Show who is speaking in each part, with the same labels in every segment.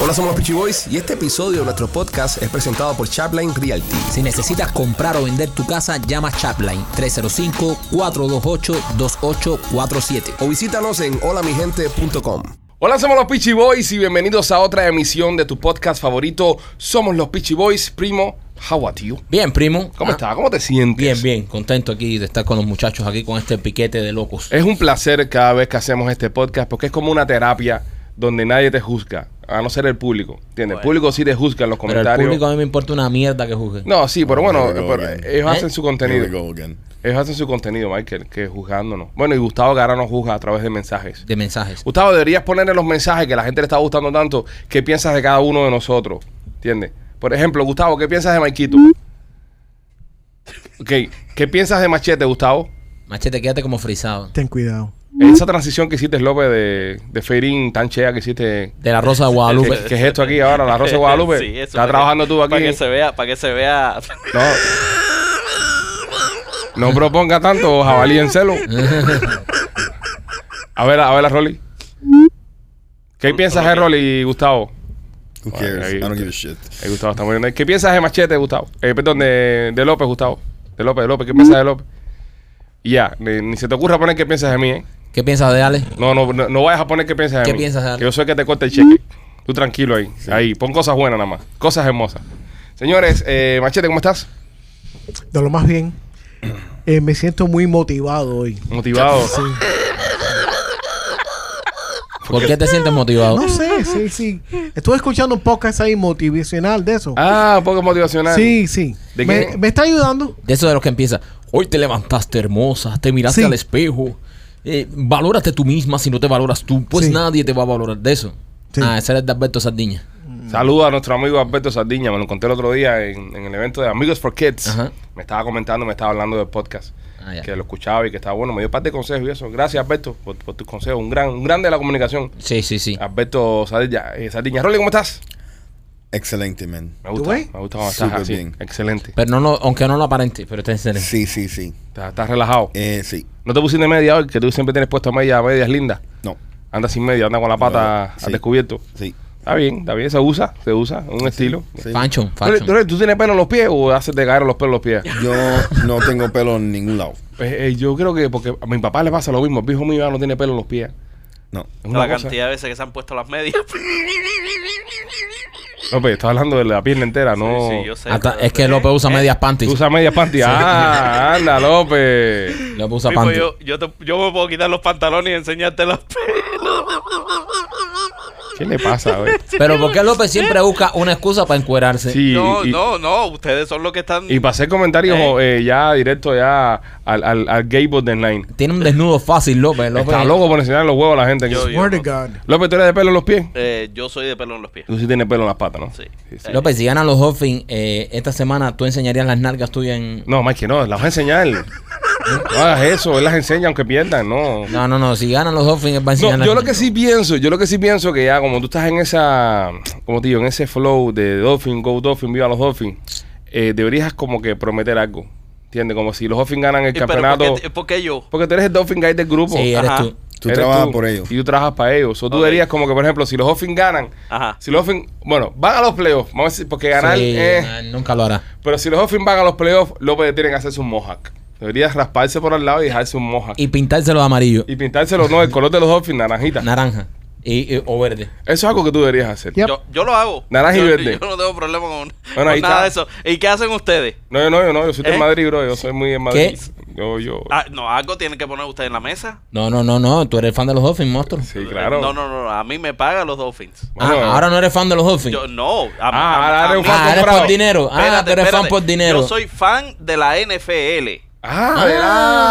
Speaker 1: Hola, somos los Peachy Boys y este episodio de nuestro podcast es presentado por Chapline Realty.
Speaker 2: Si necesitas comprar o vender tu casa, llama Chapline 305-428-2847.
Speaker 1: O visítanos en holamigente.com. Hola, somos los Peachy Boys y bienvenidos a otra emisión de tu podcast favorito. Somos los Peachy Boys, primo. How are you?
Speaker 2: Bien, primo.
Speaker 1: ¿Cómo
Speaker 2: Ah,
Speaker 1: estás? ¿Cómo te sientes?
Speaker 2: Bien, bien. Contento aquí de estar con los muchachos aquí con este piquete de locos.
Speaker 1: Es un placer cada vez que hacemos este podcast porque es como una terapia donde nadie te juzga, a no ser el público. ¿Entiendes? El público sí te juzga en los
Speaker 2: Pero el
Speaker 1: comentarios.
Speaker 2: público a mí me importa una mierda que juzgue.
Speaker 1: No, sí, pero bueno,
Speaker 3: Here we go
Speaker 1: pero
Speaker 3: again.
Speaker 2: ¿Eh?
Speaker 1: ellos hacen su
Speaker 3: Here
Speaker 1: contenido.
Speaker 3: we go again.
Speaker 1: Ellos hacen su contenido, Michael, que es juzgándonos. Bueno, y Gustavo Gara nos juzga a través de mensajes.
Speaker 2: De mensajes.
Speaker 1: Gustavo, deberías ponerle los mensajes que a la gente le está gustando tanto. ¿Qué piensas de cada uno de nosotros? ¿Entiendes? Por ejemplo, Gustavo, ¿qué piensas de Maikito? Ok, ¿qué piensas de Machete, Gustavo?
Speaker 2: Machete, quédate como frisado.
Speaker 4: Ten cuidado.
Speaker 1: Esa transición que hiciste, López, de, de Feirín tan chea que hiciste.
Speaker 2: De la Rosa de
Speaker 1: ¿Qué,
Speaker 2: Guadalupe.
Speaker 1: qué es esto aquí ahora? La Rosa de Guadalupe.
Speaker 5: Eh, Sí, eso
Speaker 1: ¿Estás
Speaker 5: para
Speaker 1: trabajando
Speaker 5: que-
Speaker 1: tú aquí?
Speaker 5: Para que se vea, para que se vea.
Speaker 1: No. No proponga tanto, jabalí en celo. A ver, a ver, a Rolly. ¿Qué piensas de Rolly, Gustavo?
Speaker 3: Who
Speaker 1: Well,
Speaker 3: cares?
Speaker 1: hey.
Speaker 3: I don't give a shit.
Speaker 1: Eh, Gustavo está muriendo. ¿Qué piensas de Machete, Gustavo? Eh, perdón, de, de López, Gustavo. De López, de López. ¿Qué piensas de López? Y ya, ni, ni se te ocurra poner qué piensas de mí, ¿eh?
Speaker 2: ¿Qué piensas de Ale?
Speaker 1: No, no, no, no vayas a poner qué piensas de
Speaker 2: ¿Qué
Speaker 1: mí.
Speaker 2: piensas de Ale?
Speaker 1: Que yo soy el que te corta el cheque. Tú tranquilo ahí. Ahí, pon cosas buenas nada más. Cosas hermosas. Señores, eh, Machete, ¿cómo estás?
Speaker 4: De lo más bien, eh, me siento muy motivado hoy.
Speaker 1: Motivado.
Speaker 4: Sí.
Speaker 2: ¿Por qué te sientes motivado?
Speaker 4: No sé, sí, sí. Estuve escuchando un podcast ahí motivacional de eso.
Speaker 1: Ah, poco motivacional.
Speaker 4: sí, sí.
Speaker 1: ¿De qué?
Speaker 4: me, me está ayudando.
Speaker 2: De eso de los que empieza. Hoy te levantaste hermosa, te miraste
Speaker 4: Sí.
Speaker 2: al espejo. Eh, valórate tú misma si no te valoras tú. Pues
Speaker 4: Sí.
Speaker 2: nadie te va a valorar de eso.
Speaker 4: Sí.
Speaker 2: Ah, ese era el de Alberto Sardiña.
Speaker 1: Saludos a nuestro amigo Alberto Sardiña. Me lo encontré el otro día en, en el evento de Amigos for Kids.
Speaker 2: Ajá.
Speaker 1: Me estaba comentando, me estaba hablando del podcast.
Speaker 2: Ah, ya.
Speaker 1: Que lo escuchaba y que estaba bueno. Me dio parte de consejos y eso. Gracias, Alberto, por, por tus consejos. Un gran, un grande de la comunicación.
Speaker 2: Sí, sí, sí.
Speaker 1: Alberto Sardiña. Eh, Sardiña. Rolly, ¿cómo estás?
Speaker 3: Excelente, man.
Speaker 1: Me
Speaker 4: ¿Tú
Speaker 1: gusta.
Speaker 4: ves?
Speaker 1: Me gusta cómo estás
Speaker 3: Súper
Speaker 1: así.
Speaker 3: bien.
Speaker 1: Excelente.
Speaker 2: Pero no, lo- aunque no lo aparente, pero está en serio.
Speaker 3: Sí, sí, sí.
Speaker 1: Estás, estás relajado.
Speaker 3: Eh, sí.
Speaker 1: No te pusiste media hoy, que tú siempre tienes puesto media, medias lindas.
Speaker 3: No.
Speaker 1: Anda sin media, anda con la pata
Speaker 3: No, sí.
Speaker 1: al descubierto.
Speaker 3: Sí.
Speaker 1: Está bien, está bien. Se usa, se usa. Un estilo.
Speaker 3: sí.
Speaker 2: Fanchon,
Speaker 1: Rolly,
Speaker 2: Fanchon.
Speaker 1: Rolly, ¿tú tienes pelo en los pies o haces de caer los pelos en los pies?
Speaker 3: Yo no tengo pelo en ningún lado.
Speaker 1: Eh, eh, yo creo que porque a mi papá le pasa lo mismo. El viejo mío ya no tiene pelo en los pies.
Speaker 3: No.
Speaker 1: Es una
Speaker 5: la
Speaker 1: cosa-
Speaker 5: cantidad de veces que se han puesto las medias.
Speaker 1: No, pero estás hablando de la pierna entera, Ah, no.
Speaker 5: Sí, sí, yo sé.
Speaker 2: Hasta-
Speaker 5: pero- Eh,
Speaker 2: es que López usa medias panties.
Speaker 1: Eh, Tú usas media panty. Ah, anda, López.
Speaker 2: López usa
Speaker 5: Pipo,
Speaker 2: panties.
Speaker 5: yo, yo, te- yo me puedo quitar los pantalones y enseñarte los pelos.
Speaker 1: ¿Qué le pasa? güey?
Speaker 2: Pero ¿por qué López siempre busca una excusa para encuerarse?
Speaker 1: Sí,
Speaker 5: no,
Speaker 1: y,
Speaker 5: no, no. Ustedes son los que están.
Speaker 1: Y para hacer comentarios eh, ya directo ya al, al, al gay borderline.
Speaker 2: Tiene un desnudo fácil, López. López.
Speaker 1: Está loco por enseñar los huevos a la gente.
Speaker 5: Yo- yo-
Speaker 4: Word of God.
Speaker 1: López, ¿tú eres de pelo en los pies?
Speaker 5: Eh, yo soy de pelo en los pies.
Speaker 1: Tú sí tienes pelo en las patas, ¿no?
Speaker 5: Sí.
Speaker 2: López, si ganan los Dolphins eh, esta semana, ¿tú enseñarías las nalgas tuyas en...?
Speaker 1: No, más que no, las vas a enseñar. No hagas eso, él las enseña aunque pierdan, no.
Speaker 2: No, no, no. Si ganan los Dolphins, él va a enseñar
Speaker 1: No,
Speaker 2: las
Speaker 1: yo lo que
Speaker 2: nalgas.
Speaker 1: sí pienso, yo lo que sí pienso que ya como tú estás en esa, como te digo, en ese flow de Dolphin, Go Dolphin, viva los Dolphins, eh, deberías como que prometer algo, ¿entiendes? Como si los Dolphins ganan el
Speaker 5: Eh, pero
Speaker 1: campeonato,
Speaker 5: ¿por, qué, por qué yo?
Speaker 1: porque tú eres el Dolphin guy del grupo.
Speaker 2: Sí, eres
Speaker 5: Ajá.
Speaker 2: tú.
Speaker 3: Tú
Speaker 1: Eres
Speaker 3: trabajas por ellos.
Speaker 1: Y tú trabajas para ellos. O tú
Speaker 5: Ok. Ah.
Speaker 1: deberías como que, por ejemplo, si los Dolphins ganan,
Speaker 5: Ajá.
Speaker 1: si los Dolphins, bueno, van a los playoffs, vamos a decir, porque ganar,
Speaker 2: Sí,
Speaker 1: eh,
Speaker 2: eh, nunca lo hará.
Speaker 1: pero si los Dolphins van a los playoffs, López tiene que hacerse un mohawk. Deberías rasparse por al lado y dejarse un mohawk.
Speaker 2: Y pintárselo de amarillo.
Speaker 1: Y pintárselo, no, el color de los Dolphins, naranjita.
Speaker 2: Naranja. Y, y- o verde.
Speaker 1: Eso es algo que tú deberías hacer.
Speaker 4: Yep.
Speaker 5: Yo, yo lo hago.
Speaker 1: Naranja y
Speaker 5: yo,
Speaker 1: verde.
Speaker 5: Yo no tengo problema con,
Speaker 1: Bueno, ahí
Speaker 5: con nada de
Speaker 1: está.
Speaker 5: eso. ¿Y qué hacen ustedes?
Speaker 1: No, yo no, yo no, yo soy de
Speaker 5: ¿Eh?
Speaker 1: Madrid, bro. Yo soy muy en Madrid. Yo, yo.
Speaker 5: Ah, no, algo tienen que poner ustedes en la mesa.
Speaker 2: No, no, no, no. Tú eres fan de los Dolphins, monstruo.
Speaker 1: Sí, claro.
Speaker 5: No, no, no. A mí me pagan los Dolphins.
Speaker 2: Ah,
Speaker 1: Bueno.
Speaker 2: ahora no eres fan de los Dolphins.
Speaker 5: Yo, no. A,
Speaker 1: Ah,
Speaker 5: a-
Speaker 1: ahora
Speaker 5: a
Speaker 1: eres un
Speaker 5: mí-
Speaker 1: fan
Speaker 2: ah, eres
Speaker 1: comprado.
Speaker 2: por dinero. Ah,
Speaker 5: Espérate,
Speaker 2: tú eres fan
Speaker 5: espérate.
Speaker 2: por dinero.
Speaker 5: Yo soy fan de la NFL.
Speaker 1: Ah,
Speaker 2: Ah.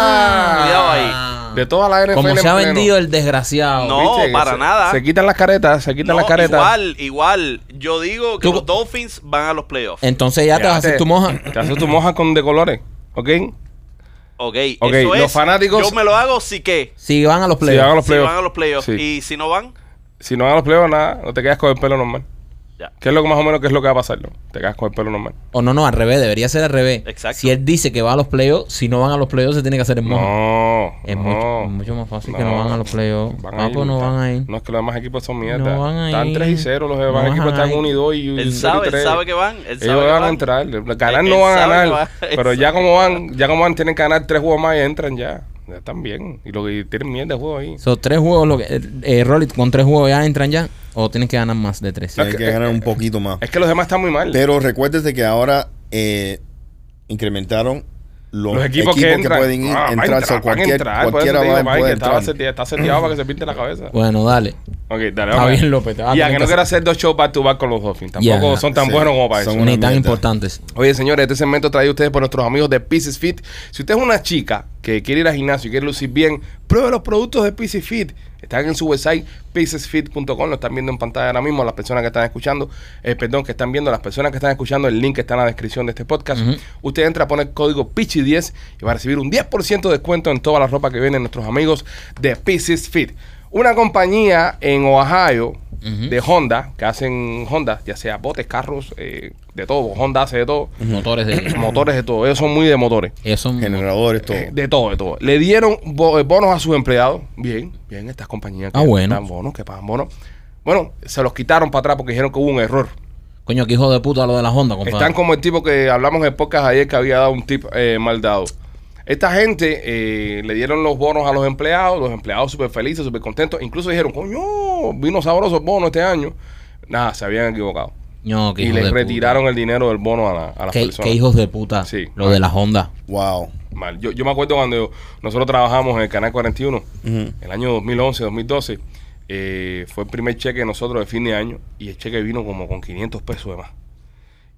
Speaker 1: ¿verdad?
Speaker 5: Cuidado ahí.
Speaker 1: De toda la NFL.
Speaker 2: Como
Speaker 1: en
Speaker 2: se ha
Speaker 1: pleno.
Speaker 2: vendido el desgraciado.
Speaker 5: No,
Speaker 1: ¿Viste? Que
Speaker 5: para
Speaker 1: se-
Speaker 5: nada.
Speaker 1: Se quitan las caretas, se quitan
Speaker 5: No,
Speaker 1: las caretas.
Speaker 5: Igual, igual. Yo digo que
Speaker 2: Tú-
Speaker 5: los Dolphins van a los playoffs.
Speaker 2: Entonces ya, te vas a hacer tu moja.
Speaker 1: Te haces tu moja con de colores, ¿ok?
Speaker 5: ok,
Speaker 1: Ok,
Speaker 5: eso
Speaker 1: los
Speaker 5: es.
Speaker 1: fanáticos-
Speaker 5: Yo me lo hago si que.
Speaker 2: Si van a los
Speaker 1: Si van a
Speaker 2: playoffs.
Speaker 1: los
Speaker 5: Si
Speaker 1: playoffs.
Speaker 5: van a los playoffs.
Speaker 1: Sí.
Speaker 5: Y si no van,
Speaker 1: Si no van a los playoffs, nada, no te quedas con el pelo normal.
Speaker 5: Ya.
Speaker 1: ¿Qué es lo que más o menos que es lo que va a pasar? no? Te quedas con el pelo normal.
Speaker 2: O no, no, al revés, debería ser al revés.
Speaker 5: Exacto.
Speaker 2: Si él dice que va a los playoffs, si no van a los playoffs, se tiene que hacer el mojo.
Speaker 1: No.
Speaker 2: Es
Speaker 1: no.
Speaker 2: mucho, mucho más fácil que no van a los playoffs.
Speaker 1: Van a
Speaker 2: Papo,
Speaker 1: ir,
Speaker 2: no
Speaker 1: están-
Speaker 2: van a ir.
Speaker 1: No, es que los demás equipos son mierda.
Speaker 2: No van a
Speaker 1: Están
Speaker 2: ir.
Speaker 1: 3 y 0. Los
Speaker 2: No
Speaker 1: demás
Speaker 2: van
Speaker 1: equipos
Speaker 2: a
Speaker 1: están
Speaker 2: ir.
Speaker 1: 1 y 2. Y, y
Speaker 5: Él
Speaker 1: cero y
Speaker 5: sabe, él
Speaker 1: Mm, tres.
Speaker 5: sabe que van. Él sabe
Speaker 1: Ellos
Speaker 5: que
Speaker 1: van a
Speaker 5: van.
Speaker 1: entrar. Ganar
Speaker 5: Él
Speaker 1: no van a
Speaker 5: sabe
Speaker 1: ganar.
Speaker 5: que van.
Speaker 1: Pero ya
Speaker 5: Exacto.
Speaker 1: como van, ya como van, tienen que ganar 3 juegos más y entran ya. Ya están bien. Y lo que tienen mierda de juego ahí.
Speaker 2: Son tres juegos, lo que, eh, eh, Rolly, con tres juegos ya entran ya. O tienes que ganar más de tres.
Speaker 3: Tiene
Speaker 1: que-
Speaker 3: que ganar un poquito más.
Speaker 1: Es que los demás están muy mal.
Speaker 3: Pero recuérdese que ahora eh, incrementaron los,
Speaker 1: los equipos, que, entran,
Speaker 3: pueden ir,
Speaker 1: Ah, van a
Speaker 3: entrarse.
Speaker 1: entrar, van a
Speaker 3: cualquier,
Speaker 1: entrar. Por eso
Speaker 3: cualquiera
Speaker 1: te
Speaker 3: va a
Speaker 1: digo, Mike,
Speaker 3: poder
Speaker 1: que estaba
Speaker 3: entrar.
Speaker 1: sete- Está seteado para que se pinte la cabeza.
Speaker 2: Bueno, dale.
Speaker 1: Ok, dale.
Speaker 2: Está
Speaker 1: vamos.
Speaker 2: bien, López, te vas a
Speaker 1: Y a
Speaker 2: tener
Speaker 1: que
Speaker 2: que
Speaker 1: no quiero
Speaker 2: hacer-
Speaker 1: hacer dos shows back to back con los Dolphins.
Speaker 2: Yeah.
Speaker 1: Tampoco son tan
Speaker 3: Sí,
Speaker 1: buenos como para eso.
Speaker 3: son
Speaker 2: Ni
Speaker 3: una
Speaker 2: tan
Speaker 3: mierda.
Speaker 2: importantes.
Speaker 1: Oye, señores, este segmento traído a ustedes por nuestros amigos de Pieces Fit. Si usted es una chica que quiere ir al gimnasio y quiere lucir bien, pruebe los productos de Pieces Fit. Están en su website, piecesfit.com. Lo están viendo en pantalla ahora mismo. Las personas que están escuchando, eh, perdón, que están viendo, las personas que están escuchando, el link está en la descripción de este podcast. Usted entra, pone el código PICHI10 y va a recibir un 10% de descuento en toda la ropa que vienen nuestros amigos de Pieces Fit. Una compañía en Ohio de Honda, que hacen Honda, ya sea botes, carros, eh, de todo. Honda hace de todo
Speaker 2: Motores de.
Speaker 1: motores de todo. Ellos son muy de motores.
Speaker 2: Ellos son.
Speaker 3: Generadores, todo.
Speaker 1: Eh, De todo, de todo. Le dieron bo- eh, bonos a sus empleados. Bien, bien, estas compañías que
Speaker 2: Ah, bueno.
Speaker 1: dan bonos, que pagan bonos. Bueno, se los quitaron para atrás porque dijeron que hubo un error.
Speaker 2: Coño, qué hijo de puta lo de la Honda, compadre.
Speaker 1: Están como el tipo que hablamos en el podcast ayer que había dado un tip eh, mal dado. Esta gente eh, le dieron los bonos a los empleados, los empleados súper felices, súper contentos. Incluso dijeron, coño, vino sabroso el bono este año. Nada, se habían equivocado.
Speaker 2: Ño, qué
Speaker 1: y
Speaker 2: hijo de
Speaker 1: les
Speaker 2: puta.
Speaker 1: retiraron el dinero del bono a, la- a las
Speaker 2: ¿Qué,
Speaker 1: personas.
Speaker 2: qué hijos de puta.
Speaker 1: Sí.
Speaker 2: Lo de la Honda.
Speaker 3: Wow.
Speaker 1: mal. Yo, yo me acuerdo cuando nosotros trabajamos en el Canal 41, el año 2011, 2012, eh, fue el primer cheque de nosotros de fin de año y el cheque vino como con 500 pesos de más.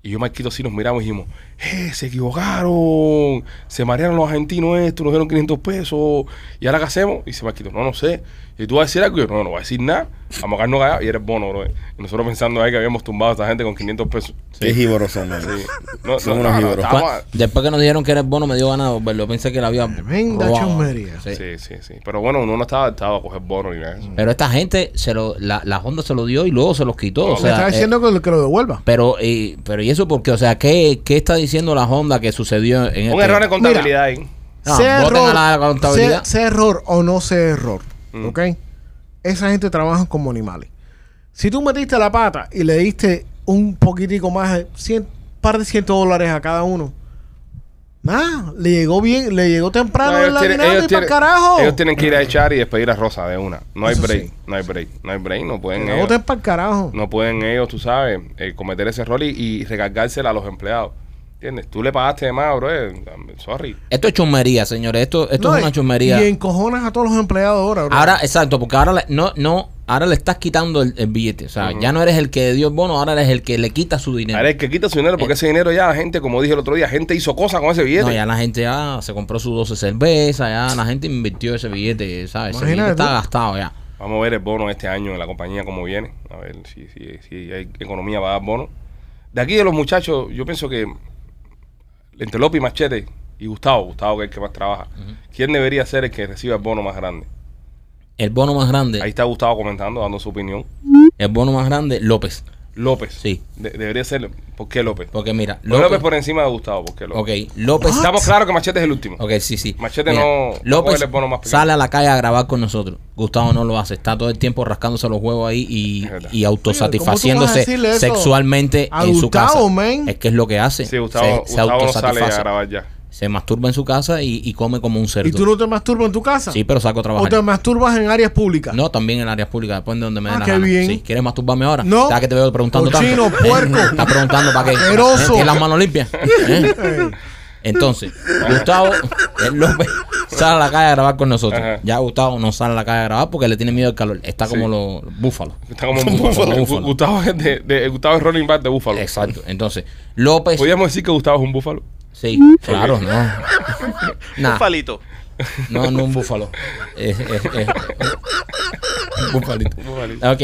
Speaker 1: Y yo, Marquito, sí nos miramos y dijimos, ¡eh, se equivocaron! Se marearon los argentinos esto, nos dieron 500 pesos. ¿Y ahora qué hacemos? Y dice Marquito, no, no sé. ¿Y tú vas a decir algo? Y yo, no, no voy a decir nada. Vamos a quedarnos callados. Y eres bono, bro. Y nosotros pensando ahí que habíamos tumbado a esta gente con 500 pesos.
Speaker 3: Qué jíbaros son, man.
Speaker 1: No,
Speaker 3: Son
Speaker 1: no,
Speaker 3: unos
Speaker 1: no,
Speaker 3: jíbaros.
Speaker 1: Vamos
Speaker 2: Cua-
Speaker 1: a-
Speaker 2: Después que nos dijeron que era el bono, me dio ganado, pero pensé que la había.
Speaker 4: Tremenda
Speaker 2: robado.
Speaker 4: chusmería.
Speaker 2: Sí. Mm.
Speaker 1: Sí, sí, sí. Pero bueno, uno no estaba adaptado a coger bono ni nada de eso.
Speaker 2: Pero esta gente, se lo, la, la Honda se lo dio y luego se los quitó. o
Speaker 1: No,
Speaker 4: Le
Speaker 2: sea,
Speaker 4: está
Speaker 2: eh,
Speaker 4: diciendo que, lo- que lo devuelva.
Speaker 2: pero, y, pero, ¿y eso porque, O sea, ¿qué, ¿qué está diciendo la Honda que sucedió en
Speaker 1: Un
Speaker 2: este-
Speaker 1: error en contabilidad ahí.
Speaker 2: No,
Speaker 4: sea
Speaker 2: voten
Speaker 4: error,
Speaker 2: a la contabilidad.
Speaker 4: sea- sea error o no sea error,
Speaker 1: Mm.
Speaker 4: ¿ok? Esa gente trabaja como animales. Si tú metiste la pata y le diste un poquitico más, de 100, par de 100 dólares a cada uno, nada, le llegó bien, le llegó temprano en la dinámica y para
Speaker 1: tienen-
Speaker 4: carajo.
Speaker 1: ellos tienen que ir a echar y despedir a Rosa de una. No hay
Speaker 4: Eso
Speaker 1: break,
Speaker 4: sí.
Speaker 1: no hay break, no hay break, no pueden
Speaker 4: Le
Speaker 1: ellos,
Speaker 4: llegó para carajo.
Speaker 1: no pueden ellos, tú sabes, eh, cometer ese error y, y recargársela a los empleados. ¿Entiendes? Tú le pagaste de más, bro. eh, Sorry.
Speaker 2: Esto es chumería, señores. Esto, esto
Speaker 4: No,
Speaker 2: es una
Speaker 4: y-
Speaker 2: chumería.
Speaker 4: Y encojonas a todos los empleados ahora, bro.
Speaker 2: Ahora, exacto, porque ahora le, no, no, ahora le estás quitando el, el billete. O sea, ya no eres el que dio el bono, ahora eres el que le quita su dinero.
Speaker 1: Ahora es que quita su dinero porque ese dinero ya la gente, como dije el otro día, la gente hizo cosas con ese
Speaker 2: No,
Speaker 1: billete.
Speaker 2: ya la gente ya se compró sus 12 cervezas, ya la gente invirtió ese billete, ¿sabes? Ese billete
Speaker 4: Imagínate
Speaker 2: está
Speaker 4: tú.
Speaker 2: gastado ya.
Speaker 1: Vamos a ver el bono este año en la compañía como viene. A ver si, si, si hay economía para dar bono. De aquí de los muchachos, yo pienso que entre López y Machete y Gustavo, Gustavo que es el que más trabaja, ¿quién debería ser el que reciba el bono más grande?
Speaker 2: El bono más
Speaker 1: Ahí
Speaker 2: grande,
Speaker 1: está Gustavo comentando, dando su opinión.
Speaker 2: el bono más grande, López.
Speaker 1: López.
Speaker 2: Sí.
Speaker 1: De- debería ser. ¿Por qué López?
Speaker 2: Porque mira,
Speaker 1: Pues López, por encima de Gustavo, ¿por qué López?
Speaker 2: Ok, López.
Speaker 1: Estamos claros que Machete es el último.
Speaker 2: Ok, sí, sí.
Speaker 1: Machete no- no
Speaker 2: López
Speaker 1: coge el bono más pequeño.
Speaker 2: sale a la calle a grabar con nosotros. Gustavo no lo hace. Está todo el tiempo rascándose los huevos ahí y,
Speaker 1: Es verdad.
Speaker 2: y
Speaker 4: Oye, ¿cómo tú vas a
Speaker 2: autosatisfaciéndose
Speaker 4: decirle eso
Speaker 2: sexualmente
Speaker 4: a
Speaker 2: en su casa.
Speaker 4: Gustavo, man?
Speaker 2: Es que es lo que hace.
Speaker 1: Sí, Gustavo,
Speaker 2: se, se
Speaker 1: Gustavo no sale
Speaker 2: autosatisface.
Speaker 1: a grabar ya.
Speaker 2: Se masturba en su casa y, y come como un cerdo.
Speaker 4: ¿Y tú no te masturbas en tu casa?
Speaker 2: Sí, pero saco a
Speaker 4: ¿O
Speaker 2: trabajar.
Speaker 4: te masturbas en áreas públicas?
Speaker 2: No, también en áreas públicas, depende de donde me den
Speaker 4: Ah,
Speaker 2: la
Speaker 4: qué
Speaker 2: gana.
Speaker 4: bien.
Speaker 2: Sí, ¿Quieres masturbarme ahora?
Speaker 4: No.
Speaker 2: Ya que te veo preguntando
Speaker 4: Cochino,
Speaker 2: tanto.
Speaker 4: puerco.
Speaker 2: Está preguntando para qué.
Speaker 4: Asqueroso.
Speaker 2: ¿Tienes las manos limpias? ¿Eh?
Speaker 4: Ey.
Speaker 2: Entonces, Gustavo eh, López sale a la calle a grabar con nosotros.
Speaker 1: Ajá.
Speaker 2: Ya Gustavo no sale a la calle a grabar porque le tiene miedo al calor. Está como
Speaker 1: Sí.
Speaker 2: los los búfalos.
Speaker 1: Está como un
Speaker 2: Como
Speaker 1: búfalo.
Speaker 2: un búfalo.
Speaker 1: Gustavo es de, de- Gustavo es Rolling Back de Búfalo.
Speaker 2: Exacto. Entonces, López.
Speaker 1: Podríamos decir que Gustavo es un búfalo.
Speaker 2: Sí, claro, no.
Speaker 5: Un
Speaker 2: Nah,
Speaker 5: palito.
Speaker 2: no, no un búfalo. eh, Es, es- es- un búfalito. Ok.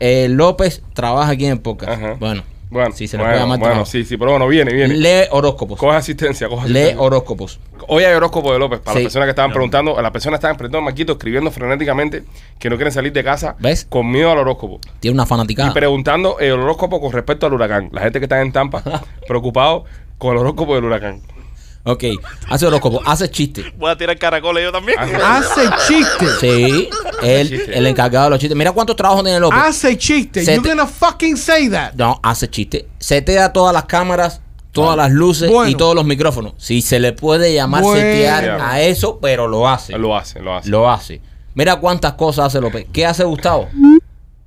Speaker 2: eh, López trabaja aquí en el podcast.
Speaker 1: Ajá.
Speaker 2: Bueno,
Speaker 1: Bueno,
Speaker 2: Sí, se le
Speaker 1: bueno,
Speaker 2: pega mal
Speaker 1: bueno,
Speaker 2: trabajo.
Speaker 1: sí, sí, pero bueno, viene, viene.
Speaker 2: Lee horóscopos.
Speaker 1: coge asistencia, coge
Speaker 2: Lee
Speaker 1: asistencia.
Speaker 2: horóscopos.
Speaker 1: Hoy hay horóscopo de López, para
Speaker 2: Sí.
Speaker 1: las personas que estaban preguntando, a las personas que estaban preguntando, Maquito, escribiendo frenéticamente que no quieren salir de casa
Speaker 2: ¿Ves? Ah.
Speaker 1: con miedo al horóscopo.
Speaker 2: Tiene una fanaticada.
Speaker 1: Preguntando el horóscopo con respecto al huracán. La gente que está en Tampa, preocupado con el horóscopo del huracán.
Speaker 2: Ok, hace horóscopos, hace chistes.
Speaker 5: Voy a tirar caracoles yo también.
Speaker 1: Ah,
Speaker 4: Hace chiste.
Speaker 2: Sí, él, el encargado de los chistes. Mira cuántos trabajos tiene López.
Speaker 1: Ah,
Speaker 4: Hace chiste.
Speaker 2: Se
Speaker 4: You're
Speaker 2: te-
Speaker 4: gonna fucking say that.
Speaker 2: No, hace chiste. Setea todas las cámaras, todas las luces
Speaker 4: Bueno.
Speaker 2: y todos los micrófonos. Si se le puede llamar
Speaker 4: Bueno.
Speaker 2: setear a eso, pero lo hace.
Speaker 1: Lo hace, lo hace.
Speaker 2: Lo hace. Mira cuántas cosas hace López. ¿Qué hace Gustavo?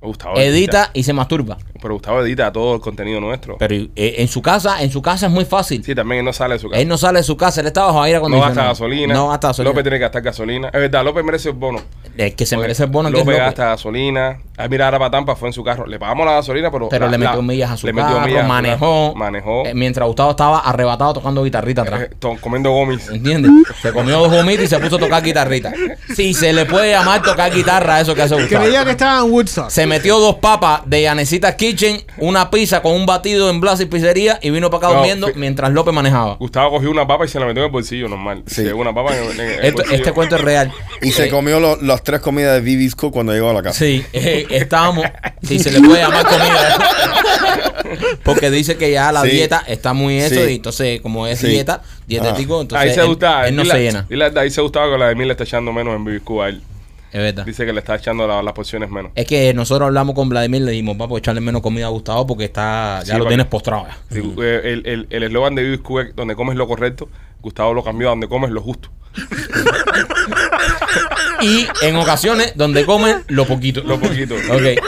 Speaker 1: Gustavo
Speaker 2: Edita y se masturba.
Speaker 1: Pero Gustavo edita todo el contenido nuestro.
Speaker 2: Pero eh, en su casa, en su casa es muy fácil.
Speaker 1: Sí, también él no sale de su casa.
Speaker 2: Él no sale de su casa, él está bajo aire
Speaker 1: No
Speaker 2: acondicionado.
Speaker 1: gasta gasolina.
Speaker 2: No gasta gasolina.
Speaker 1: López tiene que gastar gasolina. Es verdad, López merece el bono.
Speaker 2: El que se
Speaker 1: Oye,
Speaker 2: merece el bono que es
Speaker 1: López
Speaker 2: López.
Speaker 1: gasta gasolina. Ah, mira, ahora para Tampa fue en su carro. Le pagamos la gasolina, pero.
Speaker 2: Pero
Speaker 1: la-
Speaker 2: le metió
Speaker 1: la-
Speaker 2: millas a su
Speaker 1: le metió
Speaker 2: carro,
Speaker 1: millas a su
Speaker 2: manejó.
Speaker 1: carro. Manejó.
Speaker 2: Eh, mientras Gustavo estaba arrebatado tocando guitarrita atrás.
Speaker 1: eh, to- comiendo gomis.
Speaker 2: ¿Entiendes? Se comió dos gomitas y se puso a tocar guitarrita. Si se le puede llamar tocar guitarra a eso que hace Gustavo.
Speaker 4: Creía que estaba en Woodstock.
Speaker 2: Se metió dos papas de Yanecita Kitchen, una pizza con un batido en Blas y Pizzería y vino para acá
Speaker 1: No,
Speaker 2: durmiendo
Speaker 1: fi-
Speaker 2: mientras López manejaba.
Speaker 1: Gustavo cogió una papa y se la metió en el bolsillo, normal.
Speaker 3: Sí.
Speaker 1: Se llevó una papa en el, en el
Speaker 2: Esto-
Speaker 1: bolsillo.
Speaker 2: este cuento es real.
Speaker 3: Y se
Speaker 2: Eh,
Speaker 3: comió lo- las tres comidas de Vivis Cook cuando llegó a la casa.
Speaker 2: Sí, eh, estábamos. Si se le puede llamar comida. ¿eh? Porque dice que ya la
Speaker 3: Sí.
Speaker 2: dieta está muy eso
Speaker 3: Sí.
Speaker 2: y entonces, como es
Speaker 3: Sí.
Speaker 2: dieta,
Speaker 1: Ah.
Speaker 2: dietético, entonces.
Speaker 1: ahí se
Speaker 2: él-
Speaker 1: Gustavo.
Speaker 2: Él, no
Speaker 1: dile-
Speaker 2: se llena.
Speaker 1: dile- ahí se Gustavo que la de mí le está echando menos en Bibiscu a él.
Speaker 2: Es verdad.
Speaker 1: Dice que le está echando la- las porciones menos.
Speaker 2: Es que nosotros hablamos con Vladimir, le dijimos, vamos a echarle menos comida a Gustavo porque está ya
Speaker 1: Sí,
Speaker 2: lo
Speaker 1: porque-
Speaker 2: tienes postrado. ya.
Speaker 1: Sí, eh, el- el el eslogan de Bibiscu es donde comes lo correcto. Gustavo lo cambió a donde comes lo justo.
Speaker 2: Y en ocasiones donde comen lo poquito.
Speaker 1: Lo poquito.
Speaker 2: Ok.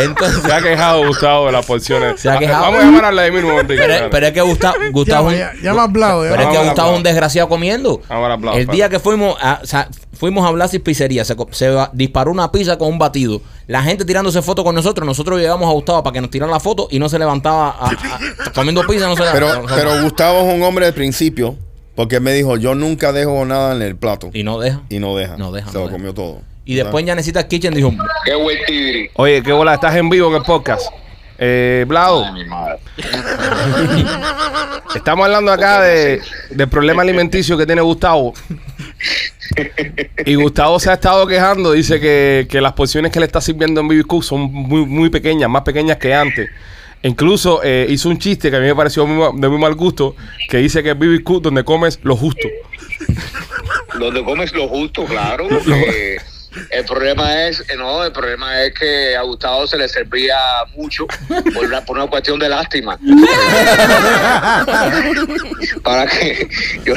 Speaker 2: Entonces.
Speaker 1: Se ha quejado Gustavo de las porciones.
Speaker 2: Se ha
Speaker 1: Ah,
Speaker 2: quejado.
Speaker 1: Vamos a llamar a Vladimir un momento.
Speaker 2: Pero, pero es que Gustavo, Gustavo
Speaker 4: Llama, ya, ¿ah? llama a Blau,
Speaker 2: pero es
Speaker 4: llama.
Speaker 2: que
Speaker 1: Vamos a
Speaker 2: Gustavo
Speaker 1: hablar.
Speaker 2: es un desgraciado comiendo.
Speaker 1: Vamos a hablar,
Speaker 2: El
Speaker 1: Pablo.
Speaker 2: día que fuimos a, o sea, fuimos a Blasis Pizzería, se, co- se va- disparó una pizza con un batido. La gente tirándose fotos con nosotros. Nosotros llegamos a Gustavo para que nos tiraran la foto y no se levantaba a- a- comiendo pizza. No se
Speaker 3: Pero,
Speaker 2: levantaba.
Speaker 3: pero Gustavo es un hombre de principio, porque él me dijo, yo nunca dejo nada en el plato. Y,
Speaker 2: y no deja.
Speaker 3: no deja.
Speaker 2: No deja,
Speaker 3: Se
Speaker 2: no
Speaker 3: lo
Speaker 2: deja.
Speaker 3: comió todo.
Speaker 2: Y después ya necesita Kitchen dijo,
Speaker 6: Qué buen tibri.
Speaker 1: Oye, qué bola, estás en vivo en el podcast. Eh, Blado,
Speaker 6: Ay, mi madre.
Speaker 1: estamos hablando acá de, del problema alimenticio que tiene Gustavo. Y Gustavo se ha estado quejando, dice que, que las porciones que le está sirviendo en BBQ son muy, muy pequeñas, más pequeñas que antes. Incluso eh, hizo un chiste que a mí me pareció muy ma- de muy mal gusto, que dice que BBQ donde comes lo justo.
Speaker 6: Donde comes lo justo, claro. porque el problema es, eh, no, el problema es que a Gustavo se le servía mucho por una, por una cuestión de lástima. Para que yo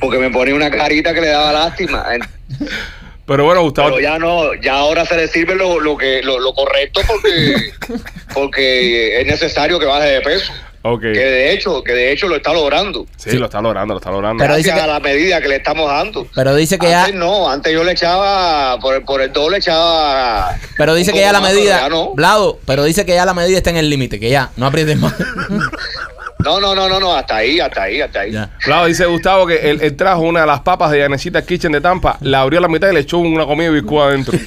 Speaker 6: porque me ponía una carita que le daba lástima.
Speaker 1: Pero bueno, Gustavo...
Speaker 6: Pero ya no, ya ahora se le sirve lo, lo que lo, lo correcto porque porque es necesario que baje de peso.
Speaker 1: Ok.
Speaker 6: Que de hecho, que de hecho lo está logrando.
Speaker 1: Sí, lo está logrando, lo está logrando.
Speaker 2: Pero dice
Speaker 6: gracias
Speaker 2: que-
Speaker 6: a la medida que le estamos dando.
Speaker 2: pero dice que ya,
Speaker 6: antes no, antes yo le echaba, por el, por el doble echaba.
Speaker 2: pero dice
Speaker 6: un
Speaker 2: que ya la
Speaker 6: poco más, pero
Speaker 2: medida,
Speaker 6: ya no.
Speaker 2: Blado, pero dice que ya la medida está en el límite, que ya no aprietes más.
Speaker 6: No, no, no, no, no, hasta ahí, hasta ahí, hasta ahí.
Speaker 2: Ya.
Speaker 1: Claro, dice Gustavo que él, él trajo una de las papas de Yanecita Kitchen de Tampa, la abrió a la mitad y le echó una comida de biscuit adentro.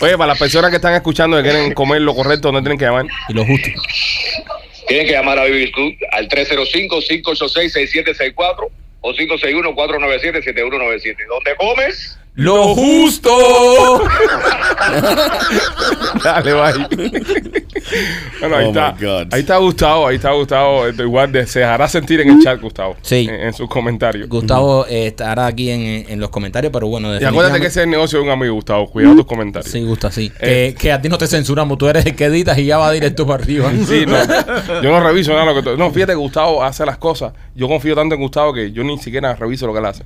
Speaker 1: Oye, para las personas que están escuchando que quieren comer lo correcto, ¿dónde tienen que llamar?
Speaker 2: Y lo justo.
Speaker 6: Tienen que llamar a Vivir Club al 305-586-6764 o 561-497-7197. ¿Dónde comes?
Speaker 2: Lo justo.
Speaker 1: Dale, bye. bueno, ahí
Speaker 3: Oh,
Speaker 1: está.
Speaker 3: my God.
Speaker 1: Ahí está Gustavo, ahí está Gustavo. Este, Igual de- se hará sentir en el chat, Gustavo.
Speaker 2: Sí.
Speaker 1: En, en sus comentarios.
Speaker 2: Gustavo eh, estará aquí en, en los comentarios, pero bueno,
Speaker 1: Y acuérdate que ese es el negocio de un amigo, Gustavo. Cuidado tus comentarios.
Speaker 2: Sí, Gusta, sí.
Speaker 1: Eh.
Speaker 2: que, que a ti no te censuramos, tú eres el que editas y ya va directo para arriba.
Speaker 1: Sí, no. Yo no reviso nada lo que tú- No, fíjate que Gustavo hace las cosas. Yo confío tanto en Gustavo que yo ni siquiera reviso lo que él hace.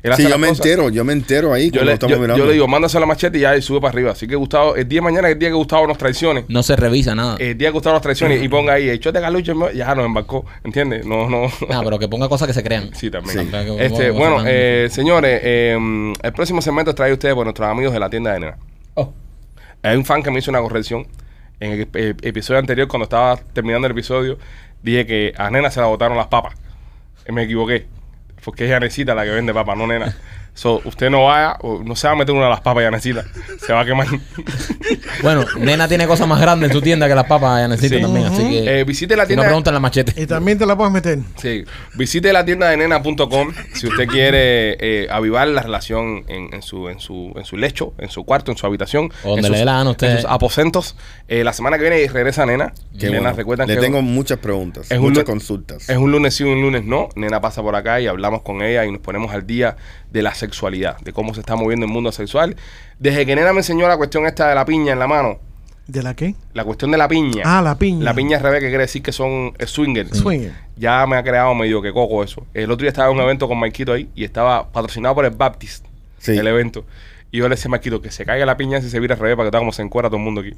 Speaker 1: Él hace
Speaker 3: Sí, yo
Speaker 1: las
Speaker 3: me
Speaker 1: cosas.
Speaker 3: entero, yo me entero ahí
Speaker 1: Yo
Speaker 3: cuando
Speaker 1: le,
Speaker 3: estamos
Speaker 1: yo- yo
Speaker 3: mirando.
Speaker 1: le digo, mándaselo a la machete y ya él sube para arriba. Así que Gustavo, el día de mañana, el día que Gustavo nos traicione,
Speaker 2: No se revisa nada.
Speaker 1: el día que Gustavo nos traicione y ponga ahí, el shot de Galucho, ¿no? ya nos embarcó, ¿entiendes? No, no.
Speaker 2: Nada, pero que ponga cosas que se crean.
Speaker 1: Sí, también.
Speaker 2: Sí.
Speaker 1: Este, bueno, eh, señores, eh, el próximo segmento trae ustedes por nuestros amigos de la tienda de Nena.
Speaker 2: Oh,
Speaker 1: Hay un fan que me hizo una corrección. En el ep- episodio anterior, cuando estaba terminando el episodio, dije que a Nena se la botaron las papas. Eh, Me equivoqué. Porque es Janecita la que vende papas, no Nena. So, usted no vaya, o no se va a meter una de las papas llanecitas. Se va a quemar.
Speaker 2: Bueno, nena tiene cosas más grandes en su tienda que las papas ya necesitan
Speaker 1: Sí.
Speaker 2: también. Así que.
Speaker 1: Eh, visite la
Speaker 2: si no
Speaker 1: tienda.
Speaker 2: preguntan la machete.
Speaker 4: Y también te la puedes meter.
Speaker 1: Sí, visite la tienda de nena.com si usted quiere eh, avivar la relación en, en su, en, su, en su lecho, en su cuarto, en su habitación,
Speaker 2: O donde
Speaker 1: en,
Speaker 2: le
Speaker 1: sus,
Speaker 2: dé la gana a usted.
Speaker 1: en sus aposentos. Eh, la semana que viene regresa Nena.
Speaker 3: Qué
Speaker 1: Nena,
Speaker 3: bueno.
Speaker 1: recuerdan
Speaker 3: Le
Speaker 1: que
Speaker 3: tengo muchas preguntas,
Speaker 1: es un
Speaker 3: muchas
Speaker 1: lu-
Speaker 3: consultas.
Speaker 1: es un lunes sí, un lunes no. Nena pasa por acá y hablamos con ella y nos ponemos al día de la sexualidad, de cómo se está moviendo el mundo sexual. Desde que Nena me enseñó la cuestión esta de la piña en la mano,
Speaker 4: ¿De la qué?
Speaker 1: la cuestión de la piña.
Speaker 4: Ah, la piña. Mm.
Speaker 1: La piña al revés, que quiere decir que son eh, swingers.
Speaker 4: Swinger.
Speaker 1: Ya me ha creado medio que coco eso. El otro día estaba en un evento con Marquito ahí y estaba patrocinado por el Baptist,
Speaker 3: Sí.
Speaker 1: el evento. Y yo le decía a Marquito que se caiga la piña si se vira al revés para que está como se encuera todo el mundo aquí.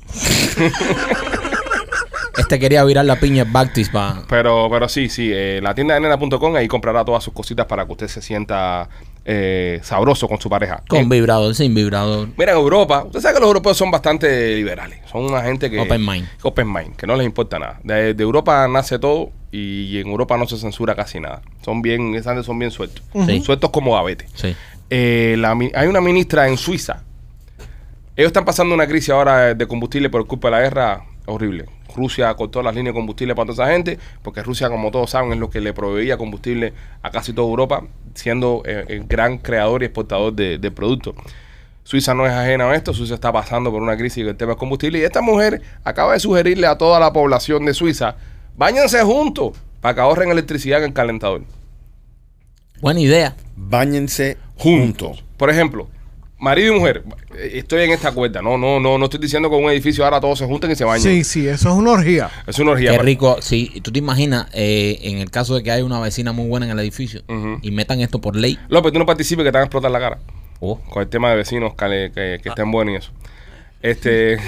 Speaker 2: Este quería virar la piña Bactis para.
Speaker 1: Pero, pero sí, sí, eh, la tienda de nena.com ahí comprará todas sus cositas para que usted se sienta eh, sabroso con su pareja.
Speaker 2: Con
Speaker 1: Eh,
Speaker 2: vibrador, sin vibrador.
Speaker 1: Mira, en Europa, usted sabe que los europeos son bastante liberales. Son una gente que.
Speaker 2: Open mind.
Speaker 1: Open mind, que no les importa nada. De, de Europa nace todo y en Europa no se censura casi nada. Son bien, esas gente son bien sueltos.
Speaker 2: Sí.
Speaker 1: Sueltos como gavete.
Speaker 2: Sí.
Speaker 1: Eh, la mi- hay una ministra en Suiza. Ellos están pasando una crisis ahora de combustible por culpa de la guerra horrible. Rusia cortó las líneas de combustible para toda esa gente, porque Rusia, como todos saben, es lo que le proveía combustible a casi toda Europa, siendo eh, el gran creador y exportador de, de productos. Suiza no es ajena a esto, Suiza está pasando por una crisis del tema del combustible y esta mujer acaba de sugerirle a toda la población de Suiza, váyanse juntos para que ahorren electricidad en el calentador.
Speaker 2: Buena idea.
Speaker 3: Báñense
Speaker 1: Juntos.
Speaker 3: juntos.
Speaker 1: Por ejemplo, marido y mujer, eh, estoy en esta cuerda. No, no, no, no estoy diciendo que en un edificio ahora todos se junten y se bañen.
Speaker 4: Sí, sí, eso es una orgía.
Speaker 1: Es una orgía.
Speaker 2: Qué
Speaker 1: pa-
Speaker 2: rico. Si tú te imaginas, eh, en el caso de que haya una vecina muy buena en el edificio
Speaker 1: Ujú.
Speaker 2: y metan esto por ley.
Speaker 1: López, tú no participes que te van a explotar la cara.
Speaker 2: Oh.
Speaker 1: Con el tema de vecinos que, que, que estén buenos y eso. Este.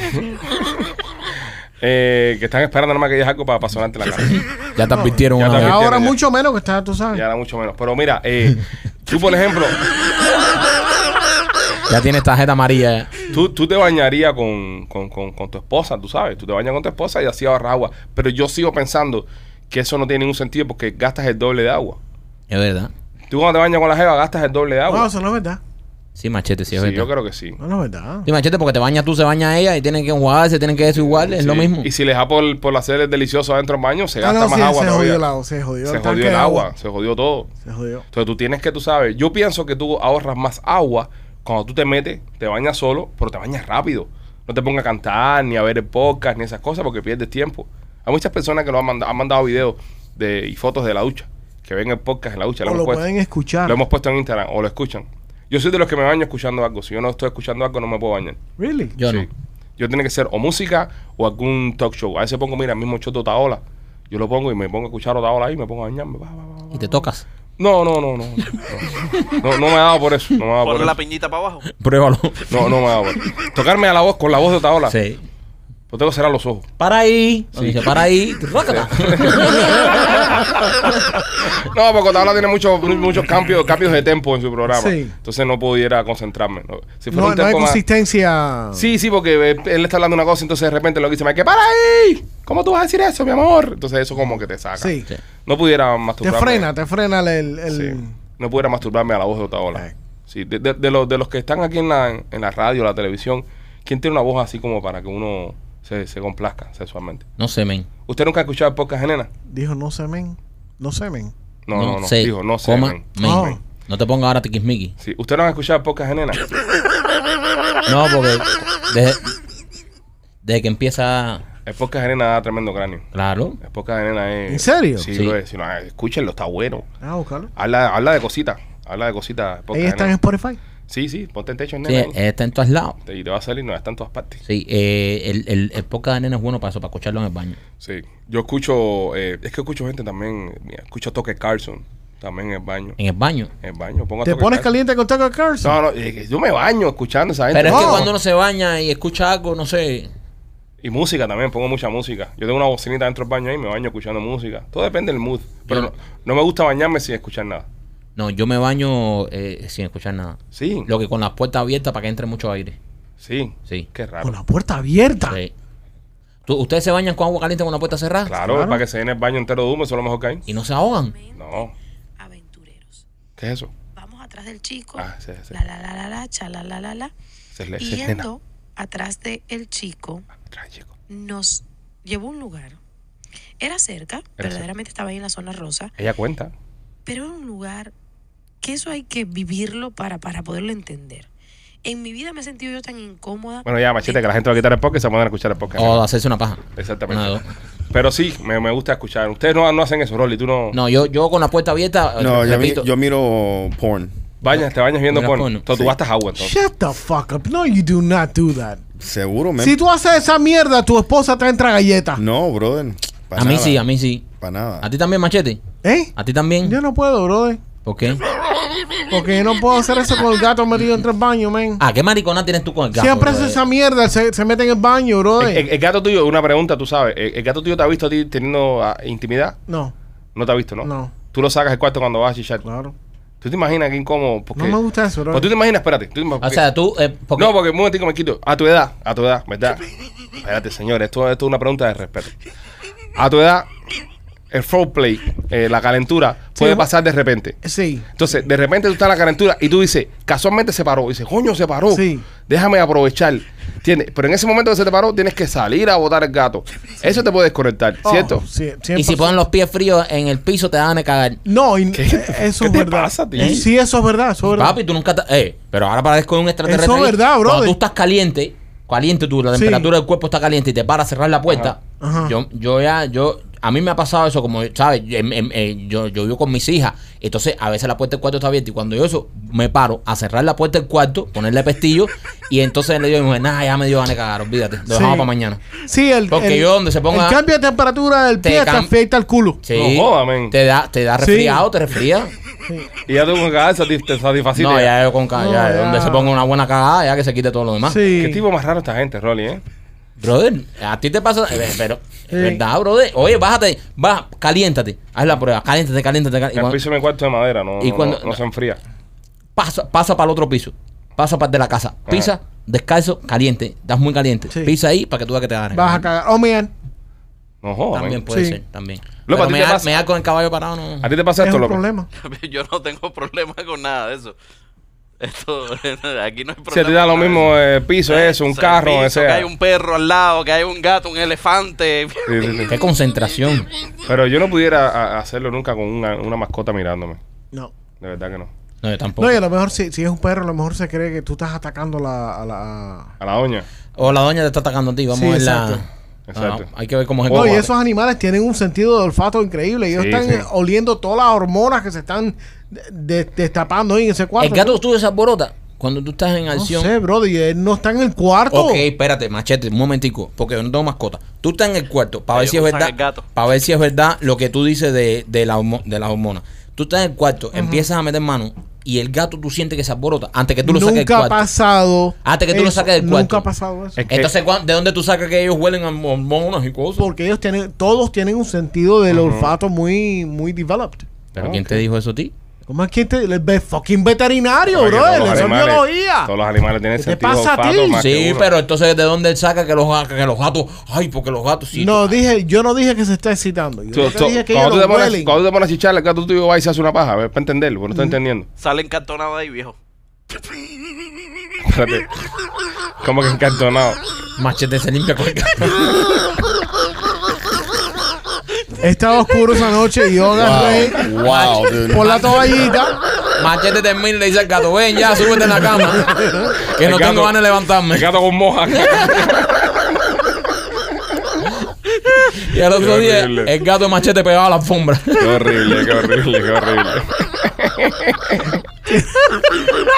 Speaker 1: eh, que están esperando nada más que digas algo para, para sonarte la cara.
Speaker 2: Ya te advirtieron
Speaker 1: Ya
Speaker 2: una
Speaker 1: te
Speaker 2: vez.
Speaker 1: advirtieron.
Speaker 4: ahora
Speaker 1: ya.
Speaker 4: mucho menos que está, tú sabes.
Speaker 1: Y ahora mucho menos. Pero mira, eh, tú, por ejemplo,
Speaker 2: Ya tienes tarjeta amarilla. eh.
Speaker 1: tú, tú te bañarías con, con, con- con tu esposa, tú sabes. Tú te bañas con tu esposa y así ahorras agua. Pero yo sigo pensando que eso no tiene ningún sentido porque gastas el doble de agua.
Speaker 2: Es verdad.
Speaker 1: Tú cuando te bañas con la jeva gastas el doble de agua.
Speaker 4: No, eso no es verdad.
Speaker 2: Sí, machete, sí, es
Speaker 1: Sí,
Speaker 2: verdad.
Speaker 1: yo creo que sí.
Speaker 4: No, no es verdad. ¿ah?
Speaker 2: Sí, machete, porque te bañas tú, se baña ella y tienen que enjuagarse, tienen que eso igual, es lo
Speaker 1: Sí.
Speaker 2: mismo.
Speaker 1: Y si les da por, por hacer el delicioso adentro del baño, se
Speaker 4: Ah,
Speaker 1: gasta
Speaker 4: no,
Speaker 1: más
Speaker 4: sí,
Speaker 1: agua
Speaker 4: se jodió
Speaker 1: todavía.
Speaker 4: el agua, se jodió
Speaker 1: se
Speaker 4: el
Speaker 1: jodió
Speaker 4: tanque
Speaker 1: el
Speaker 4: de
Speaker 1: agua,
Speaker 4: agua.
Speaker 1: se jodió todo.
Speaker 4: Se jodió.
Speaker 1: Entonces tú tienes que, tú sabes, yo pienso que tú ahorras más agua cuando tú te metes, te bañas solo, pero te bañas rápido. No te pongas a cantar, ni a ver el podcast, ni esas cosas, porque pierdes tiempo. Hay muchas personas que nos han, manda- han mandado videos de, y fotos de la ducha, que ven el podcast en la ducha.
Speaker 4: O lo
Speaker 1: hemos puesto.
Speaker 4: pueden escuchar.
Speaker 1: Lo hemos puesto en Instagram, o lo escuchan. Yo soy de los que me baño escuchando algo. Si yo no estoy escuchando algo, no me puedo bañar.
Speaker 4: Really?
Speaker 2: Yo
Speaker 1: Sí.
Speaker 2: no.
Speaker 1: Yo tiene que ser o música o algún talk show. A veces pongo, mira, el mismo show de Otaola. Yo lo pongo y me pongo a escuchar Otaola ahí, me pongo a bañarme. va, va, va, va.
Speaker 2: Y te tocas.
Speaker 1: No, no, no, no. No, no, no me ha dado por eso. No me ha dado por
Speaker 5: Ponle la
Speaker 1: eso.
Speaker 5: piñita para abajo.
Speaker 2: Pruébalo.
Speaker 1: No, no me ha dado por eso. Tocarme a la voz con la voz de Otaola. Sí.
Speaker 2: Sí.
Speaker 1: Yo tengo que cerrar los ojos.
Speaker 2: Para ahí. Dice, para ahí. Rácata.
Speaker 1: No, porque Otaola tiene muchos muchos cambios, cambios de tempo en su programa.
Speaker 4: Sí.
Speaker 1: Entonces no pudiera concentrarme. No. Si fuera un
Speaker 4: No, no hay
Speaker 1: tempo más.
Speaker 4: consistencia.
Speaker 1: Sí, sí, porque eh, él está hablando una cosa, entonces de repente lo que dice, que para ahí. ¿Cómo tú vas a decir eso, mi amor? Entonces eso como que te saca.
Speaker 4: Sí.
Speaker 2: Sí.
Speaker 1: No pudiera
Speaker 4: Te
Speaker 1: masturbarme.
Speaker 4: frena, te frena el. el- el-
Speaker 1: Sí. No pudiera masturbarme a la voz de Otaola.
Speaker 4: Mm. Ay.
Speaker 1: Sí, de, de- de los, de los que están aquí en la, en la radio, la televisión, ¿quién tiene una voz así como para que uno se, se complazca sexualmente?
Speaker 2: No sé, men.
Speaker 1: ¿Usted nunca ha escuchado el podcast de Nena?
Speaker 4: Dijo no semen. No semen.
Speaker 1: No, no, no.
Speaker 2: sé.
Speaker 1: Dijo, no sé.
Speaker 2: Coma,
Speaker 1: men.
Speaker 2: men.
Speaker 4: Oh.
Speaker 2: No te pongas ahora tiquismiqui.
Speaker 1: Sí. ¿Usted no ha escuchado el podcast de Nena?
Speaker 2: No, porque desde, desde que empieza.
Speaker 1: El podcast de Nena da tremendo cráneo.
Speaker 2: Claro.
Speaker 1: El podcast de Nena es...
Speaker 4: ¿En serio?
Speaker 1: Sí,
Speaker 2: Sí.
Speaker 1: lo es. Si no, ah, escúchenlo, está bueno.
Speaker 4: Ah, búscalo.
Speaker 1: Habla, habla de cositas. Habla de cositas. el podcast
Speaker 4: Ella
Speaker 1: de
Speaker 4: está en
Speaker 1: Nena.
Speaker 4: Spotify.
Speaker 1: Sí, sí, ponte en techo,
Speaker 2: Sí, eh.
Speaker 1: nena. ahí.
Speaker 2: está en todos lados.
Speaker 1: Te- Y te va a salir, no, está en todas partes.
Speaker 2: Sí, eh, el, el, el podcast de nena es bueno para eso, para escucharlo en el baño.
Speaker 1: Sí. Yo escucho, eh, es que escucho gente también, mira, escucho Toque Carlson, también en el baño.
Speaker 2: En el baño.
Speaker 1: En el baño, pongo
Speaker 4: ¿Te
Speaker 1: Tucker
Speaker 4: pones
Speaker 1: Carlson.
Speaker 4: caliente con Tucker Carlson?
Speaker 1: No, no, eh, que yo me baño escuchando esa gente.
Speaker 2: Pero es que
Speaker 4: No.
Speaker 2: cuando uno se baña y escucha algo, no sé.
Speaker 1: Y música también, pongo mucha música. Yo tengo una bocinita dentro del baño ahí, me baño escuchando música. Todo depende del mood. Pero
Speaker 2: Yo-
Speaker 1: no, no me gusta bañarme sin escuchar nada.
Speaker 2: No, yo me baño eh, sin escuchar nada.
Speaker 1: Sí,
Speaker 2: Lo que con las puertas abiertas para que entre mucho aire.
Speaker 1: sí.
Speaker 2: Sí.
Speaker 1: Qué raro.
Speaker 4: Con la puerta abierta.
Speaker 2: Sí. ¿Tú- ¿Ustedes se bañan con agua caliente con la puerta cerrada?
Speaker 1: Claro,
Speaker 4: Claro.
Speaker 1: para que se llene el baño entero de humo, eso es lo mejor que hay.
Speaker 2: Y no se ahogan.
Speaker 1: No,
Speaker 7: aventureros.
Speaker 1: ¿qué es eso?
Speaker 7: Vamos a atrás del chico,
Speaker 1: Ah, sí, sí.
Speaker 7: la la la la la, cha la la la la.
Speaker 1: Se le-
Speaker 7: y
Speaker 1: se- nena.
Speaker 7: yendo atrás del chico,
Speaker 1: Atrás, Ah, chico.
Speaker 7: nos llevó a un lugar. Era cerca,
Speaker 1: cerca.
Speaker 7: verdaderamente estaba ahí en la zona rosa,
Speaker 1: Ella cuenta.
Speaker 7: pero era un lugar que eso hay que vivirlo para, para poderlo entender. En mi vida me he sentido yo tan incómoda.
Speaker 1: Bueno, ya, machete, que la gente va a quitar el podcast y se van a escuchar el podcast.
Speaker 2: O hacerse una paja.
Speaker 1: Exactamente.
Speaker 2: Una de dos.
Speaker 1: Pero sí, me, me gusta escuchar. Ustedes no, no hacen eso, Rolly. Tú no.
Speaker 2: No, yo, yo con la puerta abierta. eh,
Speaker 3: No, yo, mi-
Speaker 2: repito,
Speaker 3: yo miro porn.
Speaker 1: Bañas, te bañas viendo
Speaker 2: Mira,
Speaker 1: porno.
Speaker 2: porno.
Speaker 1: Entonces tú gastas agua, entonces.
Speaker 4: Shut the fuck up. No, you do not do that.
Speaker 3: Seguro, men.
Speaker 4: Si tú haces esa mierda, tu esposa te entra galleta.
Speaker 1: Mm.
Speaker 3: No, brother. pa'
Speaker 2: a mí
Speaker 3: nada,
Speaker 2: sí, a mí sí.
Speaker 3: pa'
Speaker 2: ¿A
Speaker 3: nada.
Speaker 2: ti también, Machete?
Speaker 4: ¿Eh?
Speaker 1: Ah,
Speaker 2: ¿A ti también?
Speaker 4: Yo no puedo, brother.
Speaker 2: ¿Por qué?
Speaker 4: Porque yo no puedo hacer eso con el gato metido entre el baño, man.
Speaker 2: Ah, ¿qué maricona tienes tú con el gato?
Speaker 4: Siempre hace
Speaker 2: brother?
Speaker 4: esa mierda. Se, se mete en el baño, brother.
Speaker 1: El, el- el gato tuyo, una pregunta, tú sabes. ¿El, el gato tuyo te ha visto a ti teniendo ah, intimidad?
Speaker 4: no,
Speaker 1: No te ha visto, ¿no?
Speaker 4: No.
Speaker 1: Tú lo sacas del cuarto cuando vas a chichar.
Speaker 4: claro.
Speaker 1: ¿Tú te imaginas qué incómodo? Porque,
Speaker 4: No me gusta eso, brother.
Speaker 1: Pues tú te imaginas, espérate. tú te ima-
Speaker 2: O sea, tú. eh, porque-
Speaker 1: No, porque un momentico me quito. A tu edad, a tu edad, ¿verdad? Espérate, señor, esto, esto es una pregunta de respeto. A tu edad, el foreplay, eh, la calentura, puede
Speaker 4: Sí,
Speaker 1: pasar de repente.
Speaker 4: Sí.
Speaker 1: Entonces, de repente tú estás en la calentura y tú dices, casualmente se paró. Y dices, coño, se paró.
Speaker 4: Sí.
Speaker 1: Déjame aprovechar. ¿Entiendes? Pero en ese momento que se te paró, tienes que salir a botar el gato. Eso te puede desconectar, ¿cierto?
Speaker 4: Oh, sí,
Speaker 2: y si
Speaker 4: 100%.
Speaker 2: ponen los pies fríos en el piso, te dan a cagar.
Speaker 4: No, y-
Speaker 1: ¿Qué?
Speaker 4: eh, eso
Speaker 1: ¿Qué
Speaker 4: es
Speaker 1: te
Speaker 4: verdad.
Speaker 1: pasa, tío?
Speaker 4: Eh, Sí, eso es verdad. Eso es verdad.
Speaker 2: Papi, tú nunca. ta- Eh, pero ahora parezco un extraterrestre.
Speaker 4: Eso es
Speaker 2: ahí.
Speaker 4: verdad, brother.
Speaker 2: Cuando tú estás caliente, caliente tú, la
Speaker 4: Sí.
Speaker 2: temperatura del cuerpo está caliente y te paras a cerrar la puerta.
Speaker 4: Ajá. Ajá.
Speaker 2: Yo, yo ya, yo. A mí me ha pasado eso, como, ¿sabes? Em, em, eh, Yo, yo vivo con mis hijas. Entonces, a veces la puerta del cuarto está abierta. Y cuando yo eso, me paro a cerrar la puerta del cuarto, ponerle pestillo. y entonces le digo a mi mujer, nah, ya me dio ganas de cagar, olvídate. Lo dejamos
Speaker 4: Sí.
Speaker 2: para mañana.
Speaker 4: Sí, el,
Speaker 2: Porque
Speaker 4: el-
Speaker 2: yo donde se ponga-
Speaker 4: El cambio de temperatura del
Speaker 2: Te
Speaker 4: pie te
Speaker 2: cam-
Speaker 4: afecta el culo.
Speaker 2: Sí.
Speaker 1: No joda, men.
Speaker 2: te da, te da
Speaker 4: Sí.
Speaker 2: resfriado, te resfría.
Speaker 1: Y ya tú con cagada te te satisfaciste.
Speaker 2: no, ya yo con ca-
Speaker 4: No,
Speaker 2: ya,
Speaker 4: ya.
Speaker 2: donde se ponga una buena cagada, ya que se quite todo lo demás.
Speaker 4: Ah. Sí.
Speaker 1: Qué tipo más raro esta gente, Rolly, ¿eh?
Speaker 2: Brother, a ti te pasa. eh, Pero,
Speaker 4: Sí.
Speaker 2: ¿verdad, brother? Oye, bájate, baja, caliéntate. Haz la prueba, caliéntate, caliéntate. caliéntate. Y
Speaker 1: El
Speaker 2: cuando-
Speaker 1: piso en el cuarto de madera, no,
Speaker 2: Y
Speaker 1: no-
Speaker 2: cuando-
Speaker 1: no- no se enfría.
Speaker 2: pasa, pasa para el otro piso. Pasa para el de la casa. Pisa, descalzo, caliente. Estás muy caliente.
Speaker 4: Sí.
Speaker 2: Pisa ahí para que tú veas que te agarren.
Speaker 4: Vas a cagar. Oh, man.
Speaker 1: No joda,
Speaker 2: También
Speaker 1: men.
Speaker 2: puede
Speaker 4: Sí.
Speaker 2: ser, también.
Speaker 1: Loco,
Speaker 2: Pero
Speaker 1: ¿a ti
Speaker 2: me,
Speaker 1: te
Speaker 2: da-
Speaker 1: pasa?
Speaker 2: me da con el caballo parado, no.
Speaker 1: ¿A ti te pasa
Speaker 4: Es
Speaker 1: esto,
Speaker 4: un
Speaker 1: loco?
Speaker 4: problema.
Speaker 5: Yo no tengo problema con nada de eso. Esto, aquí no hay problema.
Speaker 1: Se te da lo
Speaker 5: con nada
Speaker 1: mismo
Speaker 5: de
Speaker 1: eh, piso, eso, un
Speaker 5: O sea,
Speaker 1: carro,
Speaker 5: piso,
Speaker 1: o
Speaker 5: Que
Speaker 1: sea.
Speaker 5: hay un perro al lado, que hay un gato, un elefante.
Speaker 1: Sí, sí, sí.
Speaker 2: Qué concentración.
Speaker 1: Pero yo no pudiera a- hacerlo nunca con una, una mascota mirándome.
Speaker 4: No.
Speaker 1: De verdad que no.
Speaker 2: No, yo tampoco.
Speaker 4: No, y a lo mejor si, si es un perro, a lo mejor se cree que tú estás atacando la, a la...
Speaker 1: A la doña.
Speaker 2: O la doña te está atacando a ti. Vamos
Speaker 4: Sí,
Speaker 2: a ver
Speaker 4: exacto.
Speaker 2: la.
Speaker 1: Exacto.
Speaker 2: Ah, hay que ver cómo es el
Speaker 4: No, y
Speaker 2: combate.
Speaker 4: esos animales tienen un sentido de olfato increíble. Ellos
Speaker 1: Sí,
Speaker 4: están
Speaker 1: sí.
Speaker 4: eh, oliendo todas las hormonas que se están de- de- destapando ahí en ese cuarto.
Speaker 2: El gato tuyo se alborota cuando tú estás en
Speaker 4: No
Speaker 2: acción.
Speaker 4: sé, brother. y él no está en el cuarto.
Speaker 2: Ok, espérate, machete, un momentico, porque yo no tengo mascota. Tú estás en el cuarto para ver
Speaker 5: Ellos
Speaker 2: si es
Speaker 5: usan
Speaker 2: verdad.
Speaker 5: el gato.
Speaker 2: Para ver si es verdad lo que tú dices de, de, la, hormo- de las hormonas. Tú estás en el cuarto, empiezas a meter mano y el gato tú sientes que se alborota antes que tú lo saques del
Speaker 4: Nunca ha
Speaker 2: cuarto.
Speaker 4: pasado.
Speaker 2: Hasta que tú lo
Speaker 4: eso.
Speaker 2: saques del
Speaker 4: Nunca
Speaker 2: cuarto.
Speaker 4: ha pasado eso.
Speaker 1: Es que-
Speaker 2: Entonces, ¿cuán- ¿de dónde tú sacas que ellos huelen a hormonas y cosas?
Speaker 4: Porque ellos tienen, todos tienen un sentido del olfato muy, muy developed.
Speaker 2: ¿Pero quién te dijo eso a ti?
Speaker 4: ¿Cómo es que te, el ve- fucking veterinario,
Speaker 1: Oye,
Speaker 4: bro?
Speaker 1: todos los
Speaker 4: Eso es
Speaker 1: animales-
Speaker 4: biología.
Speaker 1: Todos los animales tienen
Speaker 4: ¿Qué te
Speaker 1: sentido
Speaker 4: pasa a
Speaker 1: olfato
Speaker 4: ti?
Speaker 1: más que
Speaker 2: Sí,
Speaker 1: uno.
Speaker 2: pero entonces, ¿de dónde él saca que los, que los gatos? Ay, porque los gatos sí.
Speaker 4: no, dije, yo no dije que se está excitando. Yo
Speaker 1: Tú-
Speaker 4: lo que
Speaker 1: tú-
Speaker 4: dije es que ellos
Speaker 1: cuando, tú
Speaker 4: lo
Speaker 1: te pones,
Speaker 4: huelen.
Speaker 1: cuando tú te pones a chichar, el gato tuyo va y se hace una paja. A ver, para entenderlo, porque no estoy entendiendo.
Speaker 5: Salen cartonados ahí, viejo.
Speaker 1: Espérate. Como que encartonado.
Speaker 2: Machete se limpia con el gato.
Speaker 4: He estado oscuro esa noche y yo agarré
Speaker 3: Wow, wow, dude.
Speaker 4: por la toallita.
Speaker 2: Machete termina y le dice al gato, ven ya, súbete en la cama. Que
Speaker 1: El
Speaker 2: no
Speaker 1: gato-
Speaker 2: tengo ganas de levantarme.
Speaker 1: El gato con moja.
Speaker 2: Y al otro
Speaker 1: Qué
Speaker 2: día,
Speaker 1: horrible.
Speaker 2: el gato de machete pegaba a la alfombra.
Speaker 1: qué horrible, qué horrible, qué horrible.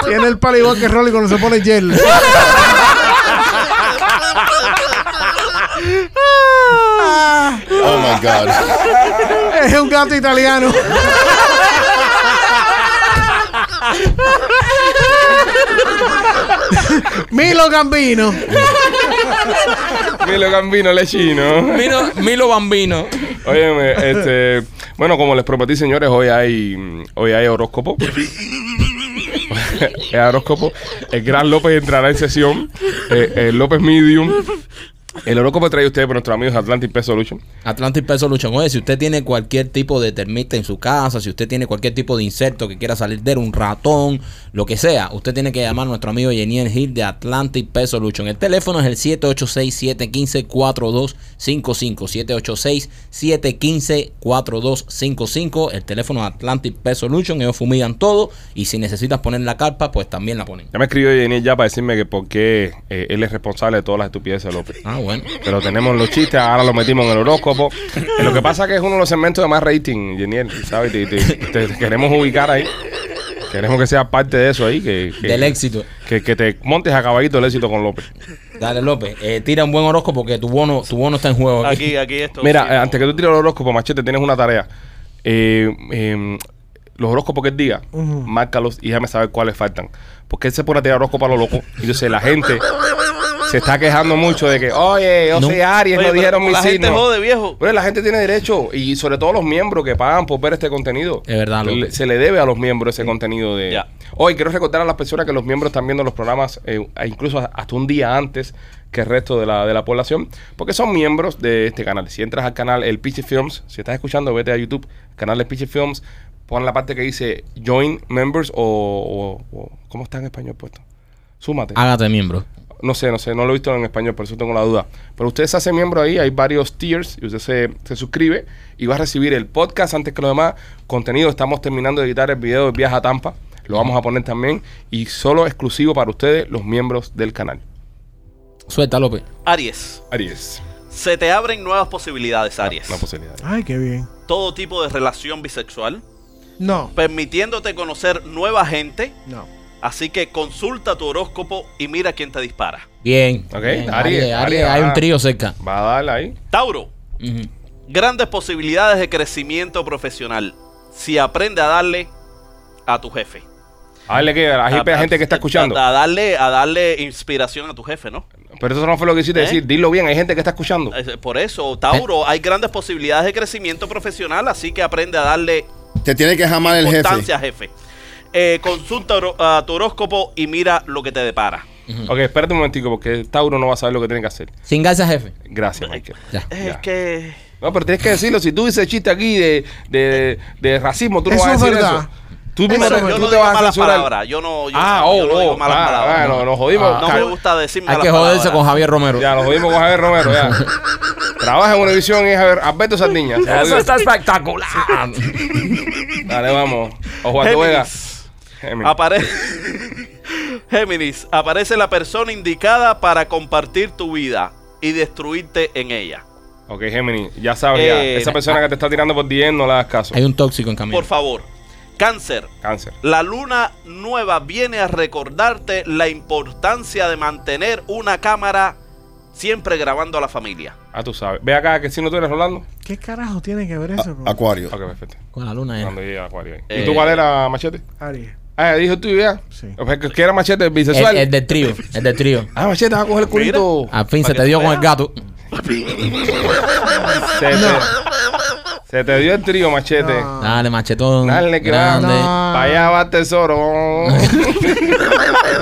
Speaker 4: Tiene el palo igual que Rolly cuando se pone gel.
Speaker 3: Oh my God.
Speaker 4: es un gato italiano. Milo Gambino.
Speaker 1: Milo Gambino lechino.
Speaker 2: Milo, Milo Bambino.
Speaker 1: Óyeme, este. Bueno, como les prometí, señores, hoy hay, hoy hay horóscopo. el horóscopo. El gran López entrará en sesión. eh, el López Medium. El horóscopo trae ustedes por nuestros amigos de Atlantic Pest Solution.
Speaker 2: Atlantic Pest Solution. Oye, si usted tiene cualquier tipo de termita en su casa, si usted tiene cualquier tipo de insecto que quiera salir de él, un ratón, lo que sea, usted tiene que llamar a nuestro amigo Yeniel Hill de Atlantic Pest Solution. El teléfono es el 786-715-4255. 786-715-4255. El teléfono de Atlantic Pest Solution. Ellos fumigan todo y si necesitas poner la carpa, pues también la ponen.
Speaker 1: Ya me escribió Jenny ya para decirme que por qué eh, él es responsable de todas las estupideces de López.
Speaker 2: Ah, bueno.
Speaker 1: Pero tenemos los chistes, ahora los metimos en el horóscopo. Eh, lo que pasa que es uno de los segmentos de más rating, Geniel, ¿sabes? Te, te- te- te queremos ubicar ahí. Queremos que sea parte de eso ahí. Que, que-
Speaker 2: Del éxito.
Speaker 1: Que, que te montes a caballito el éxito con López.
Speaker 2: Dale, López. eh, tira un buen horóscopo porque tu bono, tu bono está en juego. aquí.
Speaker 5: Aquí, aquí esto.
Speaker 1: Mira,
Speaker 5: sí,
Speaker 1: eh,
Speaker 5: no.
Speaker 1: antes que tú tires el horóscopo, Machete, tienes una tarea. Eh, eh, los horóscopos que él diga,
Speaker 4: Ujú.
Speaker 1: márcalos y déjame saber cuáles faltan. Porque él se pone a tirar horóscopos a lo loco. Y yo sé, la gente se está quejando mucho de que, oye, yo
Speaker 2: No.
Speaker 1: soy Aries,
Speaker 5: Oye,
Speaker 1: no
Speaker 5: pero
Speaker 1: dijeron mi
Speaker 5: la gente
Speaker 1: signo".
Speaker 5: jode, viejo.
Speaker 1: Pero la gente tiene derecho, y sobre todo los miembros que pagan por ver este contenido.
Speaker 2: Es verdad, López.
Speaker 1: Le- Se le debe a los miembros ese contenido de...
Speaker 5: Ya.
Speaker 1: Hoy quiero recordar a las personas que los miembros están viendo los programas eh, incluso hasta un día antes que el resto de la, de la población, porque son miembros de este canal. Si entras al canal El Pichi Films, si estás escuchando, vete a YouTube, canal El Pichi Films, pon la parte que dice Join Members o... o- o- ¿Cómo está en español puesto? Súmate.
Speaker 2: Hágate miembro.
Speaker 1: No sé, no sé, no lo he visto en español, por eso tengo la duda. Pero usted se hace miembro ahí, hay varios tiers y usted se, se suscribe y va a recibir el podcast antes que lo demás. Contenido, estamos terminando de editar el video de Viaja a Tampa, lo vamos a poner también y solo exclusivo para ustedes, los miembros del canal.
Speaker 2: Suelta, López.
Speaker 5: Aries.
Speaker 1: Aries,
Speaker 5: Se te abren nuevas
Speaker 1: Ah,
Speaker 5: posibilidades, Aries.
Speaker 1: la posibilidad.
Speaker 4: Ay, qué bien.
Speaker 5: Todo tipo de relación bisexual,
Speaker 4: No,
Speaker 5: permitiéndote conocer nueva gente.
Speaker 4: no.
Speaker 5: Así que consulta tu horóscopo y mira quién te dispara.
Speaker 2: Bien.
Speaker 1: Ok,
Speaker 2: Bien, Aries,
Speaker 1: Aries, Aries,
Speaker 2: Aries, hay
Speaker 1: ah.
Speaker 2: un trío cerca.
Speaker 1: Va a darle ahí.
Speaker 5: Tauro.
Speaker 2: Ujú.
Speaker 5: Grandes posibilidades de crecimiento profesional. Si aprende a darle a tu jefe.
Speaker 1: A darle que a la gente-
Speaker 5: A- a-
Speaker 1: gente que está escuchando.
Speaker 5: A, a darle, a darle inspiración a tu jefe, ¿no?
Speaker 1: Pero eso no fue lo que quisiste
Speaker 5: ¿Eh?
Speaker 1: decir, dilo bien, hay gente que está escuchando.
Speaker 5: Es- Por eso,
Speaker 1: Eh.
Speaker 5: Tauro, hay grandes posibilidades de crecimiento profesional, así que aprende a darle
Speaker 3: Te tiene que jamar el jefe.
Speaker 5: importancia, jefe. Eh, consulta horo- a tu horóscopo y mira lo que te depara.
Speaker 1: Ok, espérate un momentico porque Tauro no va a saber lo que tiene que hacer.
Speaker 2: Sin gracias, jefe.
Speaker 1: Gracias, Michael.
Speaker 2: Ya.
Speaker 5: Es
Speaker 1: Ya.
Speaker 5: que
Speaker 1: No, pero tienes que decirlo. Si tú dices chiste aquí de, de, de racismo, tú no
Speaker 4: Eso
Speaker 1: vas a
Speaker 4: es
Speaker 1: decir
Speaker 4: verdad.
Speaker 1: eso. Tú,
Speaker 4: Eso
Speaker 1: mismo
Speaker 4: es
Speaker 1: te-
Speaker 5: Pero
Speaker 1: tú
Speaker 5: yo no
Speaker 1: te
Speaker 5: digo
Speaker 1: vas a
Speaker 5: malas
Speaker 1: censurar.
Speaker 5: palabras. Yo no, yo
Speaker 1: ah,
Speaker 5: no-
Speaker 1: oh,
Speaker 5: yo no
Speaker 1: oh,
Speaker 5: digo malas
Speaker 1: ah,
Speaker 5: palabras.
Speaker 1: ah, no, nos jodimos.
Speaker 5: No
Speaker 1: Ca-
Speaker 5: me gusta decir
Speaker 2: Hay
Speaker 5: malas
Speaker 2: que joderse con
Speaker 5: palabras.
Speaker 2: Javier Romero.
Speaker 1: Ya, nos jodimos con Javier Romero, ya. Trabaja en Univisión y es Javier- Alberto Sardiña. se jodió.
Speaker 2: espectacular.
Speaker 1: Dale, vamos. Ojo a tu vega.
Speaker 5: Géminis,
Speaker 1: Géminis.
Speaker 5: apare- Géminis, aparece la persona indicada para compartir tu vida y destruirte en ella.
Speaker 1: Ok, Géminis, ya sabes, ya.
Speaker 5: Eh,
Speaker 1: Esa persona que te está tirando por 10 no le hagas caso.
Speaker 2: Hay un tóxico en camino.
Speaker 5: Por favor, cáncer,
Speaker 1: Cáncer.
Speaker 5: La luna nueva viene a recordarte la importancia de mantener una cámara siempre grabando a la familia.
Speaker 1: Ah, tú sabes. Ve acá, que si no tú eres Rolando.
Speaker 4: ¿Qué carajo tiene que ver eso
Speaker 3: A-
Speaker 4: con
Speaker 3: Acuario.
Speaker 1: Ok, perfecto.
Speaker 2: Con la luna
Speaker 1: Cuando
Speaker 2: eh.
Speaker 1: llega Acuario. ahí. ¿Y
Speaker 5: Eh,
Speaker 1: tú cuál era, Machete?
Speaker 4: Aries?
Speaker 1: Ah, dijo tú ya.
Speaker 4: Sí.
Speaker 1: O sea, que- que era Machete, bisexual.
Speaker 2: El, el del trío. El del trío.
Speaker 1: Ah, Machete, va a coger el
Speaker 5: Mira.
Speaker 1: culito.
Speaker 2: Al fin
Speaker 5: Para
Speaker 2: se
Speaker 5: que
Speaker 2: te
Speaker 5: tú
Speaker 2: dio con el
Speaker 5: veas.
Speaker 2: gato.
Speaker 1: Se, te, se te dio el trío, machete.
Speaker 4: No.
Speaker 2: Dale, machetón.
Speaker 1: Dale, que va.
Speaker 2: grande.
Speaker 4: No.
Speaker 1: Para allá va tesoro.
Speaker 4: Ah,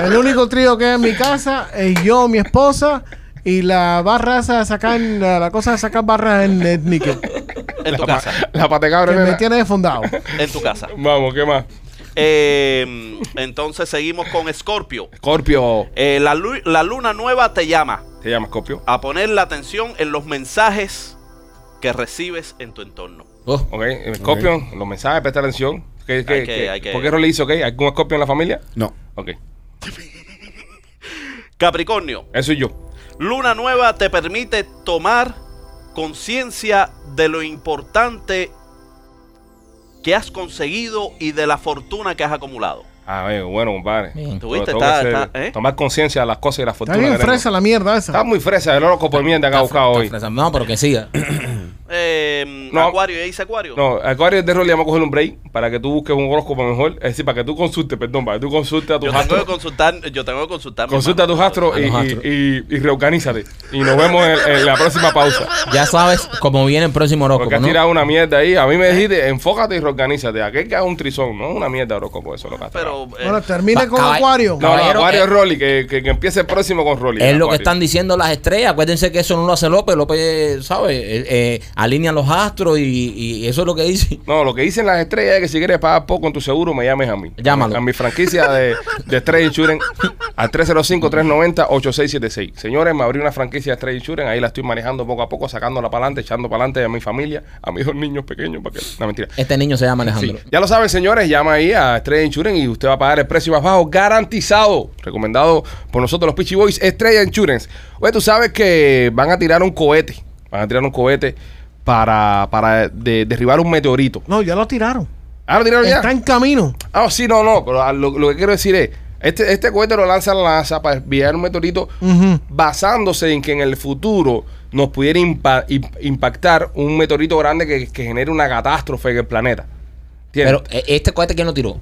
Speaker 4: El único trío que hay en mi casa es yo, mi esposa y la barra esa de sacar, la, la cosa de sacar barras en el níquel. Que
Speaker 5: En tu casa.
Speaker 1: La patecabra,
Speaker 4: me
Speaker 1: nena.
Speaker 4: tiene defondado.
Speaker 5: En tu casa.
Speaker 1: Vamos, ¿qué más?
Speaker 5: Eh, entonces seguimos con Escorpio.
Speaker 1: Scorpio.
Speaker 5: Eh, la, lu- la luna nueva te llama
Speaker 1: ¿Te llamas Scorpio?
Speaker 5: a poner la atención en los mensajes que recibes en tu entorno.
Speaker 2: Oh,
Speaker 1: Ok, el Scorpio, los mensajes, presta atención. ¿Qué, qué,
Speaker 5: Hay que-
Speaker 1: qué-
Speaker 5: hay que-
Speaker 1: ¿Por qué no le hizo? Okay? ¿Algún Scorpio en la familia?
Speaker 3: No.
Speaker 1: Ok,
Speaker 5: Capricornio,
Speaker 1: eso y yo.
Speaker 5: luna nueva te permite tomar conciencia de lo importante que has conseguido y de la fortuna que has acumulado.
Speaker 1: A ver, bueno, compadre.
Speaker 2: Bien.
Speaker 1: Pero
Speaker 5: Tuviste,
Speaker 1: tengo que
Speaker 5: está-
Speaker 1: hacer-
Speaker 5: está, ¿eh?
Speaker 1: Tomar conciencia de las cosas y las
Speaker 4: Está
Speaker 1: fortunas.
Speaker 4: bien
Speaker 1: que tengo.
Speaker 4: fresa la mierda
Speaker 1: Está
Speaker 4: esa.
Speaker 1: muy fresa, el oro por miel de acá
Speaker 2: está
Speaker 1: buscado
Speaker 2: fre-
Speaker 1: hoy.
Speaker 2: está fresa. No, pero que siga.
Speaker 5: Eh, dice mm,
Speaker 1: No.
Speaker 5: Acuario, ya dice Acuario.
Speaker 1: No, Acuario de rol le vamos a coger un break para que tú busques un horóscopo mejor. Es decir, para que tú consultes, perdón, para que tú consultes a
Speaker 5: Yo
Speaker 1: tus
Speaker 5: tengo que
Speaker 1: astros.
Speaker 5: consultar, yo tengo que consultar. mi
Speaker 1: Consulta a
Speaker 5: hermano.
Speaker 1: tus astros
Speaker 2: A
Speaker 1: y,
Speaker 2: los
Speaker 1: y,
Speaker 2: astros.
Speaker 1: y- y reorganízate. Y nos vemos en, el- en la próxima pausa.
Speaker 2: Ya sabes cómo viene el próximo
Speaker 1: Porque
Speaker 2: horóscopo,
Speaker 1: has
Speaker 2: ¿no?
Speaker 1: tirado una mierda ahí. A mí me dijiste, enfócate y reorganízate. Aquel que haga un trizón, no una mierda horóscopo eso. Lo que has
Speaker 5: Pero, eh,
Speaker 4: Bueno, termina
Speaker 2: Va,
Speaker 4: con
Speaker 2: caball-
Speaker 4: Acuario.
Speaker 1: No, no,
Speaker 2: Caballero,
Speaker 1: Acuario
Speaker 2: eh.
Speaker 1: Rolly, que, que, que empiece el próximo con Rolly.
Speaker 2: Es lo que
Speaker 1: Acuario.
Speaker 2: están diciendo las estrellas. Acuérdense que eso no lo hace López. López, ¿sabes? Eh, eh, alinea los astros y, y eso es lo que dice.
Speaker 1: No, lo que dicen las estrellas es que si quieres pagar poco en tu seguro, me llames a mí.
Speaker 2: Llámalo.
Speaker 1: A mi franquicia de, de Estrella Insurance al 305-390-8676. Señores, me abrí una franquicia de Estrella Insurance. Ahí la estoy manejando poco a poco, sacándola para adelante, echando para adelante a mi familia, a mis dos niños pequeños. Para que... No, mentira.
Speaker 2: Este niño se llama Alejandro.
Speaker 1: Sí. Ya lo saben, señores, llama ahí a Estrella Insurance y usted va a pagar el precio más bajo garantizado. Recomendado por nosotros los Pitchy Boys, Estrella Insurance. Oye, tú sabes que van a tirar un cohete. Van a tirar un cohete para, para de- derribar un meteorito.
Speaker 4: No, ya lo tiraron.
Speaker 1: Ah, lo tiraron
Speaker 4: Está
Speaker 1: ya.
Speaker 4: en camino.
Speaker 1: Ah, sí, no, no. Pero ah, lo, lo que quiero decir es, este, este cohete lo lanza la NASA para desviar un meteorito
Speaker 4: Ujú.
Speaker 1: basándose en que en el futuro nos pudiera impa- imp- impactar un meteorito grande que, que genere una catástrofe en el planeta. ¿Entiendes?
Speaker 2: Pero eh, este cohete, ¿quién lo tiró?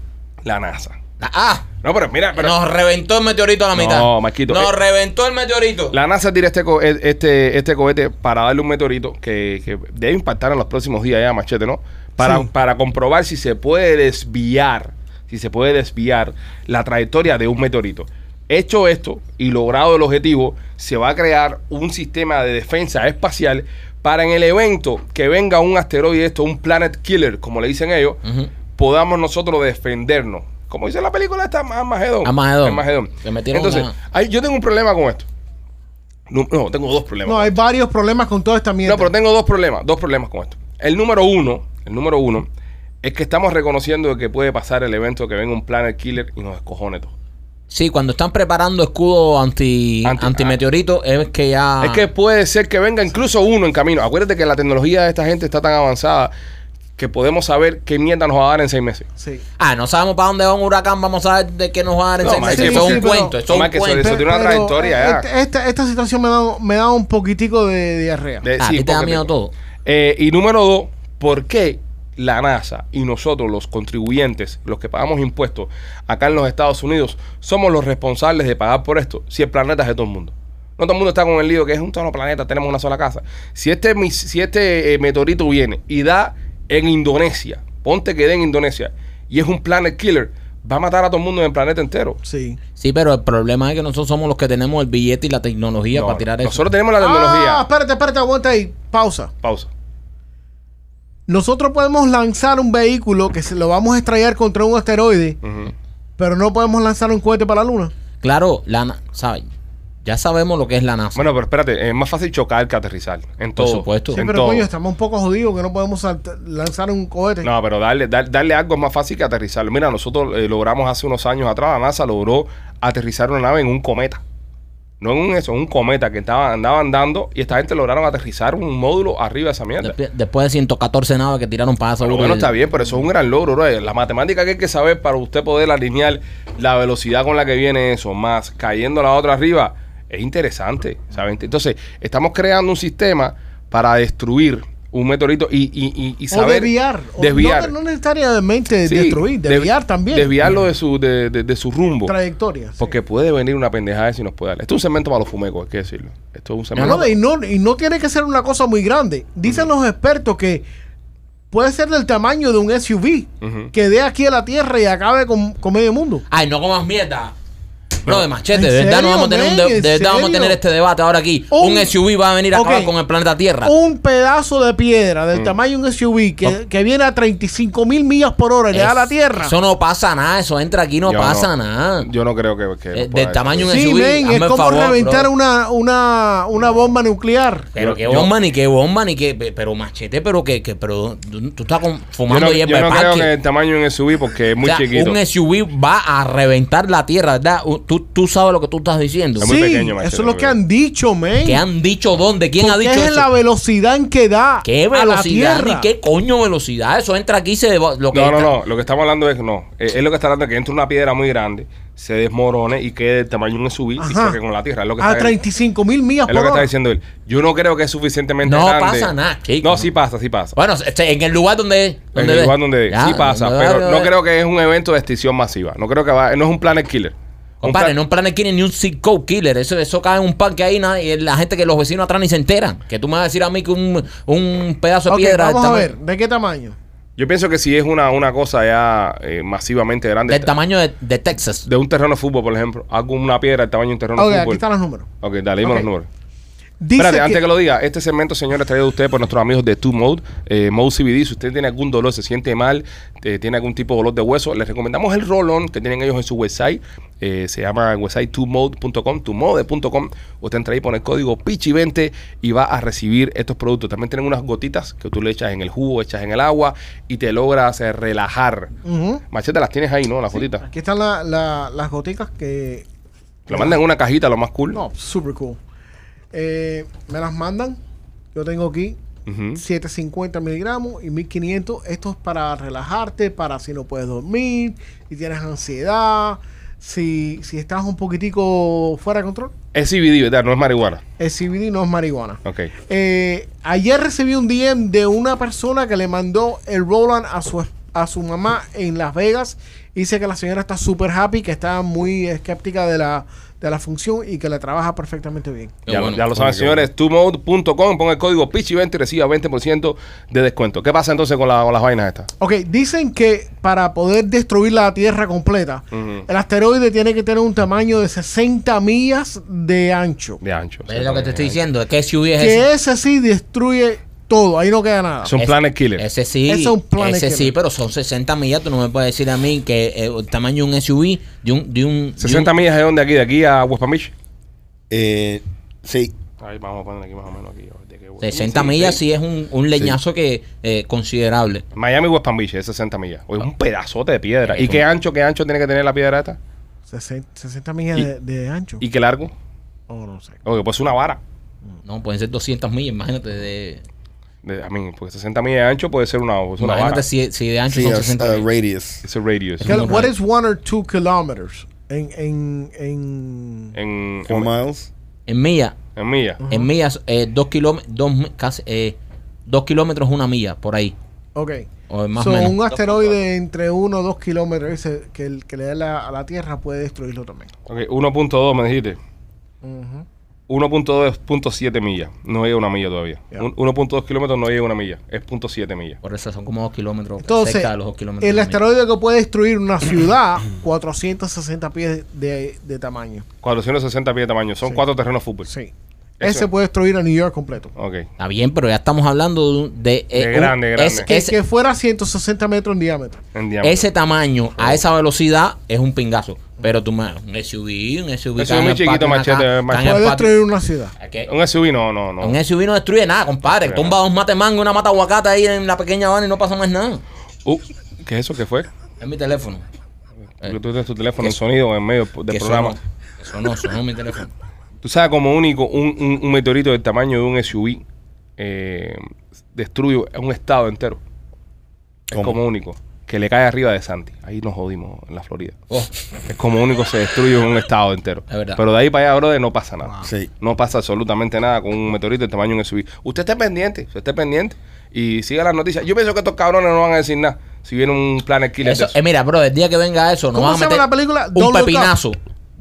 Speaker 1: La NASA.
Speaker 2: La- ¡Ah!
Speaker 1: No, pero mira, pero
Speaker 2: Nos reventó el meteorito a la
Speaker 1: No,
Speaker 2: mitad.
Speaker 1: Marquito,
Speaker 2: Nos
Speaker 1: eh.
Speaker 2: reventó el meteorito.
Speaker 1: la NASA tira este, co- este, este cohete para darle un meteorito que, que debe impactar en los próximos días ya, machete, ¿no? Para,
Speaker 4: Sí.
Speaker 1: para comprobar si se puede desviar, si se puede desviar la trayectoria de un meteorito. Hecho esto y logrado el objetivo, se va a crear un sistema de defensa espacial para en el evento que venga un asteroide, esto, un planet killer, como le dicen ellos,
Speaker 2: Ujú.
Speaker 1: podamos nosotros defendernos. Como dice la película esta, Armagedón.
Speaker 2: Armagedón.
Speaker 1: Armagedón.
Speaker 2: Le metieron
Speaker 1: Entonces,
Speaker 2: una-
Speaker 1: ahí yo tengo un problema con esto. No, no, tengo dos problemas.
Speaker 4: No, hay varios problemas con toda esta mierda.
Speaker 1: No, pero tengo dos problemas, dos problemas con esto. El número uno, el número uno, es que estamos reconociendo que puede pasar el evento que venga un planet killer y nos escojone todo.
Speaker 2: Sí, cuando están preparando escudo anti,
Speaker 1: Anti-
Speaker 2: antimeteorito, es que ya.
Speaker 1: Es que puede ser que venga incluso uno en camino. Acuérdate que la tecnología de esta gente está tan avanzada que podemos saber qué mierda nos va a dar en seis meses.
Speaker 4: Sí.
Speaker 2: Ah, no sabemos para dónde va un huracán, vamos a ver de qué nos va a dar en
Speaker 1: No,
Speaker 2: seis meses.
Speaker 1: Mike,
Speaker 2: Eso
Speaker 4: sí,
Speaker 2: es un
Speaker 4: pero-
Speaker 2: cuento, eso es
Speaker 1: Mike,
Speaker 2: un
Speaker 1: eso-
Speaker 2: cuento.
Speaker 1: eso tiene una
Speaker 4: Pero,
Speaker 1: trayectoria ya.
Speaker 4: eh, este- Esta, esta situación me da, me da un poquitico de diarrea.
Speaker 1: De-
Speaker 2: Ah, ¿a ti te da
Speaker 1: eh, porque
Speaker 2: miedo
Speaker 1: tengo-
Speaker 2: todo?
Speaker 1: Eh, y número dos, ¿por qué la NASA y nosotros, los contribuyentes, los que pagamos impuestos acá en los Estados Unidos, somos los responsables de pagar por esto si el planeta es de todo el mundo? No todo el mundo está con el lío que es un solo planeta, tenemos una sola casa. Si este, mis- si este eh, meteorito viene y da en Indonesia, ponte que dé en Indonesia, y es un planet killer, va a matar a todo el mundo en el planeta entero.
Speaker 4: Sí.
Speaker 2: Sí, pero el problema es que nosotros somos los que tenemos el billete y la tecnología
Speaker 1: No,
Speaker 2: para tirar eso.
Speaker 1: nosotros tenemos la tecnología.
Speaker 4: Ah, espérate, espérate, aguanta ahí. Pausa.
Speaker 1: Pausa.
Speaker 4: Nosotros podemos lanzar un vehículo que se lo vamos a estrellar contra un asteroide,
Speaker 1: Ujú.
Speaker 4: pero no podemos lanzar un cohete para la luna.
Speaker 2: Claro, la na- ¿sabes? Ya sabemos lo que es la NASA.
Speaker 1: Bueno, pero espérate, es más fácil chocar que aterrizar. En todo.
Speaker 2: supuesto.
Speaker 4: Sí,
Speaker 1: En
Speaker 4: pero
Speaker 1: todo.
Speaker 4: coño, estamos un poco jodidos que no podemos salt- lanzar un cohete.
Speaker 1: No, pero darle, dar- darle algo es más fácil que aterrizarlo. Mira, nosotros eh, logramos hace unos años atrás, la NASA logró aterrizar una nave en un cometa. No en un eso, en un cometa que estaba, andaba andando y esta gente lograron aterrizar un módulo arriba de esa mierda.
Speaker 2: Después, después de 114 naves que tiraron para
Speaker 1: Pero
Speaker 2: seguro.
Speaker 1: bueno,
Speaker 2: el-
Speaker 1: está bien, pero eso es un gran logro, bro. La matemática que hay que saber para usted poder alinear la velocidad con la que viene eso, más cayendo la otra arriba, es interesante, ¿saben? Entonces, estamos creando un sistema para destruir un meteorito y, y, y, y
Speaker 4: o
Speaker 1: saber...
Speaker 4: desviar. O
Speaker 1: Desviar.
Speaker 4: No, no necesariamente
Speaker 1: Sí,
Speaker 4: destruir,
Speaker 1: de-
Speaker 4: desviar también.
Speaker 1: Desviarlo de su, de, de- de su rumbo.
Speaker 4: Trayectoria. sí.
Speaker 1: Porque puede venir una pendejada si nos puede dar. Esto es un cemento para los fumecos, hay que decirlo. Esto es un
Speaker 4: No,
Speaker 1: cemento.
Speaker 4: no, y, no, y no tiene que ser una cosa muy grande. Dicen los expertos que puede ser del tamaño de un SUV
Speaker 1: Ujú.
Speaker 4: que dé aquí a la tierra y acabe con, con medio mundo.
Speaker 2: Ay, no comas mierda. Bro, de machete,
Speaker 4: ¿En
Speaker 2: de verdad, no
Speaker 4: serio,
Speaker 2: vamos a tener un
Speaker 4: men?
Speaker 2: de,
Speaker 4: ¿En
Speaker 2: de verdad vamos a tener
Speaker 4: serio?
Speaker 2: este debate ahora aquí. Un,
Speaker 4: Un-
Speaker 2: SUV va a venir a
Speaker 4: Ok.
Speaker 2: acabar con el planeta Tierra.
Speaker 4: Un pedazo de piedra
Speaker 1: Mm.
Speaker 4: del tamaño de un SUV que, que viene a 35 mil millas por hora y le da a la
Speaker 2: Es-
Speaker 4: tierra.
Speaker 2: Eso no pasa nada, eso entra aquí, no
Speaker 1: Yo
Speaker 2: pasa nada.
Speaker 1: Yo no creo que. que
Speaker 2: Eh,
Speaker 1: nos pueda
Speaker 2: del
Speaker 1: dar.
Speaker 2: tamaño de un
Speaker 4: sí,
Speaker 2: SUV,
Speaker 4: men,
Speaker 2: hazme
Speaker 4: es
Speaker 2: el
Speaker 4: como
Speaker 2: favor,
Speaker 4: reventar
Speaker 2: bro.
Speaker 4: una, una, una bomba nuclear.
Speaker 2: Pero
Speaker 1: Yo-
Speaker 2: qué
Speaker 1: yo-
Speaker 2: bomba, ni qué bomba, ni qué. pe- Pero machete, pero que. que- pero tú, tú estás con-
Speaker 1: Yo
Speaker 2: fumando
Speaker 1: no,
Speaker 2: hierba
Speaker 1: yo
Speaker 2: de
Speaker 1: no creo que
Speaker 2: parque.
Speaker 1: el tamaño en SUV porque es
Speaker 2: O
Speaker 1: muy
Speaker 2: sea,
Speaker 1: chiquito.
Speaker 2: un SUV va a reventar la tierra, ¿verdad? Un- Tú, tú sabes lo que tú estás diciendo.
Speaker 1: Es muy
Speaker 4: sí,
Speaker 1: pequeño, Machete,
Speaker 4: eso es lo que han dicho, men.
Speaker 2: ¿Qué han dicho dónde? ¿Quién ha
Speaker 4: Porque
Speaker 2: dicho
Speaker 4: es
Speaker 2: eso?
Speaker 4: la velocidad en que da
Speaker 2: ¿Qué
Speaker 4: a la
Speaker 2: velocidad?
Speaker 4: tierra.
Speaker 2: ¿Ni qué coño velocidad? Eso entra aquí y se... deva- Lo que
Speaker 1: No, no,
Speaker 2: entra-
Speaker 1: no. Lo que estamos hablando es que no. eh, Es, es lo que está hablando es que entre una piedra muy grande, se desmorone y quede del tamaño de un SUV y
Speaker 4: Ajá.
Speaker 1: choque con la tierra. Es lo que
Speaker 4: a
Speaker 1: está
Speaker 4: 35 mil
Speaker 1: Es
Speaker 4: millas
Speaker 1: lo
Speaker 4: por
Speaker 1: que está
Speaker 4: hora.
Speaker 1: diciendo él. Yo no creo que es suficientemente
Speaker 2: No
Speaker 1: grande.
Speaker 2: pasa nada, chico.
Speaker 1: No, sí pasa, sí pasa.
Speaker 2: Bueno, este, en el lugar donde...
Speaker 1: En
Speaker 2: donde
Speaker 1: el
Speaker 2: ve.
Speaker 1: lugar donde
Speaker 2: Ya,
Speaker 1: sí pasa,
Speaker 2: donde ve,
Speaker 1: pero
Speaker 2: donde
Speaker 1: no
Speaker 2: ve.
Speaker 1: creo que es un evento de extinción masiva. No creo que va, no es un planet killer. Un
Speaker 2: Compadre,
Speaker 1: plan-
Speaker 2: no un planet killer ni un zip code killer. Eso, eso cae en un parque ahí nada, y la gente que los vecinos atrás ni se enteran. Que tú me vas a decir a mí que un, un pedazo de
Speaker 4: Ok,
Speaker 2: piedra... del
Speaker 4: vamos a
Speaker 2: tamaño-
Speaker 4: ver, ¿de qué tamaño?
Speaker 1: Yo pienso que si es una, una cosa ya eh, masivamente grande.
Speaker 2: Del tamaño de, de Texas.
Speaker 1: de un terreno de fútbol, por ejemplo. Hago una piedra del tamaño de un terreno
Speaker 4: Ok,
Speaker 1: de
Speaker 4: aquí
Speaker 1: fútbol.
Speaker 4: están los números.
Speaker 1: Ok, dale, dime
Speaker 4: Ok.
Speaker 1: los números.
Speaker 4: Dice
Speaker 1: Espérate,
Speaker 4: que-
Speaker 1: antes que lo diga, este segmento, señores, traído a ustedes por nuestros amigos de Two Mode, eh, Mode CBD. Si usted tiene algún dolor, se siente mal, eh, tiene algún tipo de dolor de hueso, les recomendamos el rolón que tienen ellos en su website. Eh, se llama website twomode.com, twomode.com. Usted entra ahí, pone el código PICHI20 y va a recibir estos productos. También tienen unas gotitas que tú le echas en el jugo, echas en el agua y te logras eh, relajar.
Speaker 4: Ujú.
Speaker 1: Machete, las tienes ahí, ¿no? Las gotitas.
Speaker 4: Aquí están la- la- las goticas que...
Speaker 1: Lo mandan en una cajita, lo más cool.
Speaker 4: No, super cool. Eh, me las mandan. Yo tengo aquí
Speaker 1: Ujú.
Speaker 4: 750 miligramos y 1500. Esto es para relajarte, para si no puedes dormir, si tienes ansiedad, si, si estás un poquitico fuera de control.
Speaker 1: Es CBD, ¿verdad? No es marihuana.
Speaker 4: El CBD no es marihuana.
Speaker 1: Ok.
Speaker 4: Eh, ayer recibí un DM de una persona que le mandó el Roland a su, a su mamá en Las Vegas. Dice que la señora está súper happy, que está muy escéptica de la, de la función y que la trabaja perfectamente bien.
Speaker 2: Qué
Speaker 1: Ya, lo-
Speaker 2: bueno.
Speaker 1: ya lo saben, señores, twomode.com, ponga el código PICHI20 y reciba 20% de descuento. ¿Qué pasa entonces con, la- con las vainas estas?
Speaker 4: Ok, dicen que para poder destruir la Tierra completa, el asteroide tiene que tener un tamaño de 60 millas de ancho.
Speaker 1: De ancho.
Speaker 2: Es lo que te estoy diciendo. Es que SUV es ese.
Speaker 4: Que ese sí destruye todo, ahí no queda nada.
Speaker 1: Son
Speaker 2: Ese-
Speaker 1: planes killer.
Speaker 2: Ese sí.
Speaker 4: Ese es un planet
Speaker 2: ese
Speaker 4: killer.
Speaker 2: sí, pero son 60 millas. Tú no me puedes decir a mí que eh, el tamaño de un SUV de un. De un
Speaker 1: 60
Speaker 2: de un-
Speaker 1: millas de donde aquí, de aquí a West Palm Beach.
Speaker 3: Eh, sí,
Speaker 1: Ahí vamos a poner aquí más o menos aquí. a ver de qué huevo.
Speaker 2: 60 millas sí es un, un leñazo que eh, considerable.
Speaker 1: Miami West Palm Beach es 60 millas. Oye,
Speaker 2: Ah.
Speaker 1: un pedazote de piedra. ¿Y qué ancho, qué ancho tiene que tener la piedra esta?
Speaker 4: 60, 60 millas
Speaker 1: Y-
Speaker 4: de, de ancho.
Speaker 1: ¿Y qué largo?
Speaker 4: Oh, no sé.
Speaker 1: Oye, pues una vara.
Speaker 2: No, pueden ser 200 millas. Imagínate de.
Speaker 1: De- a mí, porque 60 millas de ancho puede ser una, es una vara.
Speaker 2: Imagínate si, si de ancho
Speaker 3: sí,
Speaker 2: son
Speaker 3: uh,
Speaker 2: 60
Speaker 3: uh,
Speaker 2: millas.
Speaker 3: radius.
Speaker 1: Es el radius.
Speaker 4: Cal-
Speaker 2: muy
Speaker 4: what
Speaker 2: raro.
Speaker 4: is one or two kilometers en en en,
Speaker 1: En,
Speaker 3: Four
Speaker 1: en,
Speaker 3: miles.
Speaker 2: En millas.
Speaker 1: en millas.
Speaker 2: En millas, eh, dos kilómetros, dos, mi- casi, eh, dos kilómetros, una milla, por ahí.
Speaker 4: okay
Speaker 2: O Pues más
Speaker 4: so,
Speaker 2: o menos.
Speaker 4: un asteroide entre 1 o 2 kilómetros dice que el que le da la- a la Tierra puede destruirlo también
Speaker 1: Ok, 1.2 me dijiste. 1.2 es 1.7 millas. No llega a una milla todavía.
Speaker 4: Ya.
Speaker 1: Un- 1.2 kilómetros no llega a una milla. Es 0.7 millas.
Speaker 2: Por eso son como dos kilómetros.
Speaker 4: entonces
Speaker 2: cerca de los dos kilómetros.
Speaker 4: el
Speaker 2: también.
Speaker 4: asteroide que puede destruir una ciudad 460 pies de, de tamaño
Speaker 1: 460 pies de tamaño. Son
Speaker 4: Sí.
Speaker 1: cuatro terrenos fútbol.
Speaker 4: sí
Speaker 1: Eso
Speaker 4: ese
Speaker 1: es.
Speaker 4: puede destruir a New York completo
Speaker 1: Ok.
Speaker 2: Está bien, pero ya estamos hablando de. un- de, eh,
Speaker 1: De grande, grande.
Speaker 2: es-
Speaker 4: que,
Speaker 2: ese-
Speaker 4: que fuera 160 metros en diámetro
Speaker 1: En diámetro.
Speaker 2: ese tamaño, a esa velocidad, es un pingazo. Pero tú, man, un SUV, un SUV.
Speaker 1: Un
Speaker 2: está en
Speaker 1: SUV
Speaker 2: el
Speaker 1: chiquito,
Speaker 2: patio,
Speaker 1: machete,
Speaker 2: está- está
Speaker 1: machete.
Speaker 2: en el
Speaker 4: puede
Speaker 2: patio.
Speaker 4: destruir una ciudad
Speaker 2: Es que
Speaker 1: Un SUV no, no, no.
Speaker 2: Un SUV no destruye nada, compadre. Tumba dos mate mango, una mata aguacate ahí en la pequeña vana y no pasa más nada.
Speaker 1: Uh, ¿Qué es eso? ¿Qué fue?
Speaker 2: Es mi teléfono. Eh,
Speaker 1: Tú tienes tu teléfono
Speaker 2: que-
Speaker 1: en sonido en medio del
Speaker 2: Que
Speaker 1: programa.
Speaker 2: sonó. Que Sonó, sonó mi teléfono.
Speaker 1: Tú sabes, como único, un, un- un meteorito del tamaño de un SUV eh, destruye un estado entero. Es
Speaker 3: ¿Cómo?
Speaker 1: como único. Que le cae arriba de Santi. Ahí nos jodimos en la Florida.
Speaker 2: Oh,
Speaker 1: Es como único se destruye un estado entero.
Speaker 2: Es verdad.
Speaker 1: Pero de ahí para allá, brother, no pasa nada.
Speaker 3: Sí.
Speaker 1: No pasa absolutamente nada con un meteorito del tamaño de un SUV. Usted esté pendiente, usted esté pendiente y siga las noticias. Yo pienso que estos cabrones no van a decir nada si viene un planet killer.
Speaker 2: eso,
Speaker 1: de
Speaker 2: eh,
Speaker 1: esos.
Speaker 2: mira, bro, el día que venga eso, nos
Speaker 4: ¿Cómo
Speaker 2: van a
Speaker 4: se llama
Speaker 2: meter
Speaker 4: la película? Don't
Speaker 2: un
Speaker 4: Look Up.
Speaker 2: pepinazo.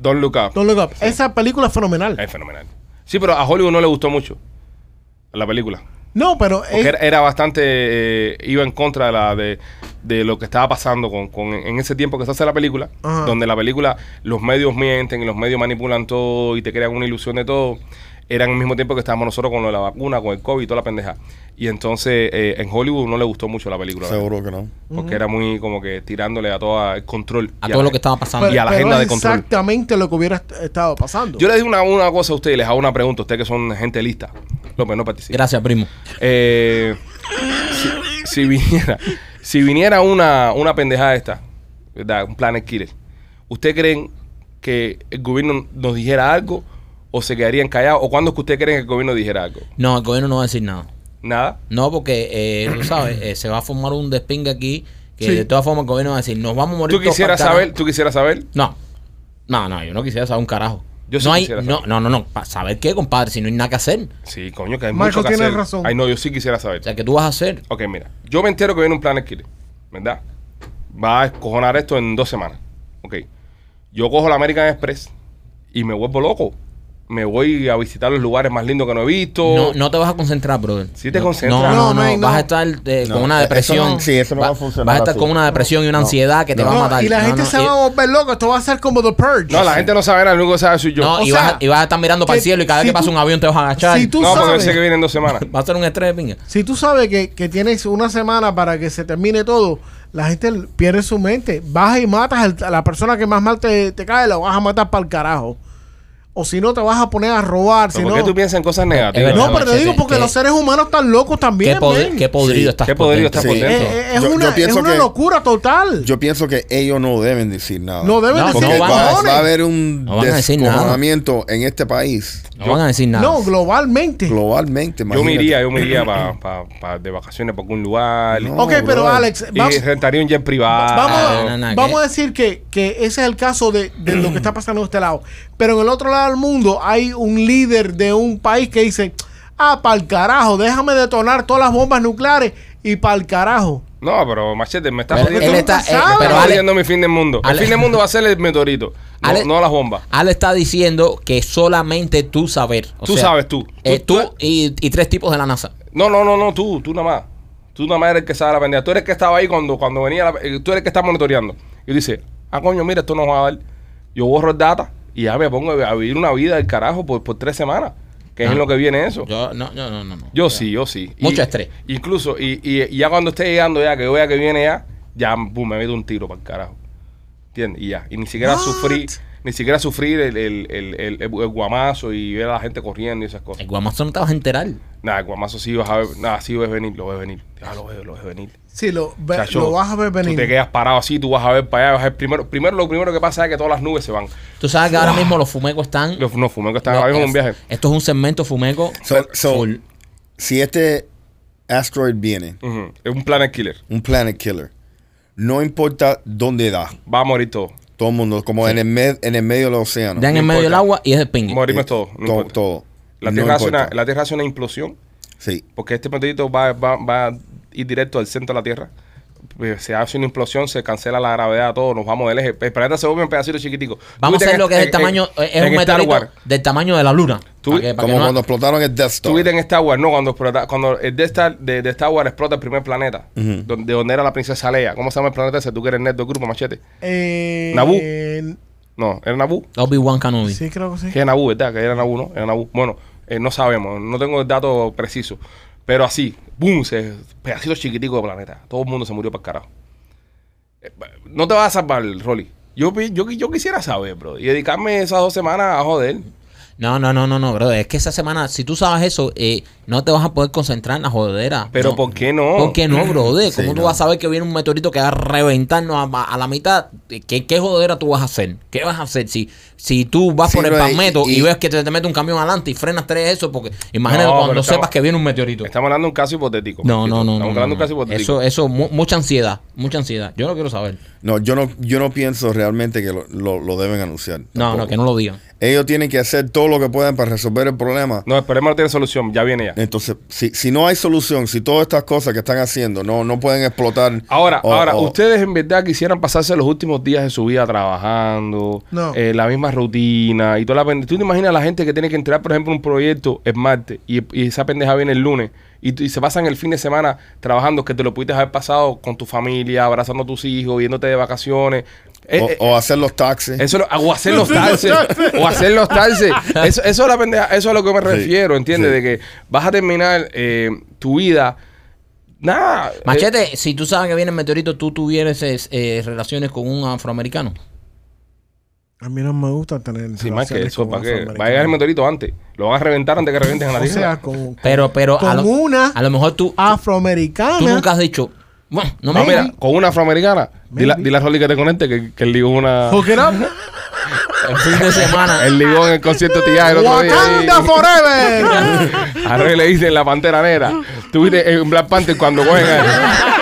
Speaker 1: Don't look up.
Speaker 4: Don't look up. esa película es fenomenal
Speaker 1: Es fenomenal. Sí, pero a Hollywood no le gustó mucho la película.
Speaker 4: no pero
Speaker 1: Porque
Speaker 4: es-
Speaker 1: era, era bastante. eh, iba en contra de, la, de, de lo que estaba pasando con, con- en ese tiempo que se hace la película.
Speaker 4: Ajá.
Speaker 1: Donde la película, los medios mienten y los medios manipulan todo y te crean una ilusión de todo. Era en el mismo tiempo que estábamos nosotros con lo de la vacuna, con el COVID y toda la pendeja. Y entonces eh, en Hollywood no le gustó mucho la película. ¿verdad?
Speaker 3: Seguro que no.
Speaker 1: Porque era muy como que tirándole a todo el control.
Speaker 2: A
Speaker 1: y
Speaker 2: todo
Speaker 1: la-
Speaker 2: lo que estaba pasando.
Speaker 1: y a la agenda de control.
Speaker 4: Exactamente lo que hubiera est- estado pasando.
Speaker 1: Yo les digo una, una cosa a ustedes, les hago una pregunta, ustedes que son gente lista. López, no participa.
Speaker 2: Gracias, primo.
Speaker 1: Eh, si, si viniera, si viniera una, una pendejada esta, ¿verdad? Un planet killer. ¿Usted creen que que el gobierno nos dijera algo o se quedarían callados? ¿O cuándo es que ustedes creen que el gobierno dijera algo?
Speaker 2: No, el gobierno no va a decir nada.
Speaker 1: ¿Nada?
Speaker 2: No, porque, eh, tú sabes, eh, se va a formar un despingue aquí que
Speaker 4: Sí.
Speaker 2: de todas formas el gobierno va a decir, nos vamos a morir
Speaker 1: ¿Tú
Speaker 2: todos
Speaker 1: quisieras
Speaker 2: para el
Speaker 1: saber? ¿Tú quisieras saber?
Speaker 2: carajo". No, no, no, yo no quisiera saber un carajo.
Speaker 1: Yo sí
Speaker 2: no, hay,
Speaker 1: quisiera
Speaker 2: no,
Speaker 1: saber.
Speaker 2: no, no, no, pa- ¿saber qué, compadre? Si no hay nada que hacer.
Speaker 1: Sí, coño, que hay
Speaker 4: Marco,
Speaker 1: mucho que
Speaker 4: tienes
Speaker 1: hacer.
Speaker 4: razón.
Speaker 1: Ay, no, yo sí quisiera saber.
Speaker 2: O sea, ¿qué tú vas a hacer?
Speaker 1: Ok, mira, yo me entero que viene un plan alquiler, ¿verdad? Va a escojonar esto en dos semanas. Ok. Yo cojo la American Express y me vuelvo loco. Me voy a visitar los lugares más lindos que no he visto.
Speaker 2: No, no te vas a concentrar, brother.
Speaker 1: Sí te
Speaker 2: No,
Speaker 1: concentras.
Speaker 2: No,
Speaker 4: No,
Speaker 2: no, no.
Speaker 4: man,
Speaker 2: vas
Speaker 4: no.
Speaker 2: a estar eh,
Speaker 3: No,
Speaker 2: con una
Speaker 3: eso
Speaker 2: depresión.
Speaker 3: no- sí, eso no va a funcionar
Speaker 2: Vas a estar
Speaker 3: así.
Speaker 2: con una depresión y una
Speaker 3: No.
Speaker 2: ansiedad que te va a
Speaker 4: No,
Speaker 2: matar.
Speaker 4: y la
Speaker 2: No,
Speaker 4: gente
Speaker 2: no,
Speaker 4: se
Speaker 2: y-
Speaker 4: va a volver loca. Esto va a ser como The Purge.
Speaker 1: No, la gente no sabe nada, lo único que sabe soy yo.
Speaker 2: No,
Speaker 1: No,
Speaker 4: O
Speaker 2: y, vas, a-
Speaker 4: sea,
Speaker 2: y vas a estar mirando para el
Speaker 4: que
Speaker 2: cielo y cada vez
Speaker 4: si
Speaker 2: que pasa
Speaker 4: tú-
Speaker 2: un avión te vas a agachar.
Speaker 4: si tú
Speaker 1: porque yo
Speaker 4: sabes.
Speaker 1: sé que viene en dos semanas.
Speaker 2: Va a ser un estrés de pinga.
Speaker 4: Si tú sabes que, que tienes una semana para que se termine todo, la gente pierde su mente. Vas y matas al- a la persona que más mal te, te cae, la vas a matar para el carajo. O si no, te vas a poner a robar. Si
Speaker 1: ¿Pero ¿Por
Speaker 4: no,
Speaker 1: qué tú piensas en cosas negativas?
Speaker 2: verdad,
Speaker 4: no, pero te
Speaker 2: Machete,
Speaker 4: digo porque
Speaker 2: que-
Speaker 4: los seres humanos están locos
Speaker 2: Qué,
Speaker 4: también.
Speaker 2: podri-
Speaker 4: men.
Speaker 2: qué podrido
Speaker 3: Sí,
Speaker 2: estás.
Speaker 1: qué
Speaker 2: por
Speaker 1: podrido
Speaker 2: dentro.
Speaker 1: estás por
Speaker 3: Sí.
Speaker 4: Eh,
Speaker 1: dentro.
Speaker 4: eh, es
Speaker 3: Yo- yo
Speaker 4: una, es
Speaker 3: pienso
Speaker 4: una
Speaker 3: que-
Speaker 4: locura total.
Speaker 3: Yo pienso que ellos no deben decir nada.
Speaker 4: no deben
Speaker 2: No,
Speaker 4: decir
Speaker 3: porque
Speaker 2: no
Speaker 4: que
Speaker 2: van
Speaker 3: va,
Speaker 4: cojones.
Speaker 3: va a haber un
Speaker 2: No van a decir nada.
Speaker 3: descojonamiento en este país
Speaker 2: No van a decir nada.
Speaker 4: No, globalmente.
Speaker 3: globalmente.
Speaker 4: eh,
Speaker 1: Yo me
Speaker 3: imagínate.
Speaker 1: iría, yo me iría pa- pa- pa- de vacaciones por algún lugar.
Speaker 3: No,
Speaker 4: ok, pero
Speaker 3: brother.
Speaker 4: Alex,
Speaker 1: Y
Speaker 4: vamos,
Speaker 1: rentaría un jet privado.
Speaker 4: Vamos,
Speaker 2: Ah, no, no, que-
Speaker 4: vamos a decir que, que ese es el caso de, de lo que está pasando de este lado. Pero en el otro lado del mundo hay un líder de un país que dice, ah, pa'l carajo, déjame detonar todas las bombas nucleares y pa'l carajo.
Speaker 1: No, pero Machete, me está
Speaker 2: Pero
Speaker 1: jodiendo.
Speaker 2: él está,
Speaker 4: Tú nunca
Speaker 2: eh, pero
Speaker 1: Está
Speaker 2: Ale,
Speaker 1: jodiendo mi fin del mundo.
Speaker 2: Ale-
Speaker 1: el fin del mundo va a ser el meteorito, no,
Speaker 2: Ale-
Speaker 1: no las bombas.
Speaker 2: Ale está diciendo que solamente tú saber. o
Speaker 1: Tú
Speaker 2: sea,
Speaker 1: sabes, tú.
Speaker 2: eh,
Speaker 1: Tú-
Speaker 2: tú
Speaker 1: tú-
Speaker 2: y, y tres tipos de la NASA.
Speaker 1: No, no, no, no, tú, tú nada más. Tú nada más eres el que sabe la pendeja. Tú eres el que estaba ahí cuando, cuando venía, la- eh, tú eres el que está monitoreando. Y tú dices, ah, coño, mira, esto no va a dar. Yo borro el data y ya me pongo a vivir una vida del carajo por, por tres semanas, que es
Speaker 2: Ah.
Speaker 1: en lo que viene eso. Yo,
Speaker 2: Yo, no, no, no, no. no.
Speaker 1: sí, yo sí. Y-
Speaker 2: Mucho estrés.
Speaker 1: Incluso, y, y- y ya cuando esté llegando ya, que yo vea que viene ya, ya, pum, me meto un tiro para el carajo. ¿Entiendes? Y ya. Y ni siquiera
Speaker 4: What?
Speaker 1: sufrí, ni siquiera sufrir el, el, el, el- el guamazo y ver a la gente corriendo y esas cosas.
Speaker 2: El guamazo no te vas a enterar.
Speaker 1: Nada, Guamazo sí vas a ver. Nada, sí ves venir, lo ves venir. Ya lo veo, lo ves venir.
Speaker 4: Sí, lo, ve-
Speaker 1: Chacho,
Speaker 4: lo vas a ver
Speaker 1: Tú te
Speaker 4: venir.
Speaker 1: quedas parado así, tú vas a ver para allá. Vas a ver primero, primero, lo primero que pasa es que todas las nubes se van.
Speaker 2: Tú sabes que ahora mismo los fumecos están.
Speaker 1: Los- no, fumé que están
Speaker 2: No,
Speaker 1: ahora mismo
Speaker 2: es-
Speaker 1: en un viaje.
Speaker 2: Esto es un segmento fumeco.
Speaker 3: So- so-
Speaker 2: full.
Speaker 3: Si este asteroid viene,
Speaker 1: Ujú, Es un planet killer.
Speaker 3: un planet killer, no importa dónde da,
Speaker 1: Va a morir todo.
Speaker 3: todo el mundo, como en, el med- en el medio del océano.
Speaker 2: Dan
Speaker 1: no
Speaker 2: en medio del
Speaker 1: importa.
Speaker 2: agua y es el pingue.
Speaker 1: Morimos
Speaker 3: todo,
Speaker 1: todos. No
Speaker 3: todo,
Speaker 1: importa. La tierra,
Speaker 3: No
Speaker 1: hace una,
Speaker 3: importa.
Speaker 1: la Tierra hace una implosión
Speaker 3: Sí.
Speaker 1: porque este meteorito va, va, va a ir directo al centro de la Tierra. Eh, Se hace una implosión, se cancela la gravedad, todo, nos vamos del eje. El planeta se vuelve un pedacito chiquitico.
Speaker 2: Vamos a
Speaker 1: Tuviste
Speaker 2: hacer
Speaker 1: en-
Speaker 2: lo que es el
Speaker 1: en-
Speaker 2: tamaño.
Speaker 1: en-
Speaker 2: es un
Speaker 1: en Star
Speaker 2: meteorito
Speaker 1: Wars.
Speaker 2: del tamaño de la luna.
Speaker 1: Tú-
Speaker 2: Pa' que- pa' que
Speaker 3: Como
Speaker 2: no-
Speaker 3: cuando explotaron el Death Star.
Speaker 1: Estuviste en Star Wars, no, cuando, explota- cuando el de Star, de, de Star Wars explota el primer planeta, donde, donde era la princesa Leia. ¿Cómo se llama el planeta ese? ¿Tú que eres nerd del grupo, machete?
Speaker 4: Eh,
Speaker 1: Naboo.
Speaker 4: eh,
Speaker 1: No, era Naboo.
Speaker 2: Obi-Wan Kenobi.
Speaker 4: sí, creo que sí.
Speaker 1: Que era Naboo, ¿verdad? Que era Naboo, ¿no? Era Naboo. Bueno, eh, no sabemos, no tengo el dato preciso. Pero así, ¡boom! Se, pedacito chiquitico de planeta. Todo el mundo se murió para el carajo. Eh, No te vas a salvar, Rolly. Yo, pi- yo, qui- yo quisiera saber, bro. Y dedicarme esas dos semanas a joder.
Speaker 2: No, no, no, no, no, bro. Es que esa semana, si tú sabes eso, eh, no te vas a poder concentrar en la jodera.
Speaker 1: Pero
Speaker 2: No.
Speaker 1: ¿por qué no?
Speaker 2: ¿Por qué no, brother? ¿Cómo
Speaker 3: Sí,
Speaker 2: tú
Speaker 3: no.
Speaker 2: vas a saber que viene un meteorito que va a reventarnos a, a la mitad? ¿Qué, qué jodera tú vas a hacer? ¿Qué vas a hacer si, si tú vas
Speaker 3: Sí,
Speaker 2: por el
Speaker 3: bro, y-
Speaker 2: palmeto y,
Speaker 3: y-
Speaker 2: ves que te, te mete un camión adelante y frenas tres eso? Porque imagínate
Speaker 1: No,
Speaker 2: cuando
Speaker 1: pero
Speaker 2: sepas
Speaker 1: estamos-
Speaker 2: que viene un meteorito.
Speaker 1: Estamos hablando de un caso hipotético.
Speaker 2: No,
Speaker 1: machito.
Speaker 2: no, no. no,
Speaker 1: Estamos
Speaker 2: no,
Speaker 1: hablando de
Speaker 2: no.
Speaker 1: un caso
Speaker 2: Eso,
Speaker 1: hipotético.
Speaker 2: eso, mu- mucha ansiedad, mucha ansiedad. Yo no quiero saber.
Speaker 3: No, yo no, yo no pienso realmente que lo, lo- lo deben anunciar.
Speaker 2: No,
Speaker 3: tampoco. Eh,
Speaker 2: no, que no lo digan.
Speaker 3: Ellos tienen que hacer todo lo que puedan para resolver el problema.
Speaker 1: No, el problema no tiene solución. Ya viene ya.
Speaker 3: Entonces, si, si no hay solución, si todas estas cosas que están haciendo no, no pueden explotar.
Speaker 1: Ahora,
Speaker 3: o-
Speaker 1: ahora,
Speaker 3: o-
Speaker 1: ustedes en verdad quisieran pasarse los últimos días de su vida trabajando,
Speaker 4: No.
Speaker 1: eh, la misma rutina y toda la pendeja. ¿Tú te imaginas la gente que tiene que entrar, por ejemplo, un proyecto el martes y, y esa pendeja viene el lunes y, tú- y se pasan el fin de semana trabajando que te lo pudiste haber pasado con tu familia, abrazando a tus hijos, yéndote de vacaciones? Eh,
Speaker 3: o,
Speaker 1: eh,
Speaker 3: o hacer los taxis.
Speaker 1: eso lo- o hacer los taxes. o hacer los taxes. Eso, eso es la pendeja, eso es a lo que me refiero, ¿entiendes?
Speaker 3: sí.
Speaker 1: De que vas a terminar eh, tu vida. Nada. eh,
Speaker 2: Machete, si tú sabes que viene el meteorito, ¿tú tuvieras eh, eh, relaciones con un afroamericano?
Speaker 4: A mí no me gusta tener...
Speaker 1: Sí, más que
Speaker 4: relaciones
Speaker 1: eso,
Speaker 4: con
Speaker 1: ¿para qué? Va a llegar el
Speaker 4: afroamericanos.
Speaker 1: meteorito antes. Lo van a reventar antes que reventen a la
Speaker 4: O
Speaker 1: tierra.
Speaker 4: sea, con,
Speaker 2: Pero, pero a
Speaker 4: con
Speaker 2: lo,
Speaker 4: una
Speaker 2: a lo mejor tú,
Speaker 4: afroamericana...
Speaker 2: tú nunca has dicho, bueno, no me
Speaker 1: Ah,
Speaker 2: mira.
Speaker 1: mira, con una afroamericana. Dile,
Speaker 4: Maybe.
Speaker 1: dile a Rolly que te conecte que, que él dijo una.
Speaker 4: Hook it up.
Speaker 2: el fin de semana.
Speaker 1: El ligón en el concierto tía el otro día. ahí.
Speaker 4: ¡Wakanda Forever!
Speaker 1: A Rey le dicen la pantera negra. Tuviste en Black Panther cuando cogen a.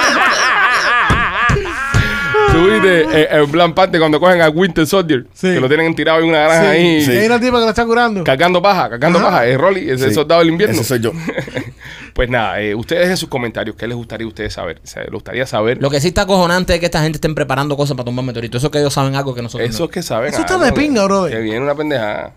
Speaker 1: Tuviste en Black Panther cuando cogen a Winter Soldier.
Speaker 4: Sí.
Speaker 1: Que lo tienen tirado en una
Speaker 4: Sí.
Speaker 1: granja ahí.
Speaker 4: Y Hay una tipa que la está curando.
Speaker 1: Cargando paja, cargando
Speaker 4: Ajá.
Speaker 1: paja. Es Rolly, es el
Speaker 3: Sí.
Speaker 1: soldado del invierno.
Speaker 3: Ese soy yo.
Speaker 1: Pues nada, eh, ustedes dejen sus comentarios. ¿Qué les gustaría a ustedes saber? O sea, les gustaría saber.
Speaker 2: Lo que sí está acojonante es que esta gente estén preparando cosas para tumbar meteorito. Eso que ellos saben algo que nosotros
Speaker 1: Eso
Speaker 2: no.
Speaker 1: es que saben.
Speaker 4: Eso está
Speaker 1: algo,
Speaker 4: de
Speaker 1: que-
Speaker 4: pinga, brother.
Speaker 1: Que viene una pendejada.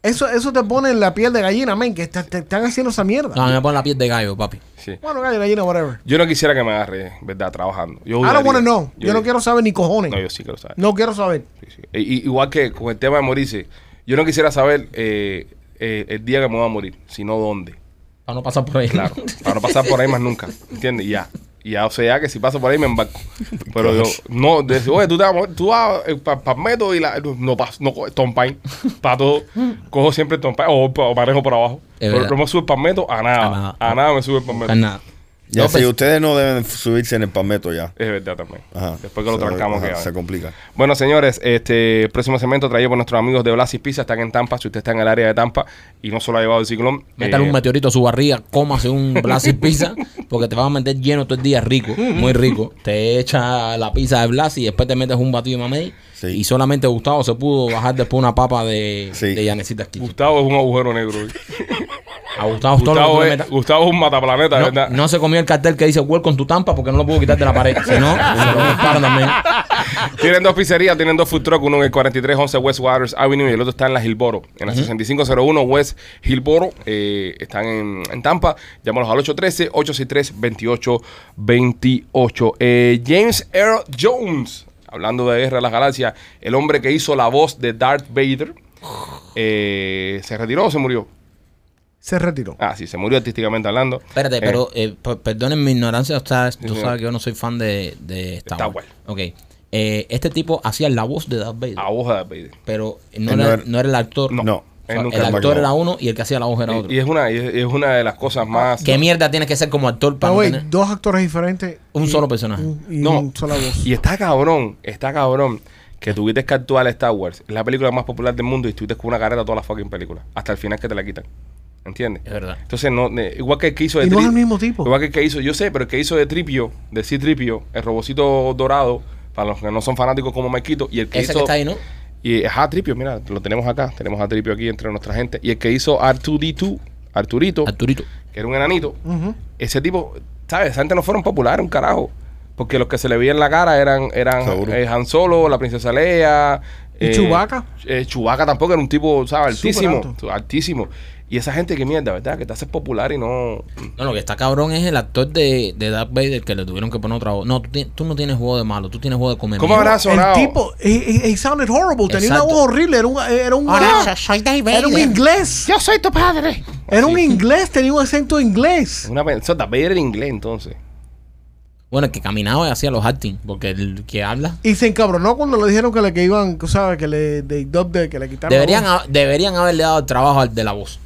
Speaker 4: Eso, eso te pone en la piel de gallina, men, que te, te están haciendo esa mierda.
Speaker 2: No, a mí me ponen la piel de gallo, papi.
Speaker 1: Sí.
Speaker 4: Bueno, gallo, gallina, whatever.
Speaker 1: Yo no quisiera que me agarre, ¿verdad? Trabajando. Oh, Yo
Speaker 4: I don't
Speaker 1: odiaría.
Speaker 4: wanna know. Yo, no
Speaker 1: odiaría.
Speaker 4: quiero saber ni cojones.
Speaker 1: No, yo sí quiero saber.
Speaker 4: No quiero saber.
Speaker 1: Sí, sí. I- i- igual que con el tema de morirse, yo no quisiera saber eh, eh, el día que me voy a morir, sino dónde.
Speaker 2: Para no pasar por ahí.
Speaker 1: Claro, para no pasar por ahí más nunca, ¿entiendes? Y ya. Y ya, o sea, que si paso por ahí me embarco. Pero yo, no, decir, oye, tú te vas a morir, tú vas eh, para meto y la. No paso, no cojo Tompain. Para todo, cojo siempre el Tompain o, o manejo por abajo.
Speaker 2: Es
Speaker 1: Pero
Speaker 2: verdad.
Speaker 1: no me sube el palmeto a nada. A
Speaker 2: A
Speaker 1: nada,
Speaker 2: nada.
Speaker 1: me sube el palmeto.
Speaker 2: Para Pues nada.
Speaker 3: Ya
Speaker 2: No,
Speaker 3: sí,
Speaker 2: pues-
Speaker 3: ustedes no deben subirse en el palmeto ya.
Speaker 1: Es verdad también.
Speaker 3: Ajá.
Speaker 1: Después que lo
Speaker 3: Se-
Speaker 1: trancamos,
Speaker 3: ajá,
Speaker 1: que
Speaker 3: Se complica.
Speaker 1: Bueno, señores, este próximo segmento traído por nuestros amigos de Blas y Pizza. Están en Tampa. Si usted está en el área de Tampa y no solo ha llevado el ciclón,
Speaker 2: Métale
Speaker 1: eh,
Speaker 2: un meteorito a su barriga, cómase un Blasi pizza, porque te vas a meter lleno todo el día rico, muy rico. Te echa la pizza de Blasi y después te metes un batido de mamey.
Speaker 3: Sí.
Speaker 2: Y solamente Gustavo se pudo bajar después una papa de,
Speaker 3: Sí.
Speaker 2: de Yanecita aquí.
Speaker 1: Gustavo es un agujero negro. hoy.
Speaker 2: A Gustavo, todo lo que tú
Speaker 1: Gustavo,
Speaker 2: le
Speaker 1: es,
Speaker 2: metas-
Speaker 1: Gustavo es un mataplaneta, de
Speaker 2: no,
Speaker 1: ¿verdad?
Speaker 2: no se comió el cartel que dice Welcome tu Tampa porque no lo pudo quitar de la pared. Si no, se lo disparo también.
Speaker 1: Tienen dos pizzerías, tienen dos food trucks, uno en el 4311 West Waters Avenue y el otro está en la Gilboro, en la 6501 West Gilboro. eh, están en, en Tampa. Llámalos al 813-863-2828. Eh, James Earl Jones, hablando de Guerra de las Galaxias, el hombre que hizo la voz de Darth Vader, eh, ¿se retiró o se murió?
Speaker 4: Se retiró.
Speaker 1: Ah, sí, se murió artísticamente hablando.
Speaker 2: Espérate,
Speaker 1: Eh,
Speaker 2: pero eh, per- perdonen mi ignorancia, o sea, tú
Speaker 1: señor.
Speaker 2: sabes que yo no soy fan de, de Star
Speaker 1: Star
Speaker 2: Wars. Ok. Eh, este tipo hacía la voz de Darth Vader,
Speaker 1: A voz de Darth Vader.
Speaker 2: pero no
Speaker 3: Él no
Speaker 2: era,
Speaker 3: era-
Speaker 2: no era el actor.
Speaker 3: No.
Speaker 2: O sea,
Speaker 1: Él nunca
Speaker 2: el
Speaker 1: fue
Speaker 2: actor
Speaker 3: actor.
Speaker 2: era uno y el que hacía la voz era otro.
Speaker 1: Y, y es una, y es, y es una de las cosas más...
Speaker 2: ¿Qué mierda tienes Ah, que ser como actor para
Speaker 4: Pero,
Speaker 2: no
Speaker 4: güey,
Speaker 2: tener
Speaker 4: dos actores diferentes.
Speaker 2: un solo personaje?
Speaker 4: un- y
Speaker 1: No.
Speaker 4: una sola voz.
Speaker 1: Y está cabrón, está cabrón que tuviste que actuar a Star Wars. Es la película más popular del mundo y estuviste con una carrera toda la fucking película. Hasta el final que te la quitan. ¿Entiendes?
Speaker 2: Es verdad.
Speaker 1: Entonces, no, ne- igual que el que hizo de
Speaker 4: Y no es
Speaker 1: Tri-
Speaker 4: el mismo tipo.
Speaker 1: Igual que el que hizo, yo sé, pero el que hizo de Tripio, de C Tripio, el robocito dorado, para los que no son fanáticos como Maikito, y el que
Speaker 2: Ese
Speaker 1: hizo.
Speaker 2: que está ahí, ¿no?
Speaker 1: Y ajá, Tripio, mira, lo tenemos acá, tenemos a Tripio aquí entre nuestra gente. Y el que hizo R2D2, Arturito,
Speaker 2: Arturito.
Speaker 1: que era un enanito,
Speaker 4: Ujú.
Speaker 1: ese tipo, ¿sabes? Esa gente no fueron populares, un carajo. Porque los que se le veía en la cara eran, eran
Speaker 3: Seguro.
Speaker 1: eh, Han Solo, la princesa Leia.
Speaker 4: ¿Y Chewbacca?
Speaker 1: Eh, Chewbacca tampoco era un tipo, ¿sabes?
Speaker 4: Súper
Speaker 1: Altísimo.
Speaker 4: alto.
Speaker 1: Altísimo. Y esa gente que mierda, ¿verdad? Que te haces popular y no. mm.
Speaker 2: No, lo que está cabrón es el actor de, de Darth Vader que le tuvieron que poner otra voz. No, tú, ti- tú no tienes voz de malo, tú tienes voz de comer.
Speaker 1: ¿Cómo habrá sonado?
Speaker 4: El tipo, he, he- he sounded horrible. Tenía una
Speaker 2: Exacto.
Speaker 4: voz horrible. Era un, era un, ah,
Speaker 2: soy Darth
Speaker 4: era un inglés.
Speaker 1: Yo soy tu padre.
Speaker 4: Era un inglés. Tenía un acento inglés.
Speaker 1: Una pe- eso también era en inglés entonces.
Speaker 2: Bueno, el que caminaba y hacía los acting, porque el que habla.
Speaker 4: Y se encabronó cuando le dijeron que le que iban, tú ¿sabes? Que le, de, dub de- que le quitaron.
Speaker 2: Deberían,
Speaker 4: la voz.
Speaker 2: ha- deberían haberle dado el trabajo al de la voz.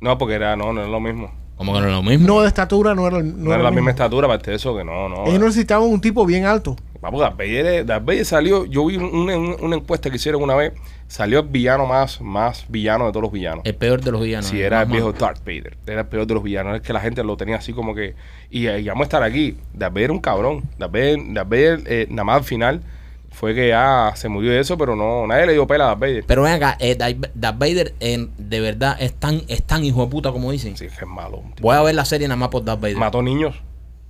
Speaker 1: No, porque era, no, no es lo mismo.
Speaker 2: Como que no es lo mismo.
Speaker 4: No, de estatura no era, el- no
Speaker 1: No, era
Speaker 4: el
Speaker 1: la
Speaker 4: mismo.
Speaker 1: misma estatura, aparte de eso, que no, no.
Speaker 4: Ellos necesitaban un tipo bien alto.
Speaker 1: Vamos, Darth Vader, es- Darth Vader salió. Yo vi un- un- un- una encuesta que hicieron una vez. Salió el villano más, más villano de todos los villanos.
Speaker 2: El peor de los villanos.
Speaker 1: Si era el
Speaker 2: Más
Speaker 1: viejo
Speaker 2: malo.
Speaker 1: Darth Vader. Era el peor de los villanos. Es que la gente lo tenía así como que. Y, eh, y vamos a estar aquí. Darth Vader era un cabrón. Darth Vader, Darth Vader, eh, nada más al final fue que ya se murió de eso, pero no, nadie le dio pela a Darth Vader.
Speaker 2: Pero ven acá, eh, Darth Darth Vader eh, de verdad es tan, es tan hijo de puta como dicen.
Speaker 1: Sí, es que es malo. un tipo.
Speaker 2: Voy a ver la serie nada más por Darth Vader.
Speaker 1: Mató niños.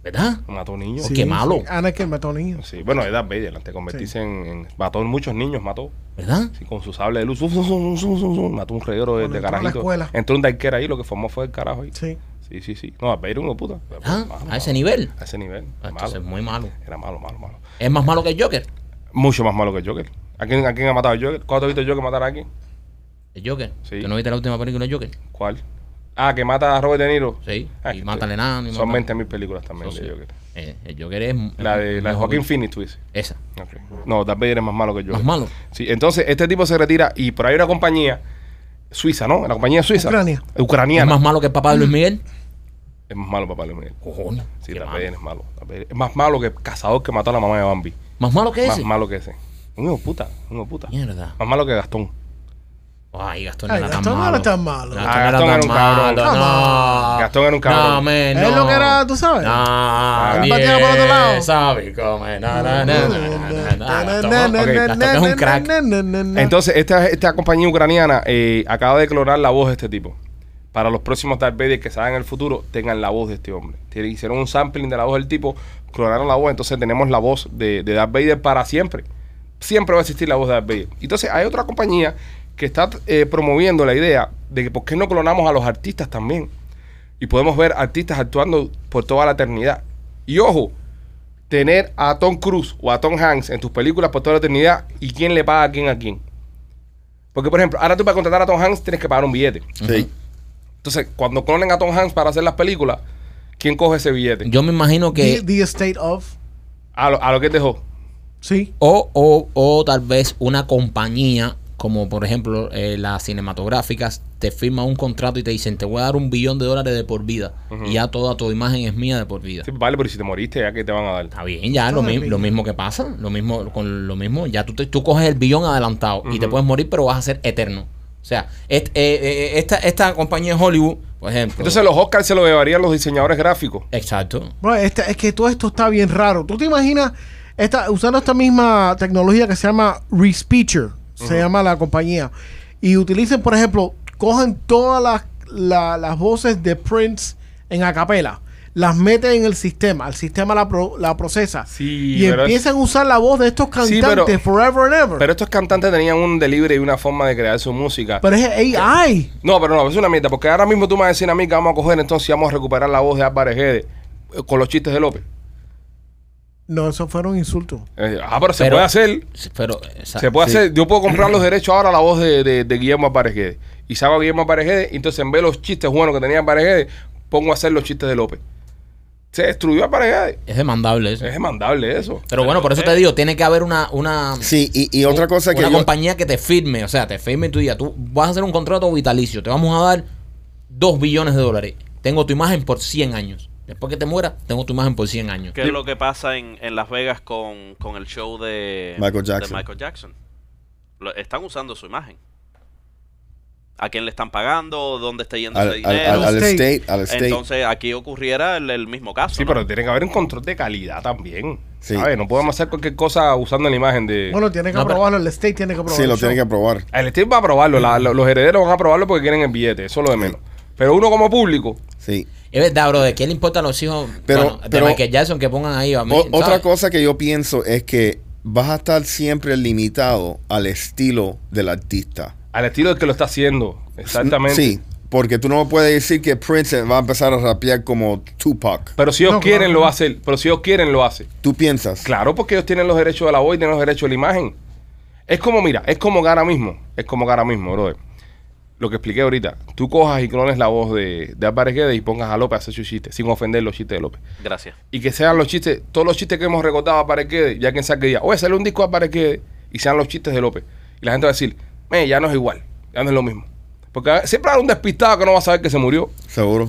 Speaker 2: ¿Verdad?
Speaker 1: Mató niños.
Speaker 2: Sí.
Speaker 1: Sí.
Speaker 2: Oh, qué malo.
Speaker 4: Anakin mató niños.
Speaker 1: bueno, es Darth Vader. Antes de convertirse en, en- Mató muchos niños, mató.
Speaker 2: ¿Verdad?
Speaker 1: Sí, con su sable de luz. zum, zum, zum, zum, zum, zum, mató un reguero de,
Speaker 4: Bueno,
Speaker 1: de
Speaker 4: entró a la
Speaker 1: carajito.
Speaker 4: escuela.
Speaker 1: Entró un Darkera ahí, lo que formó fue el carajo ahí.
Speaker 4: Sí.
Speaker 1: Sí, sí, sí. No, Darth Vader era un puta.
Speaker 2: ¿Verdad?
Speaker 1: Malo,
Speaker 2: A ese
Speaker 1: malo.
Speaker 2: nivel.
Speaker 1: A ese nivel.
Speaker 2: Ah,
Speaker 1: Malo.
Speaker 2: Entonces es muy malo.
Speaker 1: Era malo, malo, malo.
Speaker 2: Es más malo que el Joker.
Speaker 1: Mucho más malo que el Joker. ¿A quién, a quién ha matado el Joker? ¿Cuándo te viste el Joker matar a alguien?
Speaker 2: El Joker.
Speaker 1: Sí.
Speaker 2: ¿Tú no viste la última película de Joker?
Speaker 1: ¿Cuál? Ah, que mata a Robert De Niro.
Speaker 2: Sí.
Speaker 1: Ah,
Speaker 2: y
Speaker 1: que
Speaker 2: mata al
Speaker 1: estoy-
Speaker 2: enano. y
Speaker 1: Son
Speaker 2: mata-
Speaker 1: 20.000 películas también
Speaker 2: Sí.
Speaker 1: de Joker.
Speaker 2: Eh, el Joker es.
Speaker 1: La de, la de Joaquín Phoenix, tú dices.
Speaker 2: Esa.
Speaker 1: Ok. No, Darth Vader es más malo que el Joker.
Speaker 2: Más malo.
Speaker 1: Sí, entonces este tipo se retira y por ahí hay una compañía suiza, ¿no? La compañía suiza.
Speaker 4: Ucrania.
Speaker 2: Es
Speaker 1: Ucraniana.
Speaker 2: más malo que el papá de Luis Miguel.
Speaker 1: Es más malo, papá Luis Miguel.
Speaker 2: Cojones.
Speaker 1: Sí,
Speaker 2: qué
Speaker 1: Darth
Speaker 2: malo.
Speaker 1: Vader es malo. Darth Vader Es más malo que el cazador que mató a la mamá de Bambi.
Speaker 2: Más malo que
Speaker 1: Más
Speaker 2: ese.
Speaker 1: malo que ese. Un hijo de puta, un hijo de puta.
Speaker 2: Mierda.
Speaker 1: Más malo que Gastón.
Speaker 2: Ay, Gastón
Speaker 4: Ay,
Speaker 2: no era tan
Speaker 4: Gastón no
Speaker 2: malo.
Speaker 4: era tan malo.
Speaker 1: Ah,
Speaker 2: no
Speaker 1: Gastón
Speaker 2: tan
Speaker 1: era un cabrón.
Speaker 2: malo, No.
Speaker 1: Gastón era un cabrón. Ah,
Speaker 2: No, men,
Speaker 4: Es
Speaker 2: no.
Speaker 4: lo que era, tú sabes.
Speaker 2: No.
Speaker 4: Él pateaba por otro lado.
Speaker 2: Sabe cómo es. No, no, no, no, no, no, no. Gastón- ok, Gastón es un crack.
Speaker 1: Entonces, esta, esta compañía ucraniana eh, acaba de clonar la voz de este tipo. Para los próximos Darth Vader que salgan en el futuro, tengan la voz de este hombre. Tiene- Hicieron un sampling de la voz del tipo, clonaron la voz, entonces tenemos la voz de, de Darth Vader para siempre. Siempre va a existir la voz de Darth Vader. Entonces, hay otra compañía que está eh, promoviendo la idea de que por qué no clonamos a los artistas también. Y podemos ver artistas actuando por toda la eternidad. Y ojo, tener a Tom Cruise o a Tom Hanks en tus películas por toda la eternidad y quién le paga a quién a quién. Porque, por ejemplo, ahora tú para contratar a Tom Hanks tienes que pagar un billete.
Speaker 3: Sí.
Speaker 1: Entonces, cuando clonen a Tom Hanks para hacer las películas, ¿quién coge ese billete?
Speaker 2: Yo me imagino
Speaker 4: The,
Speaker 2: que.
Speaker 4: the State of.
Speaker 1: A lo, a lo que él dejó.
Speaker 4: Sí.
Speaker 2: O, o, o tal vez una compañía, como por ejemplo eh, las cinematográficas, te firma un contrato y te dicen, te voy a dar un billón de dólares de por vida. Y ya toda tu imagen es mía de por vida.
Speaker 1: Sí, vale, pero si te moriste, ya que te van a dar.
Speaker 2: Está bien, ya lo,
Speaker 4: Todo
Speaker 2: mi-
Speaker 4: bien.
Speaker 2: lo mismo que pasa, lo mismo con lo mismo, ya tú, te- tú coges el billón adelantado y te puedes morir, pero vas a ser eterno. O sea, est- eh, eh, esta, esta compañía de Hollywood, por ejemplo.
Speaker 1: Entonces, los Oscars se lo llevarían los diseñadores gráficos.
Speaker 2: exacto.
Speaker 4: Bueno, este- es que todo esto está bien raro. ¿Tú te imaginas esta, usando esta misma tecnología que se llama Respeecher? Se llama la compañía. Y utilicen, por ejemplo, cogen todas las, la- las voces de Prince en acapela. Las meten en el sistema. El sistema la, pro- la procesa.
Speaker 1: Sí,
Speaker 4: y
Speaker 1: pero es-
Speaker 4: empiezan a usar la voz de estos
Speaker 1: Sí,
Speaker 4: cantantes
Speaker 1: pero-
Speaker 4: forever and ever.
Speaker 1: Pero
Speaker 4: Pero,
Speaker 1: estos cantantes tenían un delivery y una forma de crear su música.
Speaker 4: es AI.
Speaker 1: No, pero no, es una mierda, porque ahora mismo tú me vas a decir a mí que vamos a coger, entonces vamos a recuperar la voz de Álvarez Gede eh, con los chistes de López.
Speaker 4: No, eso fue un insulto.
Speaker 1: Eh, ah, pero se
Speaker 2: Pero-
Speaker 1: puede hacer.
Speaker 2: Pero, esa-
Speaker 1: Se puede
Speaker 2: sí.
Speaker 1: hacer, yo puedo comprar los derechos ahora a la voz de, de, de Guillermo Aparejede. Y salgo a Guillermo Aparejede, y entonces en vez de los chistes buenos que tenía Aparejede, pongo a hacer los chistes de López. Se destruyó Aparejede.
Speaker 2: Es demandable eso.
Speaker 1: Es Eh. demandable eso.
Speaker 2: Pero bueno, por eso te digo, tiene que haber una, una,
Speaker 3: Sí, y, y otra cosa que
Speaker 2: una
Speaker 3: yo-
Speaker 2: compañía que te firme, o sea, te firme y tú digas, tú vas a hacer un contrato vitalicio, te vamos a dar 2 billones de dólares. Tengo tu imagen por 100 años. Después que te mueras, tengo tu imagen por 100 años.
Speaker 5: ¿Qué es lo que pasa en, en Las Vegas con, con el show de
Speaker 3: Michael
Speaker 5: de
Speaker 3: Jackson.
Speaker 5: Michael Jackson? Lo- están usando su imagen. ¿A quién le están pagando? ¿Dónde está yendo
Speaker 3: al,
Speaker 5: ese
Speaker 3: al,
Speaker 5: dinero?
Speaker 3: al, al
Speaker 4: State.
Speaker 3: state, al state.
Speaker 5: Entonces aquí ocurriera el, el mismo caso.
Speaker 1: Sí,
Speaker 5: ¿no?
Speaker 1: pero tiene que haber un control de calidad también.
Speaker 3: Sí.
Speaker 1: ¿Sabes? No podemos hacer cualquier cosa usando la imagen de. Ah,
Speaker 4: Bueno, tiene que
Speaker 2: No, pero-
Speaker 4: aprobarlo. El state tiene que aprobarlo.
Speaker 3: sí, lo tiene que aprobar.
Speaker 1: el Steve va a aprobarlo, la- lo- los herederos van a aprobarlo porque quieren el billete, eso es lo de menos. Pero uno como público,
Speaker 3: Sí.
Speaker 2: Es verdad, bro, ¿de qué le importan los hijos
Speaker 3: Pero-
Speaker 2: bueno, de
Speaker 3: pero-
Speaker 2: Michael Jackson que pongan ahí? a mí,
Speaker 3: O-
Speaker 2: Pues ¿sabes?
Speaker 3: otra cosa que yo pienso es que vas a estar siempre limitado al estilo del artista.
Speaker 1: al estilo del que lo está haciendo. Exactamente.
Speaker 3: Sí, porque tú no puedes decir que Prince va a empezar a rapear como Tupac.
Speaker 1: Pero si ellos
Speaker 4: No,
Speaker 1: quieren,
Speaker 4: claro.
Speaker 1: lo hacen. Pero si ellos quieren, lo hacen.
Speaker 3: ¿Tú piensas?
Speaker 1: Claro, porque ellos tienen los derechos de la voz y tienen los derechos de la imagen. Es como, mira, es como que ahora mismo, es como que ahora mismo, brother. Lo que expliqué ahorita, tú cojas y clones la voz de, de Álvarez Guedes y pongas a López a hacer sus chistes, sin ofender los chistes de López.
Speaker 5: Gracias.
Speaker 1: Y que sean los chistes, todos los chistes que hemos recordado a Álvarez Guedes, ya que saque día, oye, sale un disco a Álvarez Guedes", y sean los chistes de López. Y la gente va a decir, "Eh, ya no es igual, ya no es lo mismo. Porque ah, siempre hay un despistado que no va a saber que se murió.
Speaker 3: Seguro.